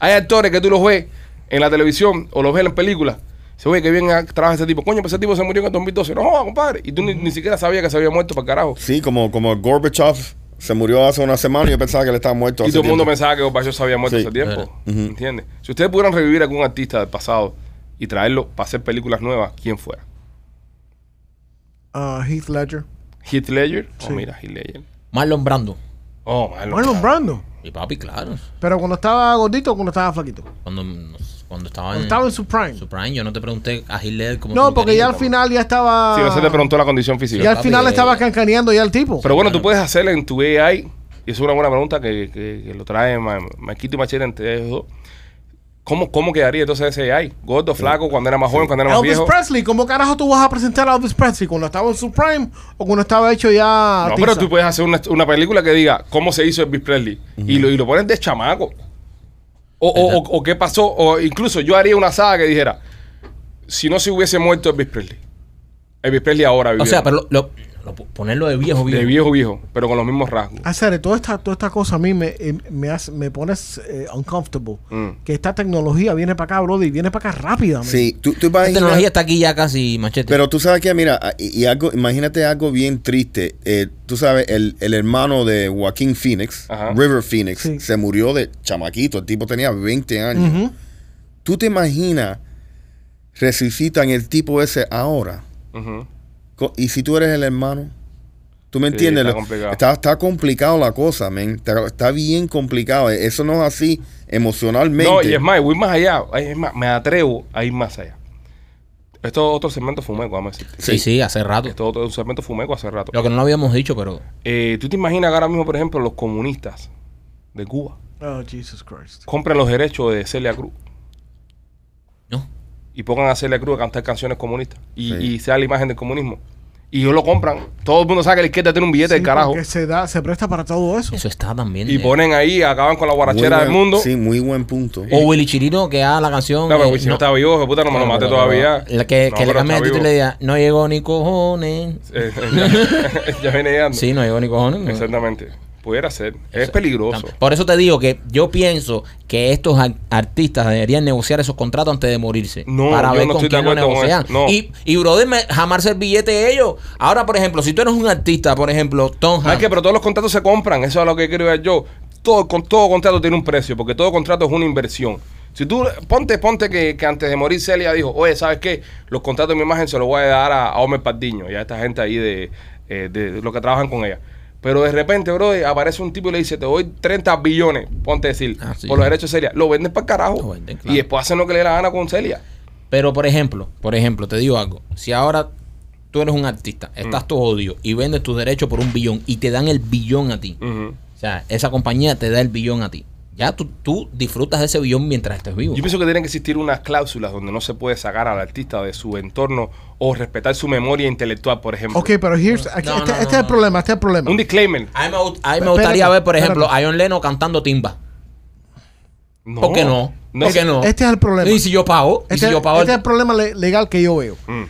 Speaker 1: Hay actores que tú los ves en la televisión o los ves en películas. Se ve que bien ah, trabaja ese tipo. Coño, pues ese tipo se murió en el 2012. No, joda, compadre. Y tú ni, ni siquiera sabías que se había muerto para carajo.
Speaker 3: Sí, como, como Gorbachev se murió hace una semana y yo pensaba que él estaba muerto.
Speaker 1: Y
Speaker 3: hace
Speaker 1: todo el mundo
Speaker 3: tiempo.
Speaker 1: pensaba que Gorbachev se había muerto
Speaker 3: Sí,
Speaker 1: hace tiempo.
Speaker 2: claro.
Speaker 1: ¿Entiendes? Si ustedes pudieran revivir a algún artista del pasado y traerlo para hacer películas nuevas, ¿quién fuera?
Speaker 4: Ah, Heath Ledger.
Speaker 1: ¿Heath Ledger? Oh,
Speaker 4: Sí.
Speaker 1: mira, Heath Ledger.
Speaker 2: Marlon Brando.
Speaker 1: Oh, Marlon
Speaker 4: Marlon
Speaker 1: Brando.
Speaker 4: Brando.
Speaker 2: Y papi, claro.
Speaker 4: Pero cuando estaba gordito o cuando estaba flaquito.
Speaker 2: Cuando, cuando estaba
Speaker 4: Cuando
Speaker 2: en
Speaker 4: estaba en su prime.
Speaker 2: su prime, yo no te pregunté a Hitler cómo
Speaker 4: No, porque ya al final ya estaba.
Speaker 1: Sí, no se te preguntó la condición física.
Speaker 4: Ya al
Speaker 2: Papi,
Speaker 4: final
Speaker 2: eh.
Speaker 4: estaba cancaneando ya el tipo.
Speaker 1: Pero bueno, tú puedes hacer en tu AI, y es una buena pregunta que, que- que lo trae Ma- Maquito y Machete entre ellos dos. ¿Cómo, ¿Cómo quedaría entonces ese AI? Gordo, flaco, cuando era más joven, cuando era más
Speaker 4: Elvis
Speaker 1: viejo.
Speaker 4: Presley, ¿cómo carajo tú vas a presentar a Elvis Presley? ¿Cuando estaba en su prime o cuando estaba hecho ya.?
Speaker 1: No,
Speaker 4: tiza?
Speaker 1: pero tú puedes hacer una, una película que diga cómo se hizo Elvis Presley y, lo, y lo pones de chamaco. O, o- o- o qué pasó. O incluso yo haría una saga que dijera: si no se hubiese muerto Elvis Presley, Elvis Presley ahora
Speaker 2: O
Speaker 1: viviendo.
Speaker 2: sea, pero lo, lo- lo pu- ponerlo de viejo, viejo.
Speaker 1: De viejo viejo, pero con los mismos rasgos.
Speaker 4: Hacer Ah, toda esta, toda esta cosa a mí me, eh, me, hace- me pones eh, uncomfortable.
Speaker 1: Mm.
Speaker 4: Que esta tecnología viene para acá, brother, y viene para acá rápida. man.
Speaker 3: Sí, tú, tú
Speaker 2: La
Speaker 3: imaginas-
Speaker 2: tecnología está aquí ya casi, machete.
Speaker 3: Pero tú sabes que, mira, a- y, y algo, imagínate algo bien triste. Eh, tú sabes, el, el hermano de Joaquín Phoenix,
Speaker 1: Ajá.
Speaker 3: River Phoenix,
Speaker 4: Sí.
Speaker 3: se murió de chamaquito. El tipo tenía 20 años.
Speaker 4: Ujú.
Speaker 3: ¿Tú te imaginas resucitan el tipo ese ahora?
Speaker 4: Ah.
Speaker 1: Ujú.
Speaker 3: Co- ¿Y si tú eres el hermano? ¿Tú me
Speaker 1: Sí,
Speaker 3: entiendes?
Speaker 1: está
Speaker 3: Lo-
Speaker 1: complicado.
Speaker 3: Está, está complicado la cosa, men. Está, está bien complicado. E, Eso no es así emocionalmente.
Speaker 1: No, y es más, voy más allá. Ay, Es más, me atrevo a ir más allá. Esto es otro segmento fumeco, vamos a decirte.
Speaker 2: sí, sí, hace rato.
Speaker 1: Esto es otro segmento fumeco hace rato.
Speaker 2: Lo que no lo habíamos dicho, pero
Speaker 1: Eh, ¿Tú te imaginas que ahora mismo, por ejemplo, los comunistas de Cuba
Speaker 4: Oh, Jesus Christ.
Speaker 1: compren los derechos de Celia Cruz
Speaker 2: no.
Speaker 1: y pongan a Celia Cruz a cantar canciones comunistas y,
Speaker 3: Sí.
Speaker 1: y sea la imagen del comunismo? Y ellos lo compran. Todo el mundo sabe que la izquierda tiene un billete
Speaker 4: Sí,
Speaker 1: del carajo.
Speaker 4: porque se, da, se presta para todo eso.
Speaker 2: Eso está también.
Speaker 1: Y
Speaker 2: eh.
Speaker 1: ponen ahí, acaban con la
Speaker 3: Muy
Speaker 1: guarachera del
Speaker 3: buen-
Speaker 1: mundo.
Speaker 3: Sí, muy buen punto.
Speaker 2: O Willy Chirino que haga la canción.
Speaker 1: No, pero
Speaker 2: eh,
Speaker 1: Wisin
Speaker 2: no.
Speaker 1: está vivo, hijo de puta, no me lo maté
Speaker 2: Pero- pero-
Speaker 1: todavía.
Speaker 2: la que,
Speaker 1: No,
Speaker 2: que le
Speaker 1: pero
Speaker 2: cambie el
Speaker 1: está
Speaker 2: título y le
Speaker 1: vivo.
Speaker 2: diga, no llegó ni cojones.
Speaker 1: Eh, eh, ya, ya viene llegando.
Speaker 2: Sí, no llegó ni cojones.
Speaker 1: Exactamente. Pudiera ser. Es peligroso.
Speaker 2: Por eso te digo que yo pienso que estos ar- artistas deberían negociar esos contratos antes de morirse.
Speaker 1: No,
Speaker 2: para
Speaker 1: yo
Speaker 2: ver
Speaker 1: no
Speaker 2: con
Speaker 1: estoy de
Speaker 2: quién lo
Speaker 1: acuerdo con
Speaker 2: negocian.
Speaker 1: eso, no.
Speaker 2: Y, y brother, me- jamarse el billete de ellos. Ahora, por ejemplo, si tú eres un artista, por ejemplo, Tom
Speaker 1: Hay
Speaker 2: Hanks.
Speaker 1: que, pero todos los contratos se compran. Eso es lo que quiero ver yo. Todo, con, todo contrato tiene un precio, porque todo contrato es una inversión. Si tú, ponte, ponte que, que antes de morir Celia dijo, oye, ¿sabes qué? Los contratos de mi imagen se los voy a dar a, a Homer Pardiño y a esta gente ahí de, eh, de los que trabajan con ella. Pero de repente, bro, aparece un tipo y le dice, te doy 30 billones, ponte a decir,
Speaker 2: Ah, sí.
Speaker 1: por los derechos de Celia. Lo venden para carajo.
Speaker 2: Lo venden,
Speaker 1: Y
Speaker 2: claro.
Speaker 1: después hacen lo que le da la gana con Celia.
Speaker 2: Pero por ejemplo, por ejemplo, te digo algo. Si ahora tú eres un artista,
Speaker 1: Mm.
Speaker 2: estás todo odio y vendes tus derechos por un billón y te dan el billón a ti.
Speaker 1: Ujú.
Speaker 2: O sea, esa compañía te da el billón a ti. Ya tú, tú disfrutas de ese billón mientras estés vivo.
Speaker 1: Yo pienso que tienen que existir unas cláusulas donde no se puede sacar al artista de su entorno o respetar su memoria intelectual, por ejemplo.
Speaker 4: Ok, pero here's, aquí,
Speaker 2: No,
Speaker 4: este,
Speaker 2: no,
Speaker 4: este
Speaker 2: no,
Speaker 4: es el
Speaker 2: no.
Speaker 4: problema, este es el problema.
Speaker 1: Un disclaimer.
Speaker 2: A mí me, gust- a mí me
Speaker 4: Espérate,
Speaker 2: gustaría ver, por ejemplo, a
Speaker 4: espérate.
Speaker 2: John Leno cantando timba.
Speaker 1: No.
Speaker 2: ¿Por qué no? ¿Por qué
Speaker 1: es-
Speaker 2: no?
Speaker 4: Este es el problema.
Speaker 2: Y si yo pago, y
Speaker 4: Este,
Speaker 2: si yo pago.
Speaker 4: este es
Speaker 2: el-
Speaker 4: el problema le- legal que yo veo.
Speaker 1: Mm.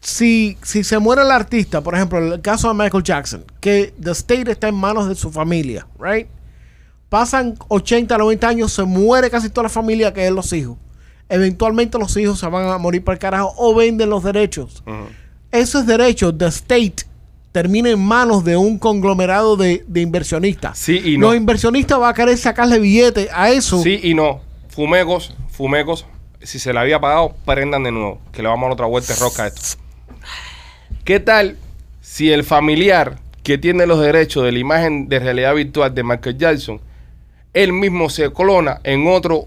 Speaker 4: Si, si se muere el artista, por ejemplo, el caso de Michael Jackson, que the state está en manos de su familia, right? Pasan 80, 90 años, se muere casi toda la familia que es los hijos. Eventualmente los hijos se van a morir para el carajo o venden los derechos.
Speaker 1: Ujú.
Speaker 4: Esos derechos, the state, termina en manos de un conglomerado de, de inversionistas.
Speaker 1: Sí y no.
Speaker 4: Los inversionistas van a querer sacarle billete a eso.
Speaker 1: Sí y no. Fumegos, fumegos. Si se le había pagado, prendan de nuevo. Que le vamos a dar otra vuelta de rosca a esto. ¿Qué tal si el familiar que tiene los derechos de la imagen de realidad virtual de Michael Jackson, él mismo se clona en otro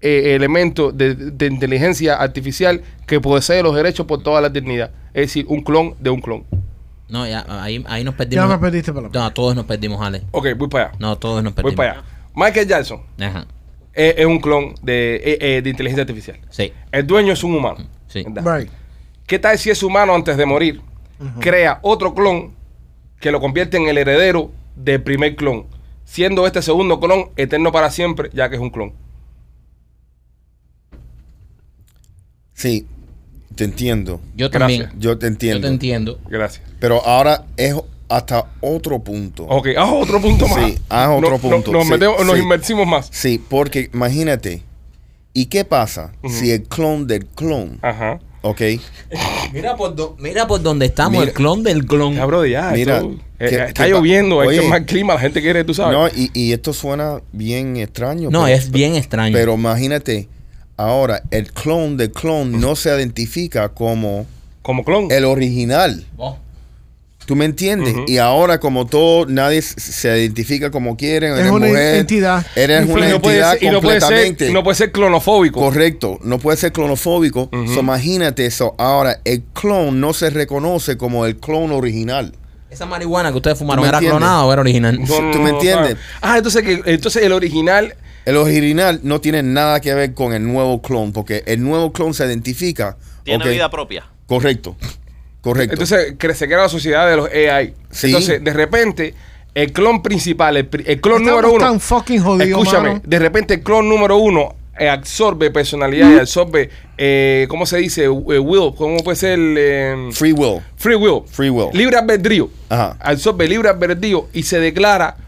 Speaker 1: eh, elemento de, de inteligencia artificial que posee los derechos por toda la eternidad? Es decir, un clon de un clon.
Speaker 2: No, ya, ahí, ahí nos
Speaker 4: Ya
Speaker 2: perdimos.
Speaker 4: me perdiste, palabra.
Speaker 2: No, todos nos perdimos, Ale.
Speaker 1: Ok, voy para allá.
Speaker 2: No, todos nos
Speaker 1: voy
Speaker 2: perdimos.
Speaker 1: para allá. Michael Jackson eh,
Speaker 2: Ajá.
Speaker 1: es, es un clon de, eh, eh, de inteligencia artificial.
Speaker 2: Sí.
Speaker 1: El dueño es un humano.
Speaker 2: Sí.
Speaker 1: ¿verdad?
Speaker 4: Right.
Speaker 1: ¿Qué tal si ese humano antes de morir crea otro clon que lo convierte en el heredero del primer clon? Siendo este segundo clon eterno para siempre, ya que es un clon.
Speaker 3: Sí, te entiendo.
Speaker 2: Yo
Speaker 1: Gracias.
Speaker 2: también.
Speaker 3: Yo te entiendo.
Speaker 2: Yo te entiendo.
Speaker 1: Gracias.
Speaker 3: Pero ahora es hasta otro punto.
Speaker 1: Ok, haz otro punto más.
Speaker 3: Sí, haz otro
Speaker 1: No- no-
Speaker 3: punto.
Speaker 1: nos,
Speaker 3: Sí,
Speaker 1: metemos- nos
Speaker 3: sí.
Speaker 1: inmersimos más.
Speaker 3: Sí, porque imagínate, ¿y qué pasa
Speaker 1: Ujú.
Speaker 3: si el clon del clon,
Speaker 1: Ajá.
Speaker 3: ok?
Speaker 2: Mira por, mira por dónde estamos,
Speaker 3: Mira.
Speaker 2: el clon del clon.
Speaker 1: Ya, bro, ya.
Speaker 3: Mira,
Speaker 1: esto- eh,
Speaker 3: que-
Speaker 1: está
Speaker 3: que pa-
Speaker 1: lloviendo, es
Speaker 3: Oye.
Speaker 1: que es mal clima, la gente quiere, tú sabes.
Speaker 3: No, y, y esto suena bien extraño.
Speaker 2: No,
Speaker 3: pero-
Speaker 2: es bien extraño.
Speaker 3: Pero imagínate, ahora el clon del clon no se identifica como
Speaker 1: Como clon.
Speaker 3: el original.
Speaker 2: Vos.
Speaker 3: ¿Tú me entiendes?
Speaker 1: Ujú.
Speaker 3: Y ahora como todo, nadie s- se identifica como quieren.
Speaker 4: Es
Speaker 3: Eres
Speaker 4: una
Speaker 3: mujer,
Speaker 4: entidad.
Speaker 3: Eres una
Speaker 4: Y
Speaker 1: y no puede
Speaker 3: entidad
Speaker 1: ser, y no puede ser-
Speaker 3: completamente.
Speaker 1: no puede ser clonofóbico.
Speaker 3: Correcto, no puede ser clonofóbico.
Speaker 1: Ujú.
Speaker 3: So, imagínate eso. Ahora, el clon no se reconoce como el clon original.
Speaker 2: Esa marihuana que ustedes fumaron,
Speaker 3: ¿Tú me
Speaker 2: ¿era
Speaker 3: entiendes?
Speaker 2: clonada o era original?
Speaker 1: No, no,
Speaker 3: ¿Tú
Speaker 1: no,
Speaker 3: me
Speaker 1: no,
Speaker 3: entiendes?
Speaker 1: sabe. Ah, entonces, que, entonces el original
Speaker 3: El original no tiene nada que ver con el nuevo clon, porque el nuevo clon se identifica.
Speaker 5: Tiene
Speaker 3: ok,
Speaker 5: vida propia.
Speaker 3: Correcto, correcto.
Speaker 1: Entonces que se crea la sociedad de los AI.
Speaker 3: Sí.
Speaker 1: Entonces, de repente, el clon principal, el, pri- el clon
Speaker 4: Estamos
Speaker 1: número uno.
Speaker 4: tan fucking jodidos,
Speaker 1: escúchame,
Speaker 4: mano.
Speaker 1: de repente el clon número uno eh, absorbe personalidad
Speaker 3: Mm.
Speaker 1: y absorbe, eh, ¿cómo se dice? Eh, will, ¿cómo puede ser? eh,
Speaker 3: Free will.
Speaker 1: free will.
Speaker 3: Free will.
Speaker 1: Libre albedrío.
Speaker 3: Ajá.
Speaker 1: Absorbe libre albedrío y se declara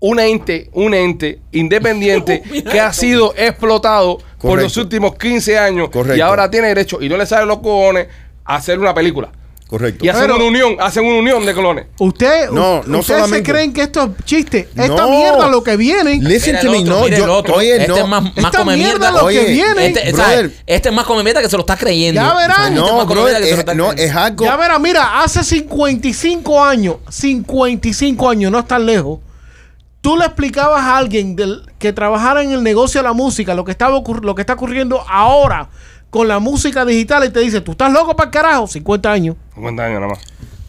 Speaker 1: un ente, un ente independiente que ha sido explotado por
Speaker 3: Correcto.
Speaker 1: los últimos 15 años y
Speaker 3: Correcto.
Speaker 1: ahora tiene derecho y no le sale los cojones a hacer una película.
Speaker 3: Correcto.
Speaker 1: Y hacen
Speaker 4: Pero-
Speaker 1: una unión, hacen una unión de clones.
Speaker 4: Usted,
Speaker 3: No,
Speaker 4: u-
Speaker 3: no
Speaker 4: ustedes
Speaker 3: solamente-
Speaker 4: se creen que esto es chiste. Esta
Speaker 3: No.
Speaker 4: mierda lo que viene.
Speaker 3: Listen
Speaker 2: Mira
Speaker 3: to
Speaker 2: el
Speaker 3: me,
Speaker 2: otro,
Speaker 3: no,
Speaker 2: mira el
Speaker 3: yo,
Speaker 2: otro.
Speaker 3: oye,
Speaker 2: este
Speaker 3: no,
Speaker 2: es más, más
Speaker 4: Esta
Speaker 2: come
Speaker 4: mierda
Speaker 2: mierda.
Speaker 4: lo
Speaker 3: Oye,
Speaker 4: que viene.
Speaker 2: este,
Speaker 3: brother.
Speaker 2: ¿sabes? este es más come mierda que se lo está creyendo.
Speaker 4: Ya verán.
Speaker 2: ¿Sabes? Este es
Speaker 3: no,
Speaker 2: más come
Speaker 3: bro,
Speaker 2: mierda que se lo
Speaker 3: es,
Speaker 2: está
Speaker 3: eh, no,
Speaker 2: creyendo.
Speaker 3: es algo,
Speaker 4: Ya verá, mira, hace 55 años, 55 años, no es tan lejos. Tú le explicabas a alguien del, que trabajara en el negocio de la música lo que, estaba ocurri- lo que está ocurriendo ahora con la música digital y te dice, tú estás loco para el carajo, 50 años.
Speaker 1: 50 años nada más.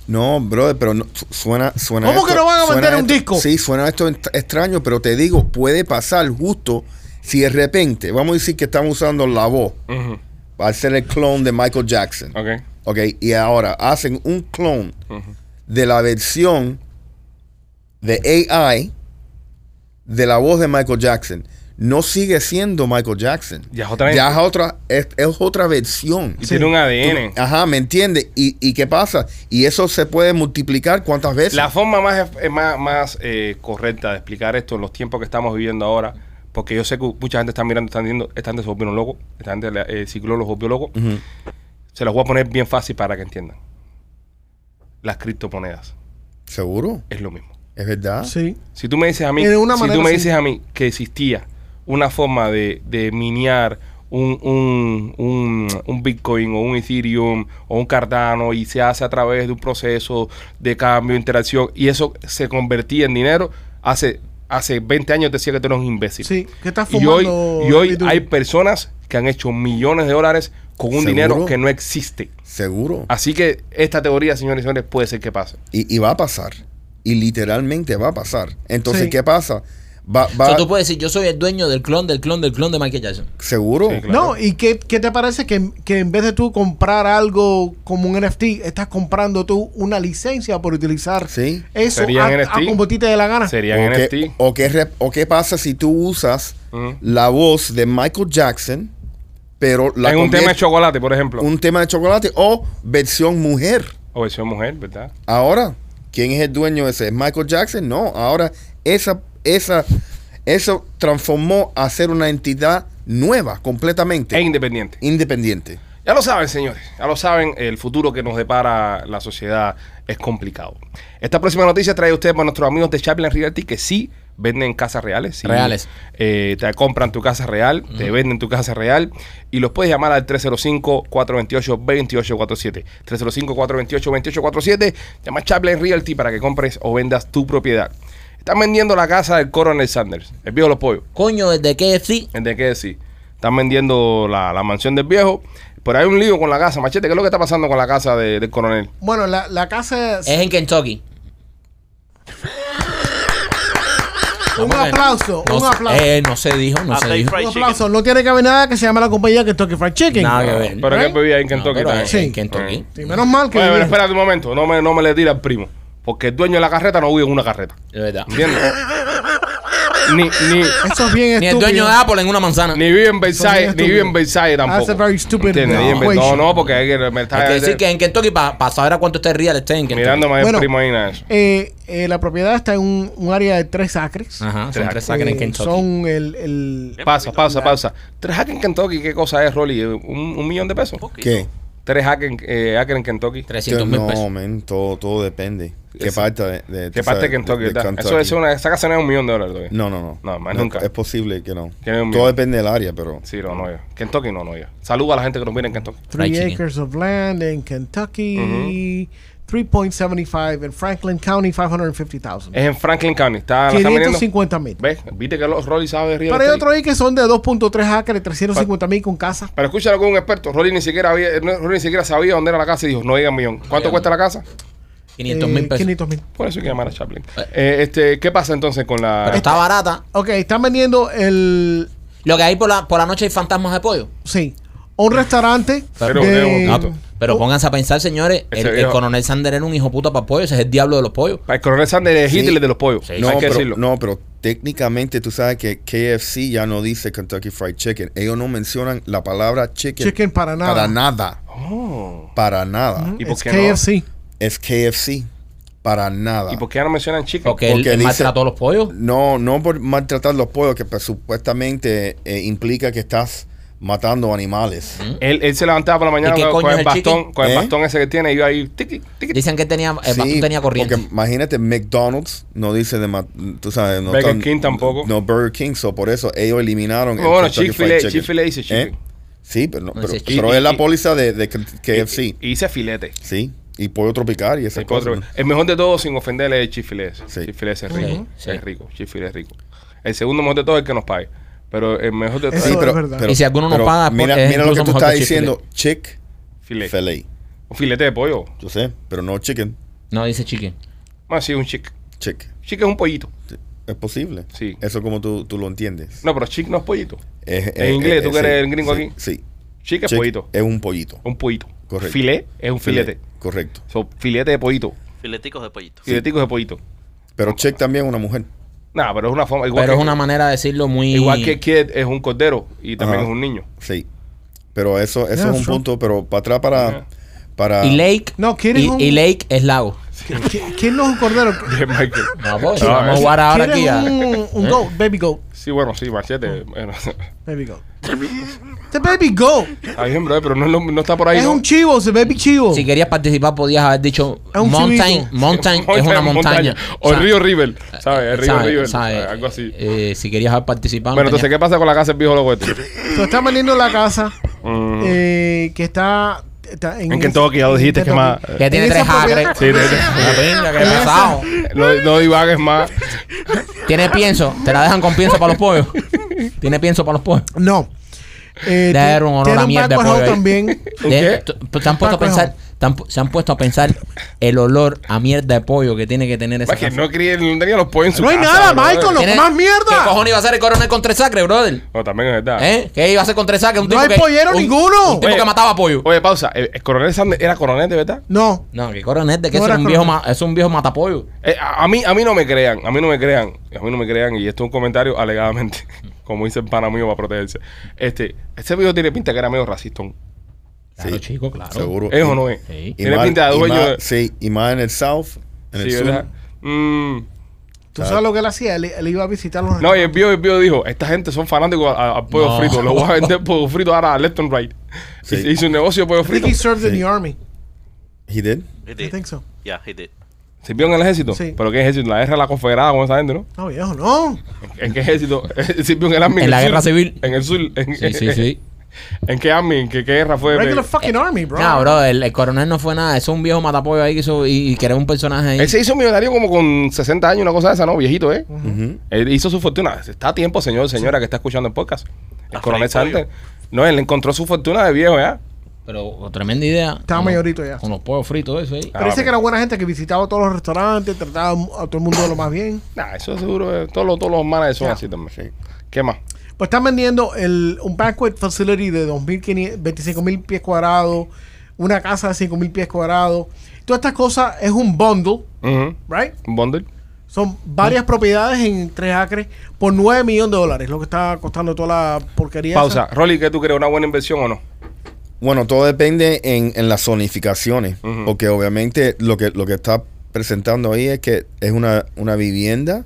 Speaker 3: no, brother, pero no, su- suena, suena.
Speaker 4: ¿Cómo que no van a
Speaker 3: suena
Speaker 4: vender un
Speaker 3: esto-
Speaker 4: disco?
Speaker 3: Sí, suena esto ent- extraño, pero te digo, puede pasar justo si de repente, vamos a decir que estamos usando la voz
Speaker 1: Ujú,
Speaker 3: para hacer el clon de Michael Jackson,
Speaker 1: Ok.
Speaker 3: ok, y ahora hacen un clon
Speaker 1: Ujú.
Speaker 3: de la versión de AI de la voz de Michael Jackson. No sigue siendo Michael Jackson.
Speaker 1: Ya es otra-
Speaker 3: es otra, es, es otra versión.
Speaker 1: Y tiene un ADN.
Speaker 3: Ajá, ¿me entiendes? ¿Y, ¿Y qué pasa? Y eso se puede multiplicar cuántas veces.
Speaker 1: La forma más, eh, más, más, eh, correcta de explicar esto en los tiempos que estamos viviendo ahora, porque yo sé que mucha gente está mirando, están diciendo, esta gente se volvió loco, esta gente, la- el ciclo los volvió loco.
Speaker 3: Ujú.
Speaker 1: Se las voy a poner bien fácil para que entiendan. Las criptomonedas
Speaker 3: ¿Seguro?
Speaker 1: es lo mismo.
Speaker 3: ¿Es verdad?
Speaker 4: Sí.
Speaker 1: Si tú me dices a mí,
Speaker 4: De una
Speaker 1: si
Speaker 4: manera
Speaker 1: tú me
Speaker 4: sí.
Speaker 1: dices a mí que existía una forma de, de miniar un, un, un, un Bitcoin o un Ethereum o un Cardano y se hace a través de un proceso de cambio, interacción y eso se convertía en dinero, hace, hace 20 años decía que tú eres un imbécil.
Speaker 4: Sí, que estás
Speaker 1: Y hoy,
Speaker 4: fumando.
Speaker 1: y hoy
Speaker 4: Bidu?
Speaker 1: hay personas que han hecho millones de dólares con un
Speaker 3: ¿Seguro?
Speaker 1: dinero que no existe.
Speaker 3: Seguro.
Speaker 1: Así que esta teoría, señores y señores, puede ser que pase.
Speaker 3: Y, y va a pasar. Y literalmente va a pasar. Entonces,
Speaker 4: Sí.
Speaker 3: ¿qué pasa? Va,
Speaker 2: O
Speaker 3: va,
Speaker 2: sea, tú puedes decir, yo soy el dueño del clon, del clon, del clon de Michael Jackson.
Speaker 3: ¿Seguro?
Speaker 1: Sí, claro.
Speaker 4: No, ¿y qué, qué te parece que, que en vez de tú comprar algo como un NFT, estás comprando tú una licencia por utilizar
Speaker 3: Sí.
Speaker 4: eso
Speaker 1: Serían
Speaker 4: a,
Speaker 1: NFT.
Speaker 4: a como a ti te dé la
Speaker 3: Ah.
Speaker 4: gana?
Speaker 1: Sería
Speaker 3: ¿O,
Speaker 1: NFT.
Speaker 3: qué, o qué rep- o qué pasa si tú usas
Speaker 1: Ujú.
Speaker 3: la voz de Michael Jackson, pero la
Speaker 1: en un tema de
Speaker 3: convier-
Speaker 1: chocolate, por ejemplo.
Speaker 3: un tema de chocolate o versión mujer?
Speaker 1: O versión mujer, ¿verdad?
Speaker 3: Ahora, ¿quién es el dueño de ese? ¿Es Michael Jackson? No, ahora esa, esa, eso transformó a ser una entidad nueva, completamente
Speaker 1: E independiente.
Speaker 3: independiente.
Speaker 1: Ya lo saben, señores. Ya lo saben, el futuro que nos depara la sociedad es complicado. Esta próxima noticia trae usted para nuestros amigos de Chaplin Realty que sí venden casas reales. sí,
Speaker 2: Reales.
Speaker 1: eh, te compran tu casa real, te venden tu casa real y los puedes llamar al 305-428-2847. 305-428-2847. Llama a Chaplin Realty para que compres o vendas tu propiedad. Están vendiendo la casa del Coronel Sanders, el viejo de los pollos.
Speaker 2: Coño, desde KFC.
Speaker 1: ¿De qué decir? Están vendiendo la, la mansión del viejo. Pero hay un lío con la casa, machete. ¿Qué es lo que está pasando con la casa de- del coronel?
Speaker 4: Bueno, la, la casa es...
Speaker 2: Es en Kentucky.
Speaker 4: Un
Speaker 2: Vamos a ver.
Speaker 4: aplauso,
Speaker 2: No
Speaker 4: un
Speaker 2: se-
Speaker 4: aplauso.
Speaker 2: eh, no se dijo, no
Speaker 5: A
Speaker 2: se
Speaker 5: Dave
Speaker 2: dijo.
Speaker 5: Fried
Speaker 4: Un
Speaker 5: chicken.
Speaker 4: aplauso. No tiene que haber nada que se llame la compañía Kentucky Fried Chicken.
Speaker 2: Nada que ver.
Speaker 1: Pero que
Speaker 4: Right?
Speaker 1: vivía ahí en
Speaker 2: No,
Speaker 1: Kentucky
Speaker 2: pero
Speaker 1: también.
Speaker 2: es
Speaker 4: Sí.
Speaker 2: En Kentucky.
Speaker 4: Sí, menos mal que...
Speaker 1: Oye, pero
Speaker 4: vive.
Speaker 1: espérate un momento. No me, no me le tira al primo. Porque el dueño de la carreta no vive en una carreta.
Speaker 2: De verdad.
Speaker 1: ¿Entiendes? ni, ni,
Speaker 4: Eso es bien
Speaker 2: Ni el
Speaker 4: estúpido.
Speaker 2: dueño de Apple en una manzana.
Speaker 1: ni vive en Versailles,
Speaker 4: bien
Speaker 1: ni vive en
Speaker 4: estúpidos.
Speaker 1: Versailles tampoco.
Speaker 4: That's a very stupid
Speaker 1: ¿Entiendes? Ni en Ver- No,
Speaker 4: equation.
Speaker 1: no, porque hay que, me
Speaker 2: Hay
Speaker 1: está
Speaker 2: que decir que en Kentucky, para saber a cuánto esté real, esté en Kentucky.
Speaker 1: mirándome al
Speaker 4: Bueno.
Speaker 1: primo ahí nada de eso.
Speaker 4: Eh, eh, la propiedad está en un, un área de tres acres.
Speaker 2: Ajá, son tres
Speaker 4: Eh,
Speaker 2: sacres en Kentucky.
Speaker 4: Son el... el-
Speaker 1: Pausa, pausa, pausa. Tres hackers en Kentucky, ¿qué cosa es, Rolly? ¿Un, un millón de pesos?
Speaker 3: ¿Qué?
Speaker 1: Tres hackers en- eh, hackers en Kentucky.
Speaker 2: 300 mil
Speaker 3: no, Eh,
Speaker 2: pesos.
Speaker 3: men, todo, todo depende. ¿Qué
Speaker 1: Eso.
Speaker 3: parte de, de-
Speaker 1: ¿Qué parte
Speaker 3: tú sabes,
Speaker 1: de Kentucky?
Speaker 3: de- de
Speaker 1: ¿verdad?
Speaker 3: Kentucky?
Speaker 1: Eso es una, esa casa no es un millón de dólares todavía.
Speaker 3: No, no, no.
Speaker 1: No, más nunca.
Speaker 3: Es posible que no.
Speaker 1: Que no es un
Speaker 3: Todo
Speaker 1: mío.
Speaker 3: depende del área, pero.
Speaker 1: Sí, no, no yo. Kentucky no, no yo. Saluda a la gente que nos viene en Kentucky.
Speaker 4: Three
Speaker 2: Fried chicken.
Speaker 4: acres of land in Kentucky. 3.75 en Franklin County, 550,000.
Speaker 1: Es en Franklin County. Está, Eh, la están vendiendo.
Speaker 4: 550 mil.
Speaker 1: ¿Ves? Viste que los Rolly sabe de Río.
Speaker 4: Pero hay otro ahí que son de 2.3 acres, 350 mil con casa.
Speaker 1: Pero escúchalo con un experto. Rolly ni siquiera había, eh, no, Rolly ni siquiera sabía dónde era la casa y dijo, no diga millón. ¿Cuánto
Speaker 2: Oye,
Speaker 1: cuesta la casa?
Speaker 2: 500 mil
Speaker 4: Eh,
Speaker 2: pesos.
Speaker 4: 500 mil.
Speaker 1: Por eso hay que llamar a Chaplin. Eh, este, ¿Qué pasa entonces con
Speaker 2: Pero
Speaker 1: la.
Speaker 2: está barata.
Speaker 4: Ok, están vendiendo el.
Speaker 2: Lo que hay por la, por la noche hay fantasmas de pollo.
Speaker 4: Sí, un restaurante.
Speaker 1: Pero-
Speaker 4: de-
Speaker 1: pero-
Speaker 2: Ah, pero pónganse a pensar, señores,
Speaker 1: Ese
Speaker 2: el, el
Speaker 1: viejo-
Speaker 2: coronel Sander era un hijo puta para pollos, ese es el diablo de los pollos.
Speaker 1: Para el coronel Sanders es
Speaker 3: Sí.
Speaker 1: Hitler de los pollos.
Speaker 2: Sí.
Speaker 1: No,
Speaker 3: No,
Speaker 1: hay que
Speaker 3: pero,
Speaker 1: decirlo.
Speaker 3: no, pero Técnicamente tú sabes que KFC ya no dice Kentucky Fried Chicken. Ellos no mencionan la palabra chicken,
Speaker 4: Chicken para nada.
Speaker 3: para
Speaker 4: Mm-hmm.
Speaker 3: nada.
Speaker 1: Oh.
Speaker 3: Para nada.
Speaker 1: ¿Y por
Speaker 4: Es
Speaker 1: qué no?
Speaker 4: KFC.
Speaker 3: Es KFC. Para nada.
Speaker 1: ¿Y por qué ya no mencionan chicken?
Speaker 2: Porque, él,
Speaker 3: Porque
Speaker 2: él
Speaker 3: dice-
Speaker 2: maltrató a los pollos.
Speaker 3: No, no por maltratar los pollos, que pues, supuestamente eh, implica que estás matando animales.
Speaker 1: Él, él se levantaba por la mañana
Speaker 2: ¿Y qué
Speaker 1: con,
Speaker 2: coño
Speaker 1: con
Speaker 2: es
Speaker 1: el
Speaker 2: el
Speaker 1: bastón,
Speaker 2: chicken?
Speaker 1: con el
Speaker 3: ¿Eh?
Speaker 1: bastón ese que tiene y yo ahí tiqui, tiqui.
Speaker 2: Dicen que él tenía, el
Speaker 3: Sí,
Speaker 2: Batún tenía corriente.
Speaker 3: Porque imagínate, McDonald's no dice de. ma- Tú sabes, no
Speaker 1: Burger
Speaker 3: tan-
Speaker 1: King tampoco.
Speaker 3: No, Burger King, so por eso ellos eliminaron.
Speaker 1: No, bueno,
Speaker 3: Kentucky Fried
Speaker 1: Chick-fil-A-
Speaker 3: Chicken. ¿Eh?
Speaker 1: Chick-fil-A dice chicken.
Speaker 3: Sí, pero, no-
Speaker 2: No
Speaker 3: pero,
Speaker 2: dice
Speaker 3: pero
Speaker 1: chicken.
Speaker 3: es la póliza de, de KFC.
Speaker 1: Y hice filete.
Speaker 3: sí, y pollo tropical y esas
Speaker 1: El, otro-
Speaker 3: cosas. ¿no?
Speaker 1: el mejor de todos, sin ofenderle, es Chifile.
Speaker 3: Sí.
Speaker 1: Chifile es rico.
Speaker 2: Sí,
Speaker 1: Es
Speaker 2: sí.
Speaker 1: rico. Chifile es rico. El segundo mejor de todos es el que nos pague. Pero el mejor de todos
Speaker 4: Eso
Speaker 3: Sí,
Speaker 1: es
Speaker 4: es
Speaker 3: pero,
Speaker 4: verdad.
Speaker 3: pero-
Speaker 2: Y si alguno no
Speaker 3: pero
Speaker 2: paga,
Speaker 3: mira,
Speaker 2: es
Speaker 3: mira lo que
Speaker 2: incluso
Speaker 3: tú
Speaker 2: mejor
Speaker 3: estás
Speaker 2: que Chick-fil-A.
Speaker 3: diciendo, chick
Speaker 1: filete.
Speaker 3: fil
Speaker 1: Un filete de pollo.
Speaker 3: Yo sé, pero no chicken.
Speaker 2: No, dice chicken.
Speaker 1: Más sí, un chick.
Speaker 3: Chick.
Speaker 1: Chick es un pollito.
Speaker 3: Es posible.
Speaker 1: Sí.
Speaker 3: Eso como tú, tú lo entiendes.
Speaker 1: No, pero chick no es pollito.
Speaker 3: Es-
Speaker 1: En
Speaker 3: es-
Speaker 1: inglés,
Speaker 3: es-
Speaker 1: tú que
Speaker 3: sí,
Speaker 1: eres el gringo
Speaker 3: sí,
Speaker 1: aquí.
Speaker 3: Sí.
Speaker 1: Chick es
Speaker 3: Chick
Speaker 1: pollito.
Speaker 3: Es un pollito.
Speaker 1: Un pollito.
Speaker 3: Correcto.
Speaker 1: Filé es un filete.
Speaker 3: Correcto.
Speaker 1: So, filete de pollito.
Speaker 5: Fileticos de pollito.
Speaker 1: Fileticos de pollito.
Speaker 3: Pero chick también es una mujer.
Speaker 1: Nada, pero es una forma. Igual
Speaker 2: Pero es
Speaker 1: que-
Speaker 2: una manera de decirlo muy.
Speaker 1: Igual que Kid es un cordero y también
Speaker 3: Ajá.
Speaker 1: es un niño.
Speaker 3: Sí. Pero eso, eso
Speaker 4: Yeah,
Speaker 3: es un
Speaker 4: true.
Speaker 3: punto, pero para atrás para...
Speaker 1: Yeah.
Speaker 3: para
Speaker 2: Y Lake.
Speaker 4: No, ¿quieres
Speaker 2: y,
Speaker 4: un-
Speaker 2: y Lake es lago.
Speaker 4: ¿Qui- ¿Quién no es un cordero?
Speaker 1: Bien, Michael.
Speaker 2: No, pues,
Speaker 1: No,
Speaker 2: vamos a
Speaker 1: es-
Speaker 2: jugar ahora aquí.
Speaker 4: ¿Quieres
Speaker 2: ya.
Speaker 4: un, un goat? Baby goat.
Speaker 1: Sí, bueno, sí, machete. Bueno,
Speaker 4: Baby goat. The baby goat.
Speaker 1: está bien, bro, pero no, es lo- no está por ahí.
Speaker 4: es
Speaker 1: ¿no?
Speaker 4: un chivo, es el baby chivo.
Speaker 2: Si querías participar, podías haber dicho
Speaker 4: Es un
Speaker 2: mountain.
Speaker 4: chivito.
Speaker 2: Mountain es una montaña.
Speaker 1: O el
Speaker 2: sea,
Speaker 1: río River, ¿sabes? El río
Speaker 2: ¿sabes?
Speaker 1: River,
Speaker 2: ¿sabes?
Speaker 1: algo así.
Speaker 2: Eh, si querías haber participado.
Speaker 1: bueno,
Speaker 2: no
Speaker 1: entonces,
Speaker 2: tenías-
Speaker 1: ¿qué pasa con la casa del viejo loco este?
Speaker 4: Tú estás vendiendo la casa
Speaker 1: Mm.
Speaker 4: eh, que está, está
Speaker 1: En Kentucky, ya lo dijiste, que más- eh,
Speaker 4: Kentucky.
Speaker 2: Ya tiene
Speaker 4: En esa
Speaker 2: tres acres.
Speaker 4: propiedad-
Speaker 1: Sí, de- de-
Speaker 2: La pinga, qué pesado.
Speaker 1: no, no divagues más.
Speaker 2: Tiene pienso. Te la dejan con pienso para los pollos. Tiene pienso para los pollos.
Speaker 4: No. Eh,
Speaker 2: Ya
Speaker 4: ti-
Speaker 2: era un olor
Speaker 4: tiene
Speaker 2: a mierda de
Speaker 4: backward
Speaker 2: pollo ahí.
Speaker 4: también.
Speaker 2: De- t- pues, Se han puesto a
Speaker 4: Paco,
Speaker 2: pensar, te han pu- se han puesto a pensar el olor a mierda de pollo que tiene que tener esa
Speaker 1: Es Pues que
Speaker 2: casa.
Speaker 1: no, quería- no tenía los pollos en su
Speaker 4: No hay
Speaker 1: casa,
Speaker 4: nada,
Speaker 1: brother.
Speaker 4: Michael, lo
Speaker 2: Tiene-
Speaker 4: más mierda.
Speaker 2: ¿Qué cojones iba a hacer el coronel con tres sacres, brother?
Speaker 1: No, también es verdad.
Speaker 2: ¿Eh? ¿Qué iba a hacer con tres sacres? Un
Speaker 4: No
Speaker 2: tipo
Speaker 4: hay
Speaker 2: que-
Speaker 4: pollero
Speaker 2: un-
Speaker 4: ninguno.
Speaker 2: Un tipo
Speaker 1: Ah. Oye.
Speaker 2: que mataba pollo.
Speaker 1: Oye, pausa. ¿El, el coronel Sanders era coronel de verdad?
Speaker 4: No.
Speaker 2: No, que coronel, de que
Speaker 4: No
Speaker 2: ese
Speaker 4: era
Speaker 2: era un viejo, ma- es un viejo matapollo.
Speaker 1: Eh, a, a mí, a mí no me crean, a mí no me crean, a mí no me crean, y esto es un comentario alegadamente, como dice el pana mío para protegerse. Este, este video tiene pinta que era medio racistón.
Speaker 2: Claro, chico, claro.
Speaker 3: Seguro.
Speaker 1: ¿Es o no es?
Speaker 2: Sí.
Speaker 1: Tiene pinta de
Speaker 3: y
Speaker 1: dueño
Speaker 3: más-
Speaker 1: de-
Speaker 3: Sí, y más en el South, en el
Speaker 1: Sí,
Speaker 3: sur.
Speaker 1: ¿verdad? Mm.
Speaker 4: ¿Tú sabes lo que él hacía? Él, él iba a visitar los
Speaker 1: No, y el vio, el vio dijo, esta gente son fanáticos a- a- al pollo
Speaker 2: No.
Speaker 1: frito, lo voy a vender pollo frito ahora a left and right.
Speaker 3: Sí.
Speaker 1: Hizo- Hizo un negocio de pollo
Speaker 4: I think
Speaker 1: frito.
Speaker 4: he served in
Speaker 3: Sí.
Speaker 4: the army.
Speaker 3: He did.
Speaker 5: He
Speaker 4: I
Speaker 5: did.
Speaker 4: think so.
Speaker 5: Yeah, he did.
Speaker 1: ¿Sirvió en el ejército?
Speaker 4: Sí.
Speaker 1: ¿Pero qué ejército? La guerra de la confederada con esa gente, ¿no?
Speaker 4: No, viejo, no.
Speaker 1: ¿En qué ejército? ¿Sirvió en el army?
Speaker 2: En la
Speaker 1: el
Speaker 2: guerra
Speaker 1: sur?
Speaker 2: civil.
Speaker 1: En el sur. ¿En,
Speaker 2: Sí, sí, sí.
Speaker 1: ¿en qué army? ¿En qué, qué guerra fue?
Speaker 4: Regular fucking army, bro.
Speaker 2: No,
Speaker 1: Ah,
Speaker 2: bro, el, el coronel no fue nada. Es un viejo matapollo ahí que hizo y, y que era un personaje ahí.
Speaker 1: Él se hizo millonario como con 60 años, una cosa de esa, ¿no? Viejito, ¿eh?
Speaker 3: Ujú.
Speaker 1: Él hizo su fortuna. Está a tiempo, señor, señora, que está escuchando el podcast. El
Speaker 5: A
Speaker 1: coronel
Speaker 5: freír pollo.
Speaker 1: Sanders. No, él encontró su fortuna de viejo, ¿ya?
Speaker 2: Pero tremenda idea.
Speaker 4: Estaba
Speaker 2: Con-
Speaker 4: mayorito ya.
Speaker 2: Con los pollos fritos, eso ahí.
Speaker 1: Ah,
Speaker 4: Parece
Speaker 1: vale.
Speaker 4: que era buena gente que visitaba todos los restaurantes, trataba a todo el mundo de lo más bien.
Speaker 1: Nah, eso seguro. eh, Todos los, todos los managers son
Speaker 4: Ya.
Speaker 1: así también. ¿Qué más?
Speaker 4: Pues están vendiendo el, un banquet facility de 2.500 25.000 pies cuadrados, una casa de 5.000 pies cuadrados. Todas estas cosas es un bundle,
Speaker 1: Ujú.
Speaker 4: ¿right?
Speaker 1: Un bundle.
Speaker 4: Son
Speaker 2: Mm.
Speaker 4: varias propiedades en tres acres por 9 millones de dólares, lo que está costando toda la porquería. esa.
Speaker 1: Pausa. Rolly, ¿qué tú crees? ¿Una buena inversión o no?
Speaker 3: Bueno, todo depende en, en las zonificaciones,
Speaker 1: Ujú.
Speaker 3: porque obviamente lo que, lo que está presentando ahí es que es una, una vivienda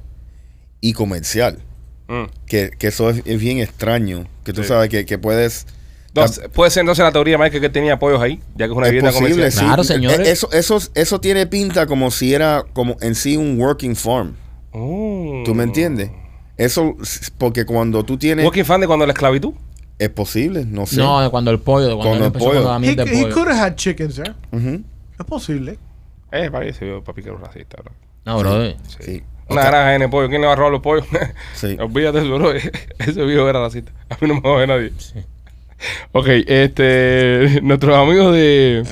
Speaker 3: y comercial,
Speaker 1: Mm.
Speaker 3: que, que eso es, es bien extraño, que tú sabes que, que puedes...
Speaker 1: Entonces, puede ser entonces la teoría, Mike, que tenía apoyos ahí, ya que es una
Speaker 3: es
Speaker 1: vivienda
Speaker 3: posible,
Speaker 1: comercial.
Speaker 3: sí.
Speaker 2: Claro,
Speaker 3: Eh,
Speaker 2: señores.
Speaker 3: Eso, eso, eso tiene pinta como si era como en sí un working farm,
Speaker 1: Oh.
Speaker 3: ¿tú me entiendes? Eso, s- porque cuando tú tienes...
Speaker 1: Walking fan de cuando la esclavitud.
Speaker 3: Es posible, no sé.
Speaker 2: No, de cuando el pollo, de
Speaker 3: Cuando
Speaker 2: cuando él
Speaker 3: el
Speaker 2: empezó
Speaker 3: pollo.
Speaker 2: con la
Speaker 4: He,
Speaker 2: mierda de
Speaker 4: he
Speaker 2: pollo.
Speaker 4: could have had chickens there.
Speaker 3: Ujú,
Speaker 4: Es posible.
Speaker 1: Eh, parece yo, papi, que era racista, bro.
Speaker 2: No, bro. eh.
Speaker 3: sí.
Speaker 1: Una
Speaker 3: Otra-
Speaker 1: granja en el pollo. ¿Quién le va a robar los pollos?
Speaker 3: Sí.
Speaker 1: Olvídate de eso, bro. Ese viejo era racista. A mí no me jode nadie. Ok, este. Nuestros amigos de.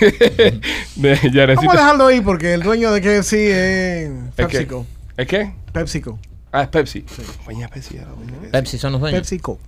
Speaker 1: de
Speaker 4: Vamos a
Speaker 1: Yarecita.
Speaker 4: dejarlo ahí porque el dueño de KFC es
Speaker 1: ¿Es qué?
Speaker 4: PepsiCo.
Speaker 1: ¿Es qué?
Speaker 4: PepsiCo.
Speaker 1: Ah, es Pepsi. Compañía Pepsi. era la única que-
Speaker 2: Pepsi son los dueños.
Speaker 4: PepsiCo.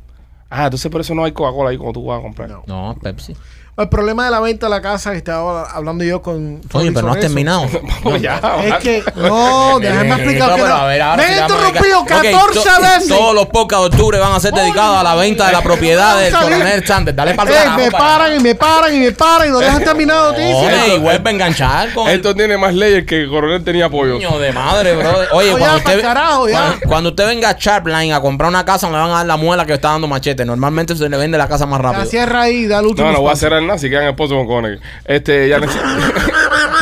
Speaker 1: Ah, entonces por eso no hay Coca-Cola ahí cuando tú vas a comprar.
Speaker 4: No.
Speaker 2: No, Pepsi.
Speaker 4: El problema de la venta de la casa que estaba hablando yo con.
Speaker 2: Oye, pero
Speaker 4: Tony
Speaker 2: no has
Speaker 4: sobre eso,
Speaker 2: terminado. Eh,
Speaker 1: Vamos Oh, ya,
Speaker 4: Es
Speaker 1: va.
Speaker 4: que. No, déjame explicar. que
Speaker 2: pero
Speaker 4: no-
Speaker 2: a ver, ahora
Speaker 4: me
Speaker 2: sí
Speaker 4: he
Speaker 2: la vamos a
Speaker 4: interrumpido
Speaker 2: dedicar.
Speaker 4: 14
Speaker 2: Ok, to-
Speaker 4: veces.
Speaker 2: Todos los podcasts de octubre van a ser dedicados a la venta de la propiedad del
Speaker 4: Vamos a salir.
Speaker 2: coronel Sanders. Dale para Eh,
Speaker 4: Eh, me paran y me paran y me paran y no dejan terminar noticias.
Speaker 2: Oye, y vuelve a enganchar con el
Speaker 1: Esto tiene más leyes que el coronel tenía apoyo.
Speaker 2: coño de madre, bro. Oye,
Speaker 4: Ya,
Speaker 2: cuando
Speaker 4: pa'l
Speaker 2: usted,
Speaker 4: carajo, ya.
Speaker 2: Cuando, cuando usted venga a Sharpline a comprar una casa, no le van a dar la muela que está dando machete. Normalmente se le vende la casa más
Speaker 4: La
Speaker 2: rápido.
Speaker 4: cierra ahí, da el último.
Speaker 1: No, no voy a
Speaker 4: espacio.
Speaker 1: cerrar nada si quedan esposos con cojones. Este, ya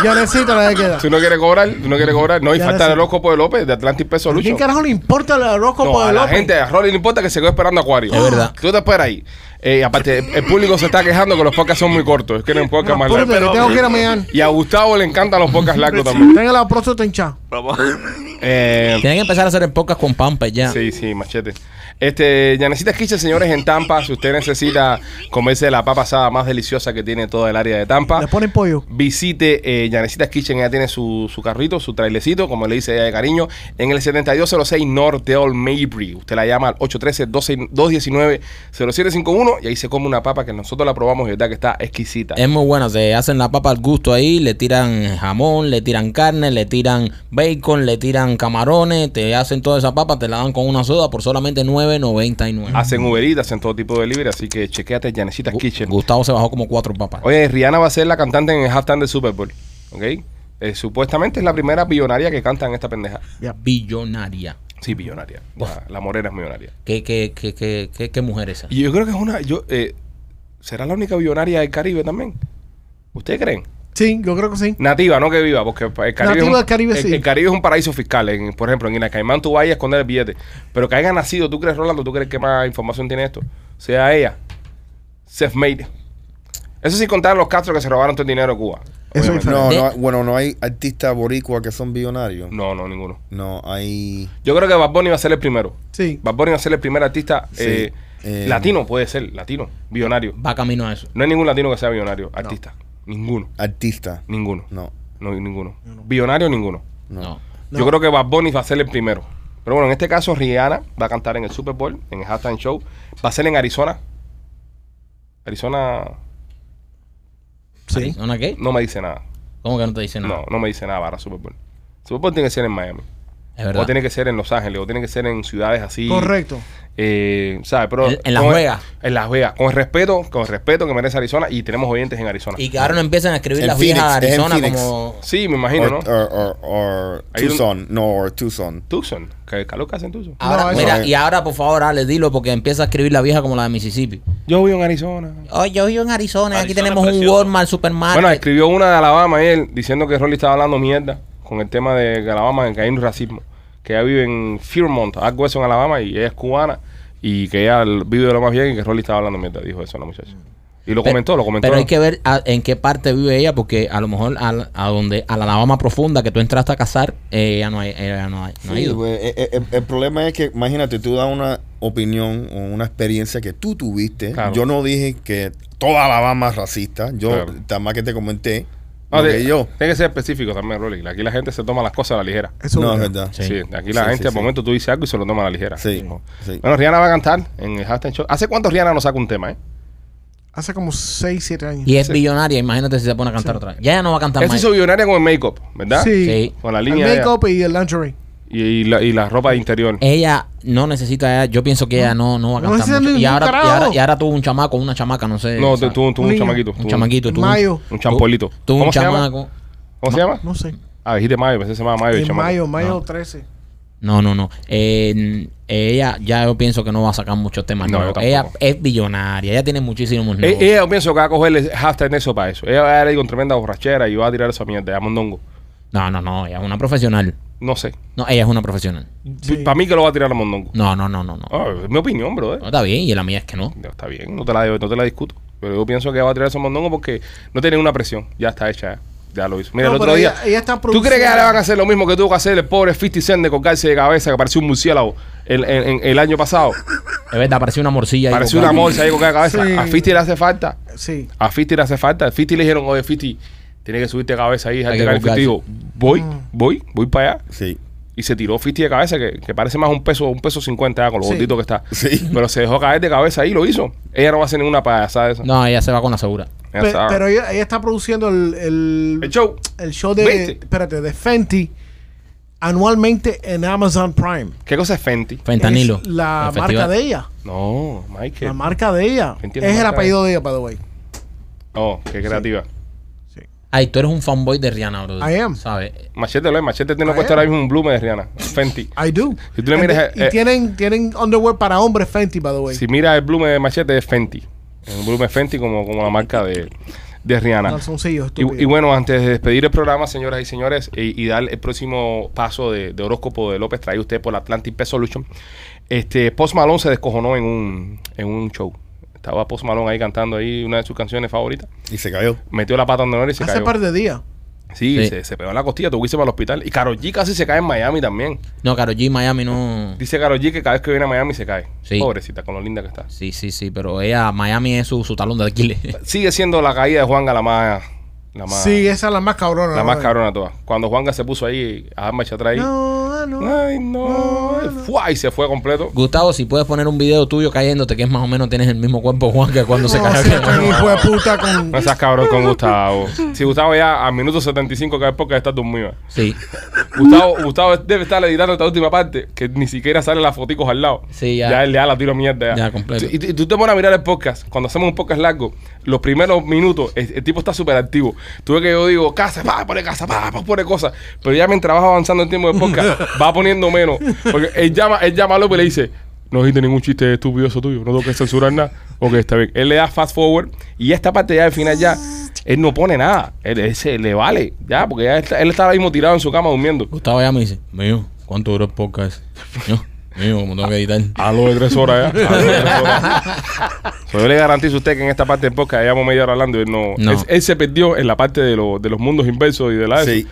Speaker 4: Ya necesito la de queda.
Speaker 1: Si no quiere cobrar, si no quiere cobrar. No, y
Speaker 4: Ya
Speaker 1: falta el
Speaker 4: sé.
Speaker 1: horóscopo de López, de Atlantic Peso
Speaker 4: ¿A
Speaker 1: Lucho.
Speaker 4: ¿Quién carajo le importa el horóscopo
Speaker 1: No,
Speaker 4: de
Speaker 1: a la
Speaker 4: López?
Speaker 1: gente, a Rolly no importa que se quedó esperando Acuario.
Speaker 2: Es verdad.
Speaker 1: Tú te esperas ahí. Eh, aparte, el público se está quejando que los podcasts son muy cortos. Es que no hay podcast más
Speaker 4: Apúrate,
Speaker 1: largo.
Speaker 4: que tengo que ir a Pues Miami.
Speaker 1: Y a Gustavo le encantan los podcasts largos también.
Speaker 4: Tengo la próstata hinchada.
Speaker 5: Vamos.
Speaker 1: Eh,
Speaker 2: Tienen que empezar a hacer el podcast con Pampa ya.
Speaker 1: Sí, sí, machete. Este, Yanecita Kitchen, señores, en Tampa, si usted necesita comerse la papa asada más deliciosa que tiene toda el área de Tampa,
Speaker 4: Le ponen pollo.
Speaker 1: visite eh, Yanecita's Kitchen, ella tiene su, su carrito, su trailecito, como le dice ella de cariño, en el 7206 North de Old Maybury. Usted la llama al 813-219-0751 y ahí se come una papa que nosotros la probamos y de verdad que está exquisita.
Speaker 2: Es muy bueno, se hacen la papa al gusto ahí, le tiran jamón, le tiran carne, le tiran bacon, le tiran camarones, te hacen toda esa papa, te la dan con una soda por solamente 9.99.
Speaker 1: Hacen uberitas, hacen todo tipo de delivery, así que chequeate Yanecita's
Speaker 2: Gu-
Speaker 1: Kitchen.
Speaker 2: Gustavo se bajó como cuatro papas.
Speaker 1: Oye, Rihanna va a ser la cantante en el halftime del Super Bowl. ¿Ok? Eh, supuestamente es la primera billonaria que canta en esta pendeja.
Speaker 2: Billonaria.
Speaker 1: Sí, billonaria. La, la morena es millonaria.
Speaker 2: ¿Qué, qué, qué, qué, qué, qué mujer esa?
Speaker 1: Y yo creo que es una. Yo, eh, ¿Será la única billonaria del Caribe también? ¿Ustedes creen?
Speaker 4: Sí, yo creo que sí.
Speaker 1: Nativa, no que viva, porque el Caribe, es
Speaker 4: Nativa
Speaker 1: un,
Speaker 4: del Caribe,
Speaker 1: el,
Speaker 4: sí.
Speaker 1: el Caribe es un paraíso fiscal. En- por ejemplo, en la Caimán tú vas ahí a esconder el billete. Pero que haya nacido, ¿tú crees, Rolando? ¿Tú crees que más información tiene esto? Sea ella, self-made. Eso sin contar los Castro que se robaron todo el dinero de Cuba.
Speaker 4: Eso es
Speaker 1: obviamente.
Speaker 3: No,
Speaker 2: De-
Speaker 3: no, bueno, no hay artistas boricua que son billonarios.
Speaker 1: no, no, ninguno.
Speaker 3: No, hay.
Speaker 1: Yo creo que Bad Bunny va a ser el primero.
Speaker 4: Sí.
Speaker 1: Bad Bunny va a ser el primer artista
Speaker 3: Sí.
Speaker 1: eh,
Speaker 3: Eh,
Speaker 1: latino, puede ser, latino, billonario.
Speaker 2: Va camino a eso.
Speaker 1: No hay ningún latino que sea billonario, artista. Ninguno,
Speaker 3: Artista.
Speaker 1: ninguno. No,
Speaker 3: No,
Speaker 1: hay ninguno. Billonario, ninguno.
Speaker 3: no.
Speaker 2: No.
Speaker 4: No.
Speaker 1: Yo creo que Bad Bunny va a ser el primero. Pero bueno, en este caso Rihanna va a cantar en el Super Bowl, en el halftime show. Va a ser en Arizona. Arizona
Speaker 4: Sí.
Speaker 2: ¿Una qué?
Speaker 1: no me dice nada.
Speaker 2: ¿Cómo que no te dicen
Speaker 1: No,
Speaker 2: nada?
Speaker 1: no, me dice nada para Super Bowl. Super Bowl tiene que ser en Miami.
Speaker 2: Es
Speaker 1: O
Speaker 2: verdad.
Speaker 1: tiene que ser en Los Ángeles, o tiene que ser en ciudades así.
Speaker 4: Correcto.
Speaker 1: Eh, ¿sabes? Pero
Speaker 2: En- en Las
Speaker 1: con-
Speaker 2: Vegas.
Speaker 1: En Las Vegas. Con respeto, con respeto que merece Arizona y tenemos oyentes en Arizona.
Speaker 2: Y que ahora no empiezan a escribir
Speaker 3: En
Speaker 2: las viejas de
Speaker 3: Phoenix, es en
Speaker 2: Arizona
Speaker 3: Phoenix.
Speaker 2: como...
Speaker 1: sí, me imagino,
Speaker 3: Or,
Speaker 1: ¿no?
Speaker 3: or- or- or
Speaker 1: Hay un-
Speaker 3: Tucson. No, or Tucson.
Speaker 1: Tucson. ¿Qué calor que hace en Tucson?
Speaker 2: Ahora,
Speaker 4: No, eso-
Speaker 2: mira, y ahora por favor, Ale, dilo porque empieza a escribir la vieja como la de Mississippi.
Speaker 1: Yo vivo en Arizona.
Speaker 2: Oh, yo vivo en Arizona, aquí
Speaker 5: Arizona
Speaker 2: tenemos
Speaker 5: es
Speaker 2: un
Speaker 5: precioso.
Speaker 2: Walmart, supermarket.
Speaker 1: Bueno, escribió una de Alabama él diciendo que Rolly estaba hablando mierda con el tema de que Alabama, que hay un racismo. Que ella vive en Fairmont, algo eso en Alabama, y ella es cubana y que ella vive de lo más bien y que Rolly estaba hablando mierda. Dijo eso la muchacha. Y lo
Speaker 2: Pe-
Speaker 1: comentó, lo comentó.
Speaker 2: Pero hay que ver a- en qué parte vive ella, porque a lo mejor al- a, donde, a la Alabama profunda que tú entraste a cazar, eh, ella no, ha- ella no ha- no ha
Speaker 3: Sí,
Speaker 2: ido.
Speaker 3: pues, eh, eh, el, problema es que, imagínate, tú das una opinión o una experiencia que tú tuviste.
Speaker 1: Claro.
Speaker 3: Yo no dije que toda Alabama es racista. Yo,
Speaker 1: Claro.
Speaker 3: tan más que te comenté,
Speaker 1: No,
Speaker 3: lo
Speaker 1: de-
Speaker 3: que yo.
Speaker 1: Tiene que ser específico también, Rolly. Aquí la gente se toma las cosas a la ligera.
Speaker 4: Eso
Speaker 3: No,
Speaker 4: es
Speaker 3: es
Speaker 4: verdad.
Speaker 3: verdad.
Speaker 1: Sí,
Speaker 2: Sí.
Speaker 1: aquí la
Speaker 3: Sí,
Speaker 1: gente
Speaker 3: sí,
Speaker 1: al
Speaker 3: sí.
Speaker 1: momento tú dices algo y se lo toma a la ligera.
Speaker 3: Sí,
Speaker 1: Ojo.
Speaker 3: sí.
Speaker 1: Bueno, Rihanna va a cantar en el hashtag show. ¿Hace cuánto Rihanna no saca un tema, eh?
Speaker 4: Hace como 6, 7 años.
Speaker 2: Y es billonaria, imagínate si se pone a cantar otra vez. Ya ella no va a cantar
Speaker 1: Él se
Speaker 2: más.
Speaker 1: hizo billonaria con el make-up, ¿verdad?
Speaker 4: Sí.
Speaker 2: Sí.
Speaker 1: Con la
Speaker 4: El
Speaker 1: línea de-
Speaker 4: make-up y el lingerie.
Speaker 1: y, y la, y la ropa de interior.
Speaker 3: Eh,
Speaker 2: Ella no necesita, yo pienso que ella no, no va a
Speaker 4: No
Speaker 2: cantar
Speaker 4: necesita
Speaker 2: mucho.
Speaker 4: ni
Speaker 2: Y
Speaker 4: un
Speaker 2: ahora, y,
Speaker 4: carajo.
Speaker 2: ahora, y ahora tuvo un chamaco, una chamaca, no sé.
Speaker 1: no,
Speaker 2: o sea,
Speaker 1: tú, tú- tú
Speaker 4: Un
Speaker 1: un
Speaker 4: niño.
Speaker 1: chamaquito. tú
Speaker 2: un chamaquito. tú-
Speaker 4: Mayo.
Speaker 1: Un champolito.
Speaker 2: Tuvo un
Speaker 1: ¿Cómo se llama?
Speaker 2: chamaco.
Speaker 1: ¿Cómo se llama?
Speaker 4: No sé.
Speaker 1: Ah, dijiste Mayo, pensé que se llamaba Mayo. el
Speaker 4: En
Speaker 1: chamaco.
Speaker 4: mayo, mayo
Speaker 2: No.
Speaker 4: 13.
Speaker 2: No, no, no. Eh, ella ya yo pienso que no va a sacar muchos temas.
Speaker 1: No,
Speaker 2: nuevos.
Speaker 1: yo
Speaker 2: ella
Speaker 1: tampoco.
Speaker 2: es billonaria, ella tiene muchísimos
Speaker 1: Eh,
Speaker 2: nuevos.
Speaker 1: ella yo pienso que va a coger el hashtag en eso para eso. Ella va a ir ahí con tremenda borrachera y va a tirar esa mierda. Ya mondongo.
Speaker 2: No, no, no, ella es una profesional.
Speaker 1: No sé.
Speaker 2: No, ella es una profesional.
Speaker 4: Sí.
Speaker 1: Para mí que lo va a tirar a mondongo.
Speaker 2: No, no, no, no, no.
Speaker 1: Ah, es mi opinión, brother.
Speaker 2: No, está bien, y la mía es que no.
Speaker 1: No, está bien, no te, la, no te la discuto. Pero yo pienso que va a tirar esos mondongos porque no tiene una presión. Ya está hecha, ya, Ya lo hizo. Mira, el
Speaker 4: No,
Speaker 1: otro
Speaker 4: pero
Speaker 1: día.
Speaker 4: ella- ella
Speaker 1: ¿Tú
Speaker 4: está
Speaker 1: crees que
Speaker 4: producida.
Speaker 1: ahora van a hacer lo mismo que tuvo que hacer el pobre 50 Cent de colgarse de cabeza que pareció un murciélago el, en- en- el año pasado?
Speaker 2: Es verdad, parecía una morcilla. ahí
Speaker 1: pareció
Speaker 2: colgada.
Speaker 1: una morsa ahí colgada de cabeza.
Speaker 4: Sí.
Speaker 1: A 50 le hace falta.
Speaker 4: Sí.
Speaker 1: A 50 le hace falta. A 50 le dijeron, oye, 50, tienes que subirte de cabeza ahí.
Speaker 2: Hay
Speaker 1: dejarte
Speaker 2: que
Speaker 1: caer". Y
Speaker 4: Mm.
Speaker 2: colgarse.
Speaker 1: dijo, Voy, voy, voy para allá.
Speaker 3: Sí.
Speaker 1: y se tiró 50 de cabeza, que, que parece más un peso, un peso 50 ya, con lo
Speaker 4: Sí.
Speaker 1: gordito que está.
Speaker 3: Sí.
Speaker 1: Pero se dejó caer de cabeza ahí y lo hizo. Ella no va a hacer ninguna payasada de esa.
Speaker 2: No, ella se va con la segura.
Speaker 1: Ya
Speaker 4: Pe-
Speaker 1: sabe.
Speaker 4: pero ella, ella está produciendo el, el,
Speaker 1: el show.
Speaker 4: el show de,
Speaker 1: ¿Viste?
Speaker 4: espérate, de Fenty anualmente en Amazon Prime.
Speaker 1: ¿Qué cosa es Fenty?
Speaker 2: Fentanilo.
Speaker 4: Es la
Speaker 2: El
Speaker 4: marca
Speaker 2: festival.
Speaker 4: de ella.
Speaker 1: No, Michael.
Speaker 4: La marca de ella.
Speaker 1: Fenty es la
Speaker 4: es el
Speaker 1: marca de
Speaker 4: apellido de ella, by the way.
Speaker 1: Oh, qué creativa.
Speaker 2: Ay, tú eres un fanboy de Rihanna, bro.
Speaker 4: I am.
Speaker 2: ¿Sabes?
Speaker 1: Machete lo es. Machete tiene
Speaker 4: Ah,
Speaker 1: puesto
Speaker 4: ¿eh?
Speaker 1: ahora mismo un blume de Rihanna. Fenty.
Speaker 4: I do.
Speaker 1: Si tú le miras,
Speaker 4: y
Speaker 1: eh,
Speaker 4: tienen, tienen underwear para hombres Fenty, by the way.
Speaker 1: Si mira el blume de Machete es Fenty. El blume Fenty como, como la marca de, de Rihanna.
Speaker 4: Calzoncillos,
Speaker 1: Y,
Speaker 4: estúpido.
Speaker 1: y bueno, antes de despedir el programa, señoras y señores, y, y dar el próximo paso de, de horóscopo de López, trae usted por la Atlantic Pest Solution. Este, Post Malone se descojonó en un, en un show. Estaba Post Malone ahí cantando ahí una de sus canciones favoritas.
Speaker 3: Y se cayó.
Speaker 1: Metió la pata donde no era y se
Speaker 4: Hace
Speaker 1: cayó.
Speaker 4: par de días.
Speaker 1: Sí,
Speaker 2: Sí.
Speaker 1: Se, se pegó en la costilla, tuvo que irse para el hospital. Y Karol G casi se cae en Miami también.
Speaker 2: No, Karol G, Miami no.
Speaker 1: Dice Karol G que cada vez que viene a Miami se cae.
Speaker 2: Sí.
Speaker 1: Pobrecita, con lo linda que está.
Speaker 2: Sí, sí, sí, pero ella, Miami es su, su talón de Aquiles.
Speaker 1: Sigue siendo la caída de Juanga la más... La más,
Speaker 4: Sí, esa es la más cabrona.
Speaker 1: la más
Speaker 4: brother.
Speaker 1: cabrona de todas. Cuando Juanga se puso ahí a darme atrás ahí.
Speaker 4: No, ah, no.
Speaker 1: Ay, no. Fua, y se fue completo.
Speaker 2: Gustavo, si puedes poner un video tuyo cayéndote, que es más o menos tienes el mismo cuerpo, Juan, que cuando se
Speaker 4: No,
Speaker 2: cayó.
Speaker 4: sí, tan hijo de puta con...
Speaker 1: No seas cabrón con Gustavo. Si Gustavo ya a minuto 75 cada época está dormido.
Speaker 2: Sí,
Speaker 1: Gustavo, Gustavo debe estar editando esta última parte, que ni siquiera salen las foticos al lado.
Speaker 2: Sí, ya.
Speaker 1: Ya él le da la tiro mierda.
Speaker 2: Ya, completo.
Speaker 1: Y, y tú te pones a mirar el podcast. Cuando hacemos un podcast largo, los primeros minutos, el, el tipo está súper activo. Tú ves que yo digo, casa, pa, pone casa, pa, pa, pone cosas. Pero ya mientras vas avanzando el tiempo del podcast, va poniendo menos. Porque él llama, él llama a López y le dice, no dijiste ningún chiste estúpido eso tuyo, no tengo que censurar nada. Ok, está bien. Él le da fast forward y esta parte ya al final ya, él no pone nada. Él, él se le vale, ya, porque ya está- él está ahora mismo tirado en su cama durmiendo.
Speaker 2: Gustavo ya me dice, mío, ¿cuánto duró el podcast? Mío, mío, como tengo que editar.
Speaker 1: A lo de tres horas ya. A lo de tres horas. So, yo le garantizo a usted que en esta parte del podcast llevamos media hora hablando. y Él, no,
Speaker 2: No.
Speaker 1: Él, él se perdió en la parte de, lo- de los mundos inversos y de la...
Speaker 3: Sí.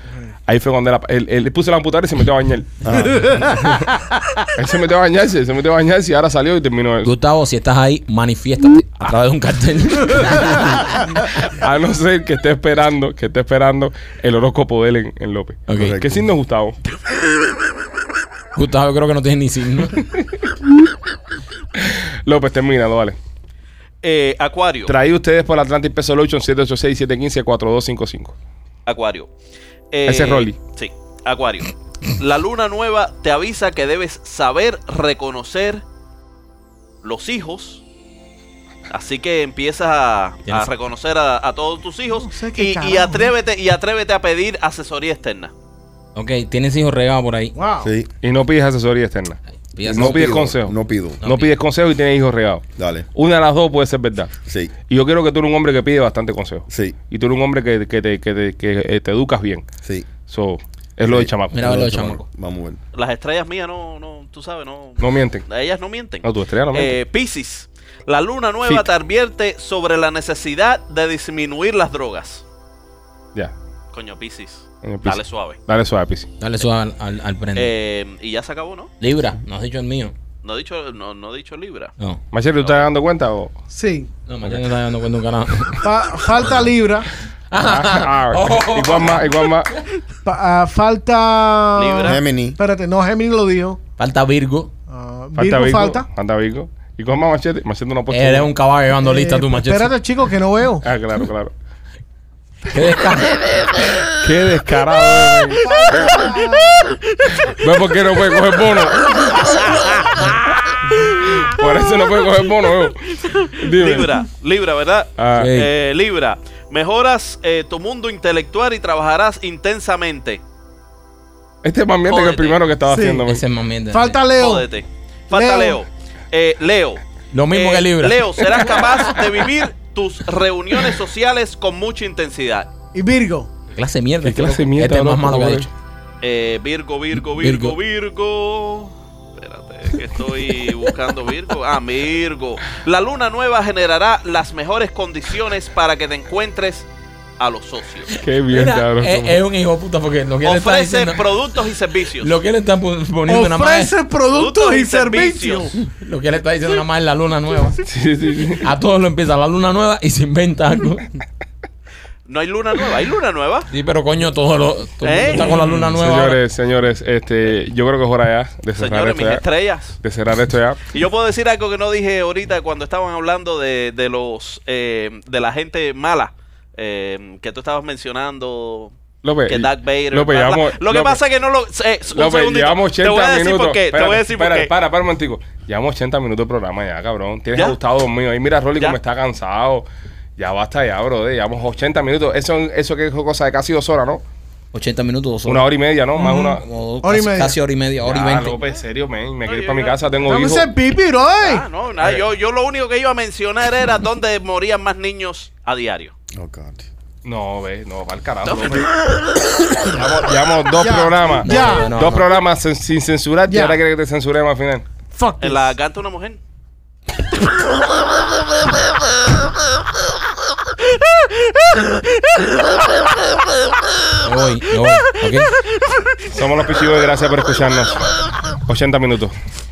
Speaker 1: Ahí fue cuando él, él- él puso la computadora y se metió a bañar. él se metió a bañarse, se metió a bañarse y ahora salió y terminó él.
Speaker 2: Gustavo, si estás ahí, manifiéstate a través de un cartel.
Speaker 1: A no ser que esté esperando, que esté esperando el horóscopo de él en, en López.
Speaker 2: Ok.
Speaker 1: Correcto. ¿Qué signo es Gustavo?
Speaker 2: Gustavo, creo que no tiene ni signo.
Speaker 1: López, termínalo, vale.
Speaker 5: Eh, Acuario.
Speaker 1: Traído ustedes por Atlantic Pest Solution 786-715-4255.
Speaker 5: Acuario. Eh,
Speaker 1: Ese es Rolly.
Speaker 5: Sí, Acuario. La luna nueva te avisa que debes saber reconocer los hijos. Así que empiezas a,
Speaker 2: Tienes-
Speaker 5: a reconocer a, a todos tus hijos
Speaker 4: No sé qué
Speaker 5: y, y
Speaker 4: carajo.
Speaker 5: atrévete y atrévete a pedir asesoría externa.
Speaker 2: Ok, tienes hijos regados por ahí.
Speaker 4: Wow.
Speaker 3: Sí.
Speaker 1: Y no pides asesoría externa.
Speaker 2: Pide
Speaker 1: No
Speaker 2: asesoría.
Speaker 1: pides
Speaker 3: pido,
Speaker 1: consejo.
Speaker 3: No pido.
Speaker 1: No, No pides consejo y tienes hijos regados.
Speaker 3: Dale.
Speaker 1: Una de las dos puede ser verdad.
Speaker 3: Sí.
Speaker 1: Y yo quiero que tú eres un hombre que pide bastante consejo.
Speaker 3: Sí.
Speaker 1: Y tú eres un hombre que, que te, que te- que, eh, te educas bien.
Speaker 3: Sí.
Speaker 1: So, es lo de chamaco.
Speaker 2: Mira, lo de chamaco.
Speaker 3: Vamos a ver.
Speaker 5: Las estrellas mías no, no, tú sabes, no.
Speaker 1: No mienten.
Speaker 5: Ellas no mienten.
Speaker 1: No, tu estrella no miente.
Speaker 5: Eh, Piscis, la luna nueva
Speaker 1: Fit.
Speaker 5: te advierte sobre la necesidad de disminuir las drogas.
Speaker 1: ya.
Speaker 5: Coño, Piscis.
Speaker 1: Coño, Piscis.
Speaker 5: Dale suave.
Speaker 1: Dale suave, Pisi.
Speaker 2: Dale suave al, al, al prende.
Speaker 5: Eh, y ya se acabó, ¿no?
Speaker 2: Libra, no has dicho el mío.
Speaker 5: No he dicho, no, no he dicho Libra.
Speaker 2: No,
Speaker 1: Machete, ¿tú estás dando cuenta o...?
Speaker 4: Sí.
Speaker 2: no, me tengo que estar dando cuenta un carajo.
Speaker 4: Fa- falta Libra.
Speaker 1: Ah,
Speaker 2: Oh.
Speaker 1: igual más, igual más.
Speaker 4: Pa- ah, falta...
Speaker 5: Libra.
Speaker 3: Gemini.
Speaker 4: Espérate, no, Gemini lo dijo.
Speaker 2: Falta Virgo.
Speaker 4: Ah,
Speaker 1: Falta
Speaker 4: Virgo
Speaker 1: Vico.
Speaker 4: falta.
Speaker 1: Falta Vico. Igual más, Machete. Machete no ha puesto...
Speaker 2: Eres
Speaker 1: uno.
Speaker 2: un caballo llevando lista
Speaker 4: Eh,
Speaker 2: tú, machete.
Speaker 4: Espérate, chicos, que no veo.
Speaker 1: Ah, claro, claro.
Speaker 2: Qué descaro.
Speaker 1: Qué descarado. eres. ¿Ves por qué no puede coger bono? Por eso no puede coger bono, veo. Dime.
Speaker 5: Libra, Libra, ¿verdad?
Speaker 1: Ah,
Speaker 2: Sí.
Speaker 5: Eh, Libra, mejoras eh, tu mundo intelectual y trabajarás intensamente.
Speaker 1: Este es más ambiente que el
Speaker 5: Jódete.
Speaker 1: primero que estaba
Speaker 4: Sí.
Speaker 1: haciendo.
Speaker 2: Ese es más mierda.
Speaker 4: Falta Leo.
Speaker 5: Jódete. Falta Leo.
Speaker 4: Leo.
Speaker 5: Eh, Leo.
Speaker 2: Lo mismo
Speaker 5: eh,
Speaker 2: que Libra.
Speaker 5: Leo, serás capaz de vivir tus reuniones sociales con mucha intensidad.
Speaker 4: Y Virgo.
Speaker 2: Qué clase de mierda.
Speaker 1: Qué
Speaker 2: este
Speaker 1: clase de
Speaker 2: loco.
Speaker 1: mierda,
Speaker 2: Este es más
Speaker 1: loco,
Speaker 2: malo que ha
Speaker 1: bro.
Speaker 2: dicho.
Speaker 5: Eh, Virgo, Virgo, Virgo,
Speaker 2: Virgo.
Speaker 5: Virgo. Espérate, que estoy buscando Virgo. Ah, Virgo. La luna nueva generará las mejores condiciones para que te encuentres a los socios.
Speaker 1: Qué bien,
Speaker 2: Mira,
Speaker 1: cabrón.
Speaker 2: es,
Speaker 5: eh,
Speaker 2: es un hijo de puta porque lo que él está
Speaker 5: Ofrece
Speaker 2: diciendo.
Speaker 5: productos y servicios.
Speaker 2: Lo que él está pu- poniendo nada más. es-
Speaker 4: Ofrece productos y servicios.
Speaker 2: Lo que él está diciendo nada más es la luna nueva.
Speaker 1: Sí, sí, sí.
Speaker 2: A todos lo empieza la luna nueva y se inventa algo.
Speaker 5: No hay luna nueva, hay luna nueva.
Speaker 2: Sí, pero coño, todo lo. todo el mundo
Speaker 5: ¿Eh?
Speaker 2: está con la luna nueva.
Speaker 1: Señores, señores, este, yo creo que es hora ya de cerrar
Speaker 5: Señores, mis
Speaker 1: esto ya.
Speaker 5: estrellas.
Speaker 1: De cerrar esto ya.
Speaker 5: Y yo puedo decir algo que no dije ahorita cuando estaban hablando de, de los eh, de la gente mala eh, que tú estabas mencionando.
Speaker 1: López,
Speaker 5: que Darth Vader.
Speaker 1: López,
Speaker 5: bla, bla.
Speaker 1: llevamos-
Speaker 5: lo que
Speaker 1: López.
Speaker 5: pasa es que no lo. eh, un
Speaker 1: López,
Speaker 5: segundito.
Speaker 1: llevamos 80
Speaker 5: te voy a decir
Speaker 1: minutos.
Speaker 5: por qué. te
Speaker 1: Espérate,
Speaker 5: voy a decir
Speaker 1: espérate,
Speaker 5: por qué.
Speaker 1: Para, para un momentico. Llevamos 80 minutos de programa ya, cabrón. Tienes
Speaker 5: ¿Ya?
Speaker 1: ajustado dormido. Ahí mira, Rolly,
Speaker 5: ¿Ya?
Speaker 1: como está cansado. Ya basta ya, bro. Llevamos 80 minutos. Eso, eso que es cosa de casi dos horas, ¿no?
Speaker 2: 80 minutos, dos horas.
Speaker 1: Una hora y media, ¿no? Más una.
Speaker 2: Como
Speaker 4: Hora y
Speaker 2: casi-
Speaker 4: media.
Speaker 2: Casi hora y media, hora y
Speaker 1: Ya,
Speaker 2: veinte.
Speaker 1: López, serio, man. Me
Speaker 5: No,
Speaker 1: quiero ir
Speaker 5: yo-
Speaker 1: para mi
Speaker 5: yo-
Speaker 1: casa, tengo
Speaker 4: Vamos
Speaker 1: hijos.
Speaker 4: a hacer pipi, bro. eh.
Speaker 5: Ah, no, nada, yo, yo lo único que iba a mencionar era dónde morían más niños a diario.
Speaker 3: Oh, God.
Speaker 1: No, ve, no, va al carajo. López. llevamos, llevamos dos
Speaker 4: Ya,
Speaker 1: programas.
Speaker 4: ya.
Speaker 1: dos
Speaker 2: No, no, no.
Speaker 1: programas sen- sin censurar. Y
Speaker 4: Ya.
Speaker 1: ahora quiere que te censuremos al final.
Speaker 4: Fuck.
Speaker 5: En la canta una mujer.
Speaker 2: Me voy, me voy. ¿ok?
Speaker 1: Somos los pichivos. Gracias por escucharnos. 80 minutos.